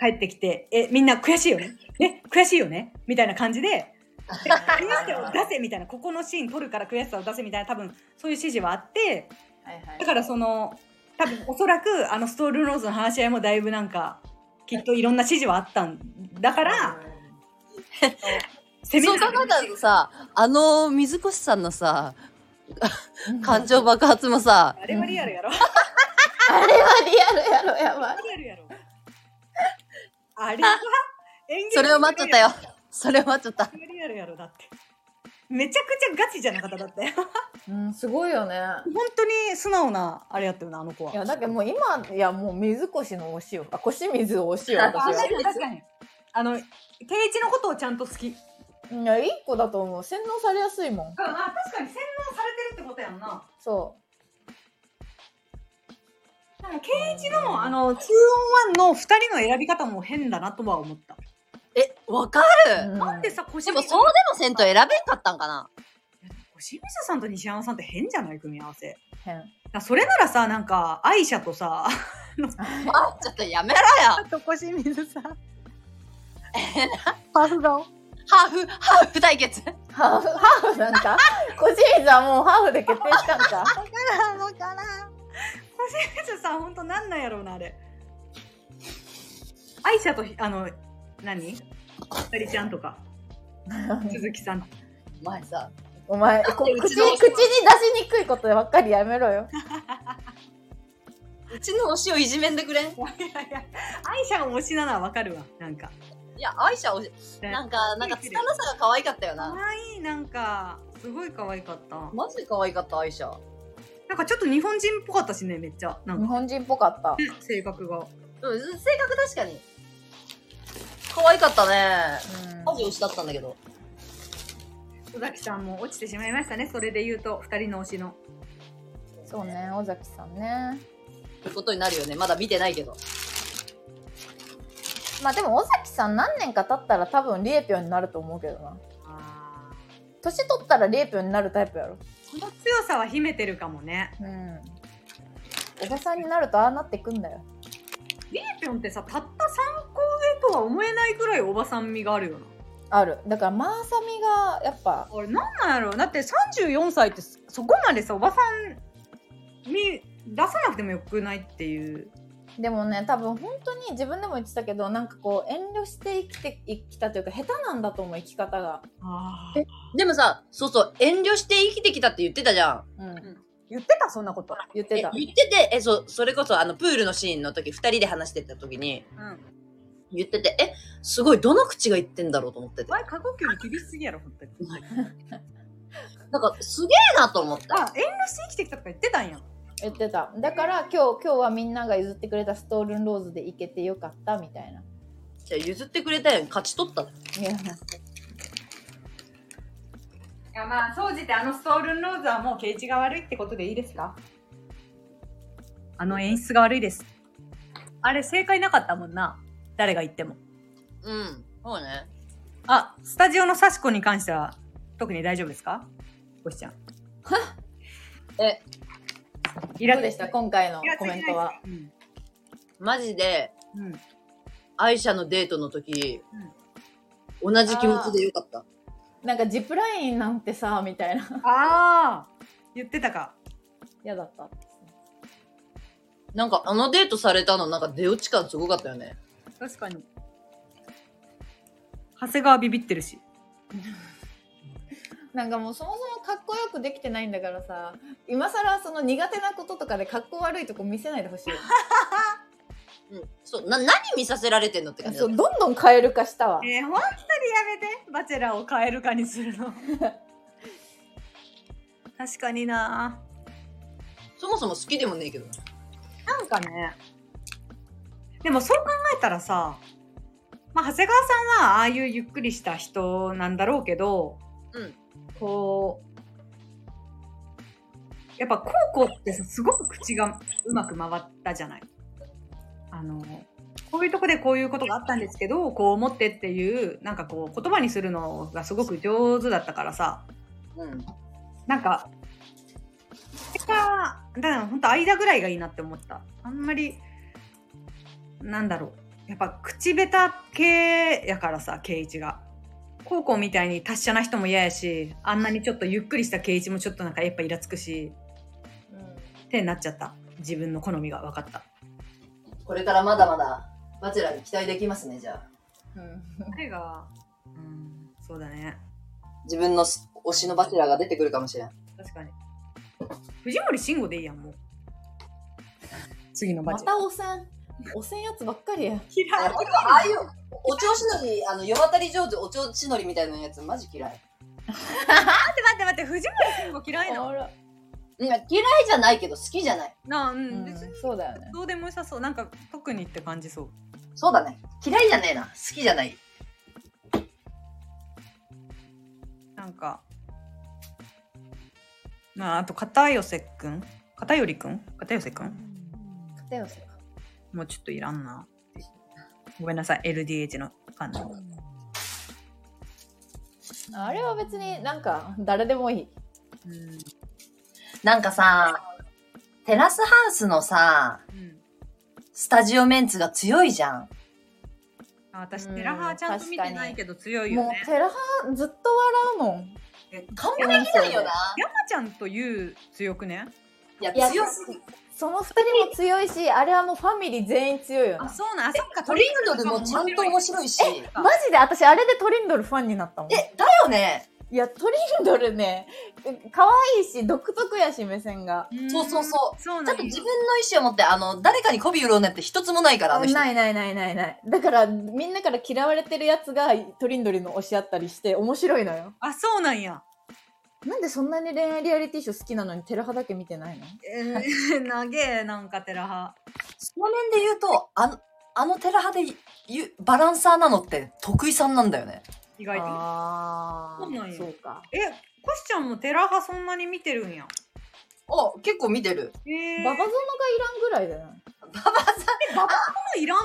Speaker 1: 帰ってきてえみんな悔しいよねえ悔しいよねみたいな感じで悔しさを出せみたいなここのシーン撮るから悔しさを出せみたいな多分そういう指示はあって
Speaker 2: はいはい
Speaker 1: だからその多分おそらくあのストールローズの話し合いもだいぶなんかきっといろんな指示はあったんだから。攻め
Speaker 3: そう考えたらさ、あの水越さんのさ、感情爆発もさ、
Speaker 1: あれはリアルやろ。
Speaker 2: あれはリアルやろやばい
Speaker 1: リアルやろ。あれは演
Speaker 3: それを待っちゃったよ。それを待っちゃった。
Speaker 1: あれはリアルやろだって。めちゃくちゃガチじゃなかっただって。本
Speaker 2: うんすごいよね
Speaker 1: 当に素直なあれやったよなあの子は。
Speaker 2: いやだけどもう今いやもう水越の推しよあ腰水を推しよ
Speaker 1: あ
Speaker 2: 私は
Speaker 1: 確かに確かに。あの定一のことをちゃんと好き。
Speaker 2: いやいい子だと思う洗脳されやすいもん
Speaker 1: あ確かに洗脳されてるってことやんな。
Speaker 2: そ
Speaker 1: でも定一のあのツーオンワンの二人の選び方も変だなとは思った。
Speaker 3: え、わか
Speaker 2: う、
Speaker 3: る
Speaker 2: うん
Speaker 1: なんでさ腰
Speaker 3: で
Speaker 1: に
Speaker 3: もそうでもせんと選べんかったんかな
Speaker 1: 清水さんと西山さんって変じゃない組み合わせ。
Speaker 2: 変。
Speaker 1: あそれならさ、なんか、愛車とさ、
Speaker 3: あ、ちょっとやめろよ。
Speaker 6: とこしみずさん。パフロ。
Speaker 3: ハーフ、ハーフ対決。
Speaker 2: ハーフ、ハーフなんか小清水はもうハーフで決定したんか
Speaker 6: からん、わからん。
Speaker 1: 清水さん、ほんとなんなんやろうな、あれ。愛車とひ、あの、何ひかりちゃんとか、鈴木さん。
Speaker 3: お前さ、
Speaker 2: お前、こ口
Speaker 3: う
Speaker 2: 口に出
Speaker 3: ち
Speaker 2: し
Speaker 3: の
Speaker 2: にくいことばっかりやめろよ。
Speaker 3: うちの推しをいじめんでくれん。い
Speaker 1: いやいや、愛車が推しなのはわかるわ、なんか。
Speaker 3: や、愛車を、なんか、なんか、つかなさが可愛かったよ
Speaker 1: 可
Speaker 3: な。
Speaker 1: 愛いなんか、すごい可愛かった。
Speaker 3: マジで可愛かった、愛車。
Speaker 1: なんかちょっと日本人っぽかったしね、めっちゃ。なん
Speaker 2: 日
Speaker 1: か、
Speaker 2: 本人っぽかった。
Speaker 1: 性格が。
Speaker 3: うん、性格確かに。可愛かったね。
Speaker 2: うん
Speaker 3: マジ推しだったんだけど。
Speaker 1: 尾崎さんも落ちてしまいましたね、それで言うと、二人の推しの。
Speaker 2: そうね、尾崎さんね。
Speaker 3: ってことになるよね。まだ見てないけど。
Speaker 2: まあでも尾崎さん何年か経ったら多分リエピョンになると思うけどな。
Speaker 1: あ
Speaker 2: 年取ったらリエピョンになるタイプやろ。
Speaker 1: この強さは秘めてるかもね。
Speaker 2: うん。おばさんになるとああなってくんだよ。
Speaker 1: リエピョンってさ、たった3個上とは思えないくらいおばさん味があるよな。
Speaker 2: ある。だからマーサミがやっぱ、
Speaker 1: あれ、なんなんやろうだって34歳ってそそこまでさ、おばさん味出さなくてもよくないっていう。
Speaker 2: でもね、多分本当に自分でも言ってたけど、なんかこう遠慮して生きて、生きたというか下手なんだと思う、生き方が。
Speaker 1: あ
Speaker 3: えでもさ、そうそう、遠慮して生きてきたって言ってたじゃん。
Speaker 2: うん。
Speaker 1: 言ってた、そんなこと。
Speaker 2: 言って
Speaker 3: え
Speaker 2: た。
Speaker 3: 言ってて、え、そう、それこそあの、プールのシーンの時、二人で話してた時に、
Speaker 1: うん。
Speaker 3: 言ってて、え、すごい、どの口が言ってんだろうと思ってて
Speaker 1: お。前、過呼吸に厳しすぎやろ、本当に。
Speaker 3: なんか、すげえなと思った。
Speaker 1: あ、遠慮して生きてきたとか言ってたんや。
Speaker 2: 言ってただから今日今日はみんなが譲ってくれたストールンローズで行けてよかったみたいな
Speaker 3: じゃあ譲ってくれたように勝ち取った。
Speaker 2: いや
Speaker 1: いやまあ、総じてあのストールンローズはもう形地が悪いってことでいいですかあの演出が悪いです。あれ正解なかったもんな。誰が言っても。
Speaker 3: うん。そうね。
Speaker 1: あ、スタジオのサシコに関しては特に大丈夫ですかごしちゃん。
Speaker 3: え、
Speaker 1: イ
Speaker 2: どうでした
Speaker 1: イ
Speaker 2: 今回の
Speaker 1: ラつ
Speaker 2: コ
Speaker 1: いて
Speaker 2: メ
Speaker 1: ない
Speaker 2: ントは。
Speaker 1: うん。
Speaker 3: マジで、
Speaker 1: うん。
Speaker 3: 愛車のデートの時、同じ気持ちでよかった。
Speaker 2: なんかジップラインなんてさみたいな
Speaker 1: ああ言ってたか。
Speaker 2: 嫌だった
Speaker 3: なんか、あのデートされたの、なんか出落ち感すごかったよね。
Speaker 1: 確かに。長谷川ビビってるし。
Speaker 2: なんかもうそもそもかっこよくできてないんだからさ今更その苦手なこととかでかっこ悪いとこ見せないでほしい
Speaker 3: うん。そう、な、何見させられてんのって感じ だ
Speaker 2: そ
Speaker 3: った
Speaker 2: うどんどん変える化したわ
Speaker 1: えー、本当にやめて。バチェラーを変えるかにす るの。確かにな
Speaker 3: そもそも好きでもねえけど。
Speaker 1: なんかね。でもそう考えたらさ、まあ、長谷川さんはああいうゆっくりした人なんだろうけど、
Speaker 3: うん
Speaker 1: こう、やっぱ高校ってさすごく口がうまく回ったじゃない。あの、こういうとこでこういうことがあったんですけど、こう思ってっていう、なんかこう言葉にするのがすごく上手だったからさ、
Speaker 3: うん。
Speaker 1: なんか、それが、だから本当間ぐらいがいいなって思った。あんまり、なんだろう。やっぱ口下手系やからさ、圭一が。高校みたいに達者な人も嫌やし、あんなにちょっとゆっくりした圭一もちょっとなんかやっぱイラつくし、ってなっちゃった。自分の好みが分かった。
Speaker 3: これからまだまだ、バチェラーに期待できますね、じゃあ。
Speaker 2: うん、うん
Speaker 1: 彼が、うん、そうだね。
Speaker 3: 自分のす推しのバチェラーが出てくるかも しれん。
Speaker 1: 確かに。藤森慎吾でいいやん、もう。次のバ
Speaker 2: ま
Speaker 1: チェラ
Speaker 2: た汚染汚染やつばっかりや
Speaker 1: ー。嫌い
Speaker 3: ああいう、お調子乗り、あの、世渡り上手お調子乗りみたいなやつ、マジ嫌い。
Speaker 1: 待って待って、藤森慎吾嫌いなの
Speaker 2: あら
Speaker 3: うん嫌いじゃないけど、好きじゃない。
Speaker 1: なあ、うん、
Speaker 2: うん
Speaker 1: 別に
Speaker 2: そうだよね
Speaker 1: どうでもよさそうなんか特にって感じそう
Speaker 3: そうだね。嫌いじゃねえな。好きじゃない。
Speaker 1: なんかまああと片寄くん片寄くん片寄くん
Speaker 2: 勝てよそれ
Speaker 1: もうちょっといらんなごめんなさい LDH の感じ
Speaker 2: あれは別になんか誰でもいい
Speaker 3: なんかさ、テラスハウスのさ、
Speaker 1: うん
Speaker 3: スタジオメンツが強いじゃん。
Speaker 1: あ私、
Speaker 2: うん
Speaker 1: テラハーちゃんと見てないけど強いよ
Speaker 2: も
Speaker 1: ね
Speaker 2: う。テラハずっと笑うもん。
Speaker 3: 完璧できないよ
Speaker 1: 山
Speaker 3: な。
Speaker 1: ちゃんとユウ強くね
Speaker 3: いや、
Speaker 2: いや
Speaker 3: 強すぎ。
Speaker 2: その二人も強いし、あれはもうファミリー全員強いよ
Speaker 1: あ、
Speaker 2: な。
Speaker 1: そうなん、あそっか、
Speaker 3: トリンドルもちゃんと面白いし。だ
Speaker 2: マジで私あれでトリンドルファンになったもん。い
Speaker 3: よね。
Speaker 2: や、トリンドルね、可愛いし、独特やし、目線が。
Speaker 1: うん
Speaker 3: そうそうそう。
Speaker 1: そう
Speaker 3: ち
Speaker 1: な
Speaker 3: ゃ
Speaker 1: ん
Speaker 3: んと自
Speaker 1: よ
Speaker 3: 分の意思を持って、あの、誰かに媚び売ろうなんて一つもないから、あの人。
Speaker 2: ないないないないない。だから、みんなから嫌われてるやつがトリンドルの推しあったりして、面白いのよ。
Speaker 1: あ、そうなん や。
Speaker 2: なんでそんなに恋愛リアリティショー好きなのにテラハだけ見てないの
Speaker 1: えー、 長え、なんかテラハ。
Speaker 3: その面で言うと、あの、あのテラ派で言う、バランサーなのって、徳井さんなんだよね。
Speaker 1: 意外と。
Speaker 2: あ
Speaker 1: そうなんよ
Speaker 2: ー、そうか。
Speaker 1: え、コシちゃんもテラハそんなに見てるんや。
Speaker 3: あ、結構見てる。
Speaker 1: えー、
Speaker 2: ババゾノが
Speaker 1: も
Speaker 2: いらんぐらいだな。
Speaker 3: ババさん、
Speaker 1: ういらん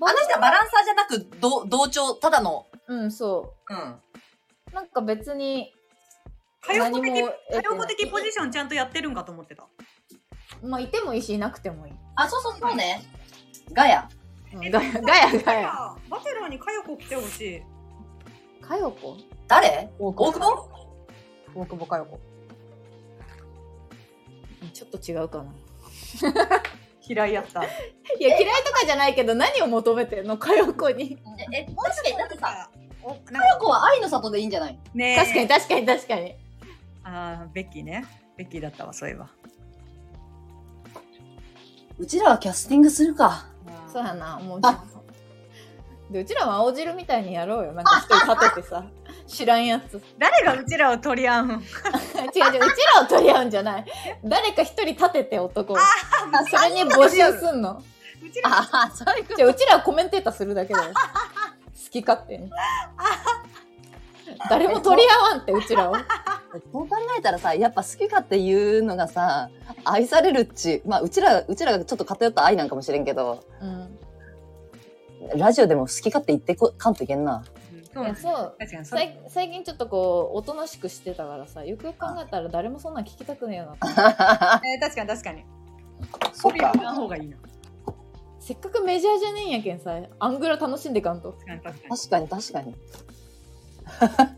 Speaker 1: の
Speaker 3: あの人はバランサーじゃなく、同同調、ただの、
Speaker 2: うん、そ
Speaker 3: うん。
Speaker 2: う。なんか別に、
Speaker 1: かよこ的、
Speaker 2: 何も
Speaker 1: かよこ的ポジションちゃんとやってるんかと思ってた。
Speaker 2: まあ、いてもいいし、いなくてもいい。
Speaker 3: あ、そうそう、そうね。ガヤ。
Speaker 2: うんガヤガヤガ
Speaker 1: い
Speaker 2: ヤ。
Speaker 1: やバテラーにかよこ来てほしい。
Speaker 2: かよこ
Speaker 3: 誰
Speaker 2: 大
Speaker 3: 大久保
Speaker 2: 大久保かよこ。ちょっと違うかな。
Speaker 1: 嫌いやった。
Speaker 2: いや、嫌いとかじゃないけど、何を求めてんのかよこに。
Speaker 3: え、もしかに、だってさ、
Speaker 1: お、 なん
Speaker 3: か
Speaker 1: か
Speaker 3: よこは愛の里でいいんじゃない
Speaker 1: ねえ
Speaker 2: 確かに。確かに確かに。
Speaker 1: あーベッキーね。ベッキーだったわ、そういえば。
Speaker 3: うちらはキャスティングするか。
Speaker 2: そうやな、もう。で、うちらは青汁みたいにやろうよ。なんか一人立ててさ。知らんやつ。違う
Speaker 1: 誰がうちらを取り合うん
Speaker 2: 違う、うちらを取り合うんじゃない。誰か一人立てて男を。それに募集すんの。
Speaker 1: うちら
Speaker 3: ああ、そういうこ
Speaker 2: じゃあうちらはコメンテーターするだけだよ。好き勝手に。誰も取り合わんって、うちらを。
Speaker 3: と。そう考えたらさ、やっぱ好きかっていうのがさ、愛されるっち、まあ、うちら、うちらがちょっと偏った愛なんかもしれんけど、
Speaker 2: うん。
Speaker 3: ラジオでも好き勝手言ってこかんといけんな。
Speaker 1: うん
Speaker 2: い
Speaker 1: そうなん
Speaker 2: や
Speaker 1: だ
Speaker 2: そう。
Speaker 1: 確かにそう。
Speaker 2: 最最近ちょっとこうおとなしくしてたからさよくよく考えたら誰もそんなん聞きたくねえよな
Speaker 1: えー確かに確かに。
Speaker 3: そう
Speaker 1: ビル
Speaker 3: か。
Speaker 1: の方がいいな。
Speaker 2: せっかくメジャーじゃねえんやけんさアングラ楽しんでかんと
Speaker 1: 確かに確かに。
Speaker 3: 確かに確かに。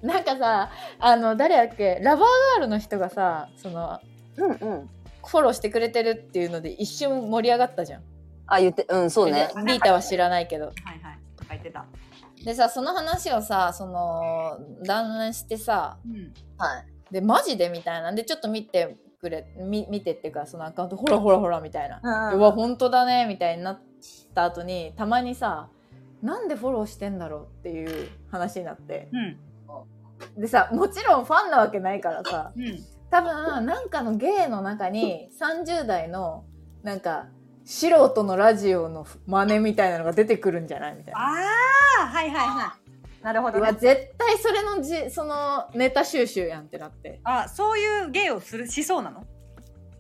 Speaker 2: なんかさあの誰やっけラバーガールの人がさその
Speaker 3: うんうん。
Speaker 2: フォローしてくれてるっていうので一瞬盛り上がったじゃん
Speaker 3: あ、言って、うん、そうね。
Speaker 2: でリータは知らないけど
Speaker 1: はいはい。書いてた。
Speaker 2: でさその話をさその談談してさ
Speaker 1: うん。
Speaker 3: はい。
Speaker 2: でマジでみたいなんでちょっと見てくれみ見てっていうかそのアカウントほらほらほらみたいなうわ本当だねみたいになった後にたまにさなんでフォローしてんだろうっていう話になって
Speaker 1: うん。
Speaker 2: でさもちろんファンなわけないからさ
Speaker 1: うん。
Speaker 2: 多分なんかの芸の中に30代のなんか素人のラジオの真似みたいなのが出てくるんじゃないみたいな。
Speaker 1: ああ、はいはいはい。なるほ
Speaker 2: う
Speaker 1: ど
Speaker 2: わ
Speaker 1: ね。
Speaker 2: 絶対それのじそのネタ収集やんってなって
Speaker 1: あ、そういう芸をするしそうなの。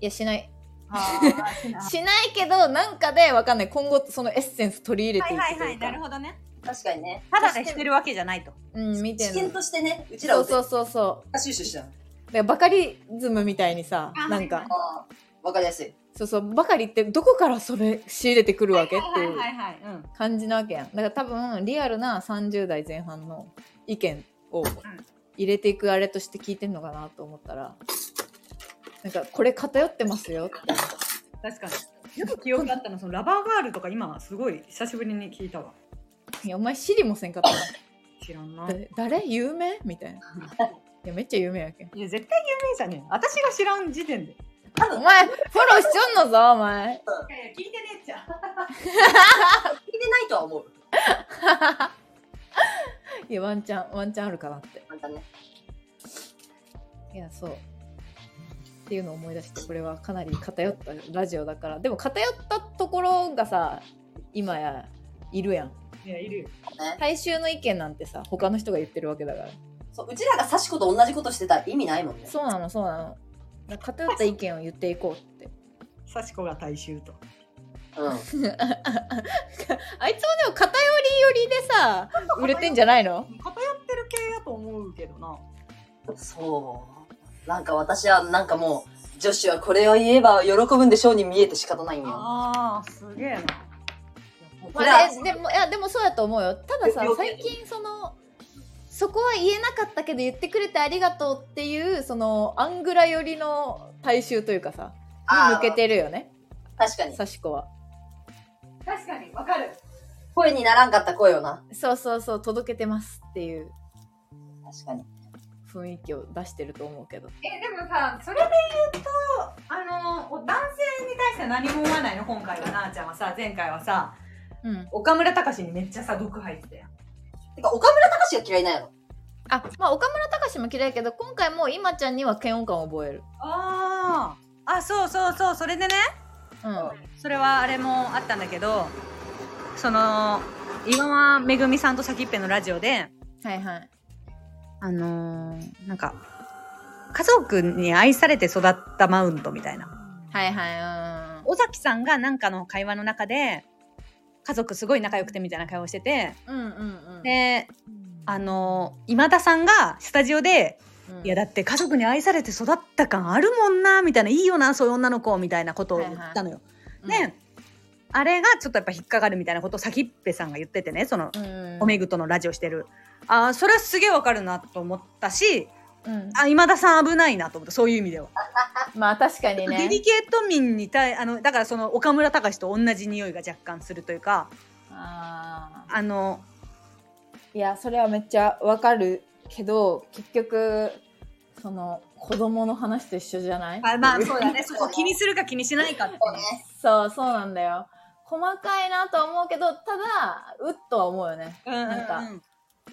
Speaker 2: いやしない
Speaker 1: あ
Speaker 2: しないけどなんかでわかんない今後そのエッセンス取り入れ
Speaker 1: は
Speaker 2: て
Speaker 1: い
Speaker 2: いく
Speaker 1: はい
Speaker 2: と
Speaker 1: はいい、
Speaker 2: うか
Speaker 1: なるほどね。
Speaker 3: 確かにね。
Speaker 1: ただでしてるわけじゃないと。
Speaker 2: うん見て
Speaker 3: 知
Speaker 2: る
Speaker 3: 見としてね、うちら
Speaker 2: そ
Speaker 3: を
Speaker 2: うそうそうそう
Speaker 3: 収集したの。
Speaker 2: だからバカリズムみたいにさ
Speaker 1: あ
Speaker 2: なんか
Speaker 3: ああ、わかりやすい。
Speaker 2: そうそうバカリってどこからそれ仕入れてくるわけって
Speaker 1: はいいうはいはい。うん。
Speaker 2: 感じなわけやんだから多分リアルな30代前半の意見を入れていくあれとして聞いてんのかなと思ったらなんかこれ偏ってますよって
Speaker 1: 確かに。よく記憶があったの、そのラバーガールとか今すごい久しぶりに聞いたわ。
Speaker 2: いやお前知りもせんかったな
Speaker 1: 知らんな。
Speaker 2: だ誰有名みたいないやめっちゃ有名やけん
Speaker 1: いや、絶対有名じゃねえ。私が知らん時点で。い
Speaker 2: お前フォローしちょんのぞお前
Speaker 1: やいや、聞いてねえじゃん。
Speaker 3: 聞いてないとは思う。
Speaker 2: いやワンチャンワンチャンあるかなって
Speaker 3: またね。
Speaker 2: いやそうっていうのを思い出してこれはかなり偏ったラジオだからでも偏ったところがさ今やいるやん
Speaker 1: いや、いるよ。
Speaker 2: 大衆の意見なんてさ他の人が言ってるわけだから
Speaker 3: そう、うちらが指し子と同じことしてたら意味ないもんね。
Speaker 2: そうなのそうなのだから偏った意見を言っていこうって
Speaker 1: 幸子が大衆と。
Speaker 3: うん。
Speaker 2: あいつもでも偏り寄りで さ売れてんじゃないの
Speaker 1: 偏ってる系やと思うけどな。
Speaker 3: そう。
Speaker 5: なんか私はなんかもう、女子はこれを言えば喜ぶんでしょうに見えて仕方ないんよ。
Speaker 1: ああ、すげえな。
Speaker 5: これは
Speaker 2: えでもいやでもそうやと思うよたださ最近そのそこは言えなかったけど言ってくれてありがとうっていうそのアングラ寄りの大衆というかさに
Speaker 5: あー
Speaker 2: 向けてるよね
Speaker 5: 確かに。
Speaker 2: 幸子は
Speaker 1: 確かに、わかる。
Speaker 5: 声にならんかった声よな。
Speaker 2: そうそうそう届けてますっていう
Speaker 5: 確かに。
Speaker 2: 雰囲気を出してると思うけど
Speaker 1: え、でもさ、それで言うと、あの、男性に対して何も思わないの、今回は。なあちゃんはさ、前回はさ、
Speaker 2: うん
Speaker 1: 岡村隆史にめっちゃさ、毒入ってたやん。
Speaker 5: てか、岡村隆史が嫌いなんやろ。
Speaker 2: あまあ岡村隆史も嫌いやけど今回も今ちゃんには嫌悪感を覚える
Speaker 1: ああ。あ、そうそうそう、それでね、
Speaker 2: うん
Speaker 1: それはあれもあったんだけど、その、今はめぐみさんと先っぺのラジオで、
Speaker 2: はいはい
Speaker 1: あのーなんか、家族に愛されて育ったマウントみたいな。
Speaker 2: はいは
Speaker 1: 尾崎さんがなんかの会話の中で、家族すごい仲良くてみたいな会話をしてて、
Speaker 2: いうんうんうんうん
Speaker 1: で、あのー今田さんがスタジオで、
Speaker 2: うん
Speaker 1: いやだって家族に愛されて育った感あるもんな、みたいな、いいよな、そういう女の子、みたいなことを言ったのよ。
Speaker 2: うん
Speaker 1: で、あれがちょっとやっぱ引っかかるみたいなことを先っぺさんが言っててね、その、
Speaker 2: うん
Speaker 1: おめぐとのラジオしてる。ああ、それはすげえわかるなと思ったし、
Speaker 2: うん
Speaker 1: あ今田さん危ないなと思ったそういう意味では、
Speaker 2: まあ確かに
Speaker 1: デリ
Speaker 2: ね
Speaker 1: ケート民に対あのだからその岡村隆史と同じ匂いが若干するというか
Speaker 2: あ
Speaker 1: あの
Speaker 2: ーいやそれはめっちゃわかるけど結局その子供の話と一緒じゃない
Speaker 1: あまあそうだねそこ気にするか気にしないかって
Speaker 2: そうそうなんだよ細かいなとは思うけどただうっとは思うよね
Speaker 1: うんうんうん
Speaker 2: なんか
Speaker 1: そう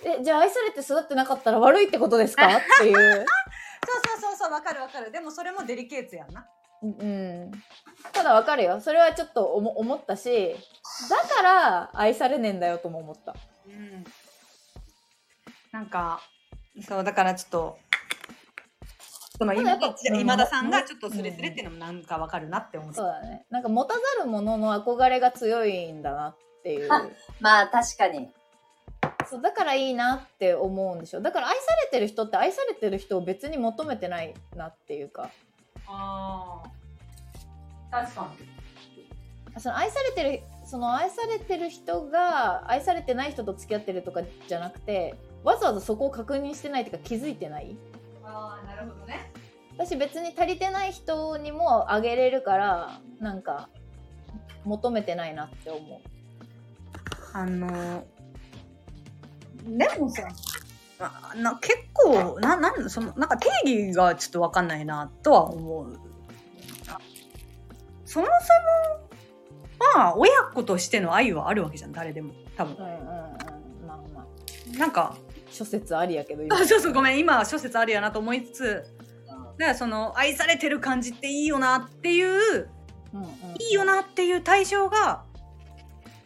Speaker 2: えじゃあ愛されて育ってなかったら悪いってことですかっていう、
Speaker 1: そうそうそうわかるわかるでもそれもデリケートやんな
Speaker 2: うん、ただわかるよそれはちょっと思思ったしだから愛されねえんだよとも思った
Speaker 1: うんなんかそうだからちょっとその
Speaker 2: ただや
Speaker 1: 今
Speaker 2: っぱ
Speaker 1: じゃあ今田さんがちょっとスレスレっていうのもなんかわかるなって思って
Speaker 2: そうだねなんか持たざる者の憧れが強いんだなっていう
Speaker 5: まあ、確かに。
Speaker 2: そうだからいいなって思うんでしょだから愛されてる人って愛されてる人を別に求めてないなっていうか
Speaker 1: ああ確かに
Speaker 2: その愛されてるその愛されてる人が愛されてない人と付き合ってるとかじゃなくてわざわざそこを確認してないっていうか気づいてない
Speaker 1: ああなるほどね
Speaker 2: 私別に足りてない人にもあげれるからなんか求めてないなって思う
Speaker 1: あのでもさあな結構ななんそのなんか定義がちょっと分かんないなとは思うあそもそもまあ親子としての愛はあるわけじゃん誰でも多
Speaker 2: うん
Speaker 1: 分
Speaker 2: うんうんまあまあ
Speaker 1: なんか
Speaker 2: 諸説ありやけど
Speaker 1: あそうそうごめん今は諸説あるやなと思いつつだからその愛されてる感じっていいよなっていう
Speaker 2: うんうん
Speaker 1: いいよなっていう対象が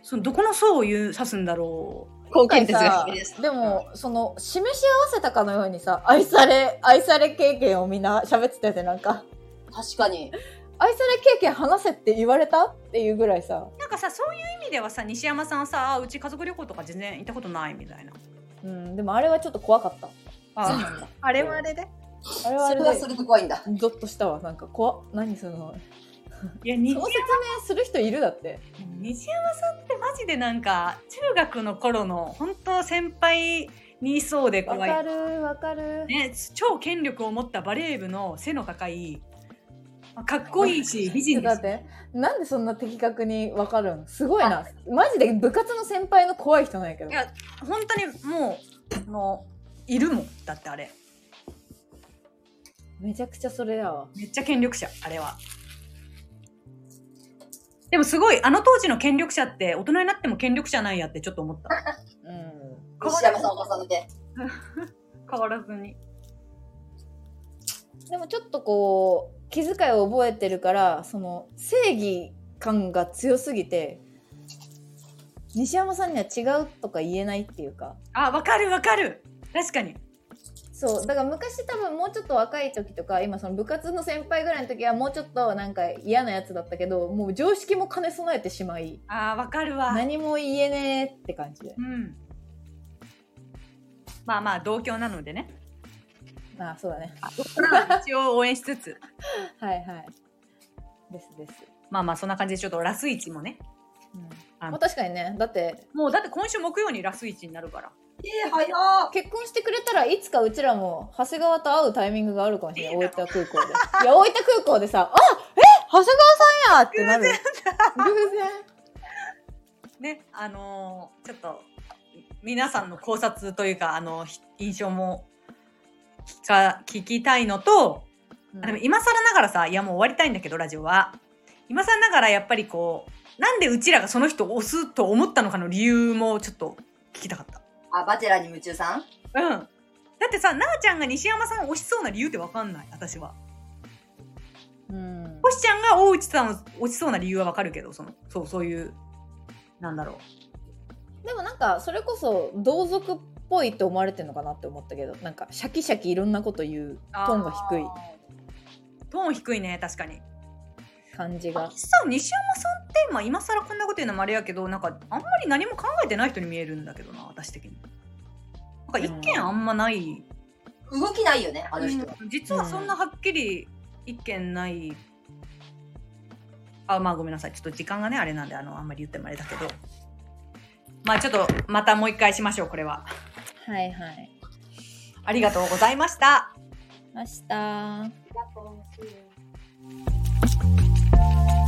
Speaker 1: そのどこの層を言う指すんだろう
Speaker 5: 貢
Speaker 2: 今回
Speaker 5: 献説が
Speaker 2: さ
Speaker 5: 響き出した
Speaker 2: でもその示し合わせたかのようにさ愛され愛され経験をみんな喋ってたよねなんか
Speaker 5: 確かに。
Speaker 2: 愛され経験話せって言われたっていうぐらいさ
Speaker 1: なんかさそういう意味ではさ西山さんはさあうち家族旅行とか全然行ったことないみたいな
Speaker 2: うんでもあれはちょっと怖かった
Speaker 1: あ
Speaker 6: あれはあれで。
Speaker 2: あれはあ
Speaker 5: そ
Speaker 2: れ
Speaker 5: れ
Speaker 2: で
Speaker 5: はそれで怖いんだ。
Speaker 2: ゾッとしたわなんか怖っ何その
Speaker 1: いや西
Speaker 2: その説明する人いるだって
Speaker 1: 西山さんってマジでなんか中学の頃の本当先輩にいそうで
Speaker 2: わ
Speaker 1: 怖
Speaker 2: か
Speaker 1: い、
Speaker 2: るわかる
Speaker 1: ね、超権力を持ったバレー部の背の高いまあかっこいいし美
Speaker 2: ちょ
Speaker 1: 人です
Speaker 2: っと待ってなんでそんな的確にわかるんすごいなマジで部活の先輩の怖い人なんやけど
Speaker 1: いや本当にもうもういるもんだってあれ
Speaker 2: めちゃくちゃそれだわ
Speaker 1: めっちゃ権力者あれはでもすごいあの当時の権力者って大人になっても権力者なんやってちょっと思った
Speaker 2: うん
Speaker 5: 西山さんを重ねて。
Speaker 1: 変わらずに
Speaker 2: でもちょっとこう気遣いを覚えてるからその正義感が強すぎて西山さんには違うとか言えないっていうか
Speaker 1: あわかるわかる確かに
Speaker 2: そうだから昔多分もうちょっと若い時とか今その部活の先輩ぐらいの時はもうちょっとなんか嫌なやつだったけどもう常識も兼ね備えてしまい
Speaker 1: あわかるわ
Speaker 2: 何も言えねえって感じで
Speaker 1: うんまあまあ同居なのでね
Speaker 2: あそうだね
Speaker 1: 一応応援しつつ。
Speaker 2: はいはいですです、
Speaker 1: まあまあ、そんな感じで、ちょっとラスイチもね。
Speaker 2: うん
Speaker 1: あ
Speaker 2: ま
Speaker 1: の
Speaker 2: あ、確かにねだって
Speaker 1: もうだって今週木曜にラスイチになるから。
Speaker 7: えー、早っ
Speaker 2: 結婚してくれたらいつかうちらも長谷川と会うタイミングがあるかもしれない大分空港でいや大分空港でさ「あえ長谷川さんや!」ってなる偶然
Speaker 1: ね、あのーちょっと、皆さんの考察というか、あの、ひ印象も聞か、聞きたいのと、あでも今更ながらさ、いやもう終わりたいんだけど、ラジオは。今更ながらやっぱりこう、なんでうちらがその人を押すと思ったのかの理由もちょっと聞きたかった。
Speaker 7: あ、バチェラーに夢中さん
Speaker 1: うん。だってさ、なあちゃんが西山さんを押しそうな理由ってわかんない、私は。
Speaker 2: うん、
Speaker 1: 星ちゃんが大内さんを落ちそうな理由はわかるけど、その、そう、そういう、なんだろう。
Speaker 2: でもなんかそれこそ同族っぽいと思われてるのかなって思ったけどなんかシャキシャキいろんなこと言うトーンが低い
Speaker 1: トーン低いね、確かに。
Speaker 2: 感じが
Speaker 1: さ、西山さんって、まあ今更こんなこと言うのもあれやけど、なんかあんまり何も考えてない人に見えるんだけどな、私的に。なんか一見あんまない。
Speaker 7: 動きないよね、あの人。
Speaker 1: うん実はそんなはっきり意見ない。あ、まあごめんなさい。ちょっと時間がね、あれなんで、あの、あんまり言ってもあれだけど。まあちょっと、またもう一回しましょう、これは。
Speaker 2: はいはい
Speaker 1: ありがとうございました。
Speaker 2: 明日
Speaker 7: ありがとう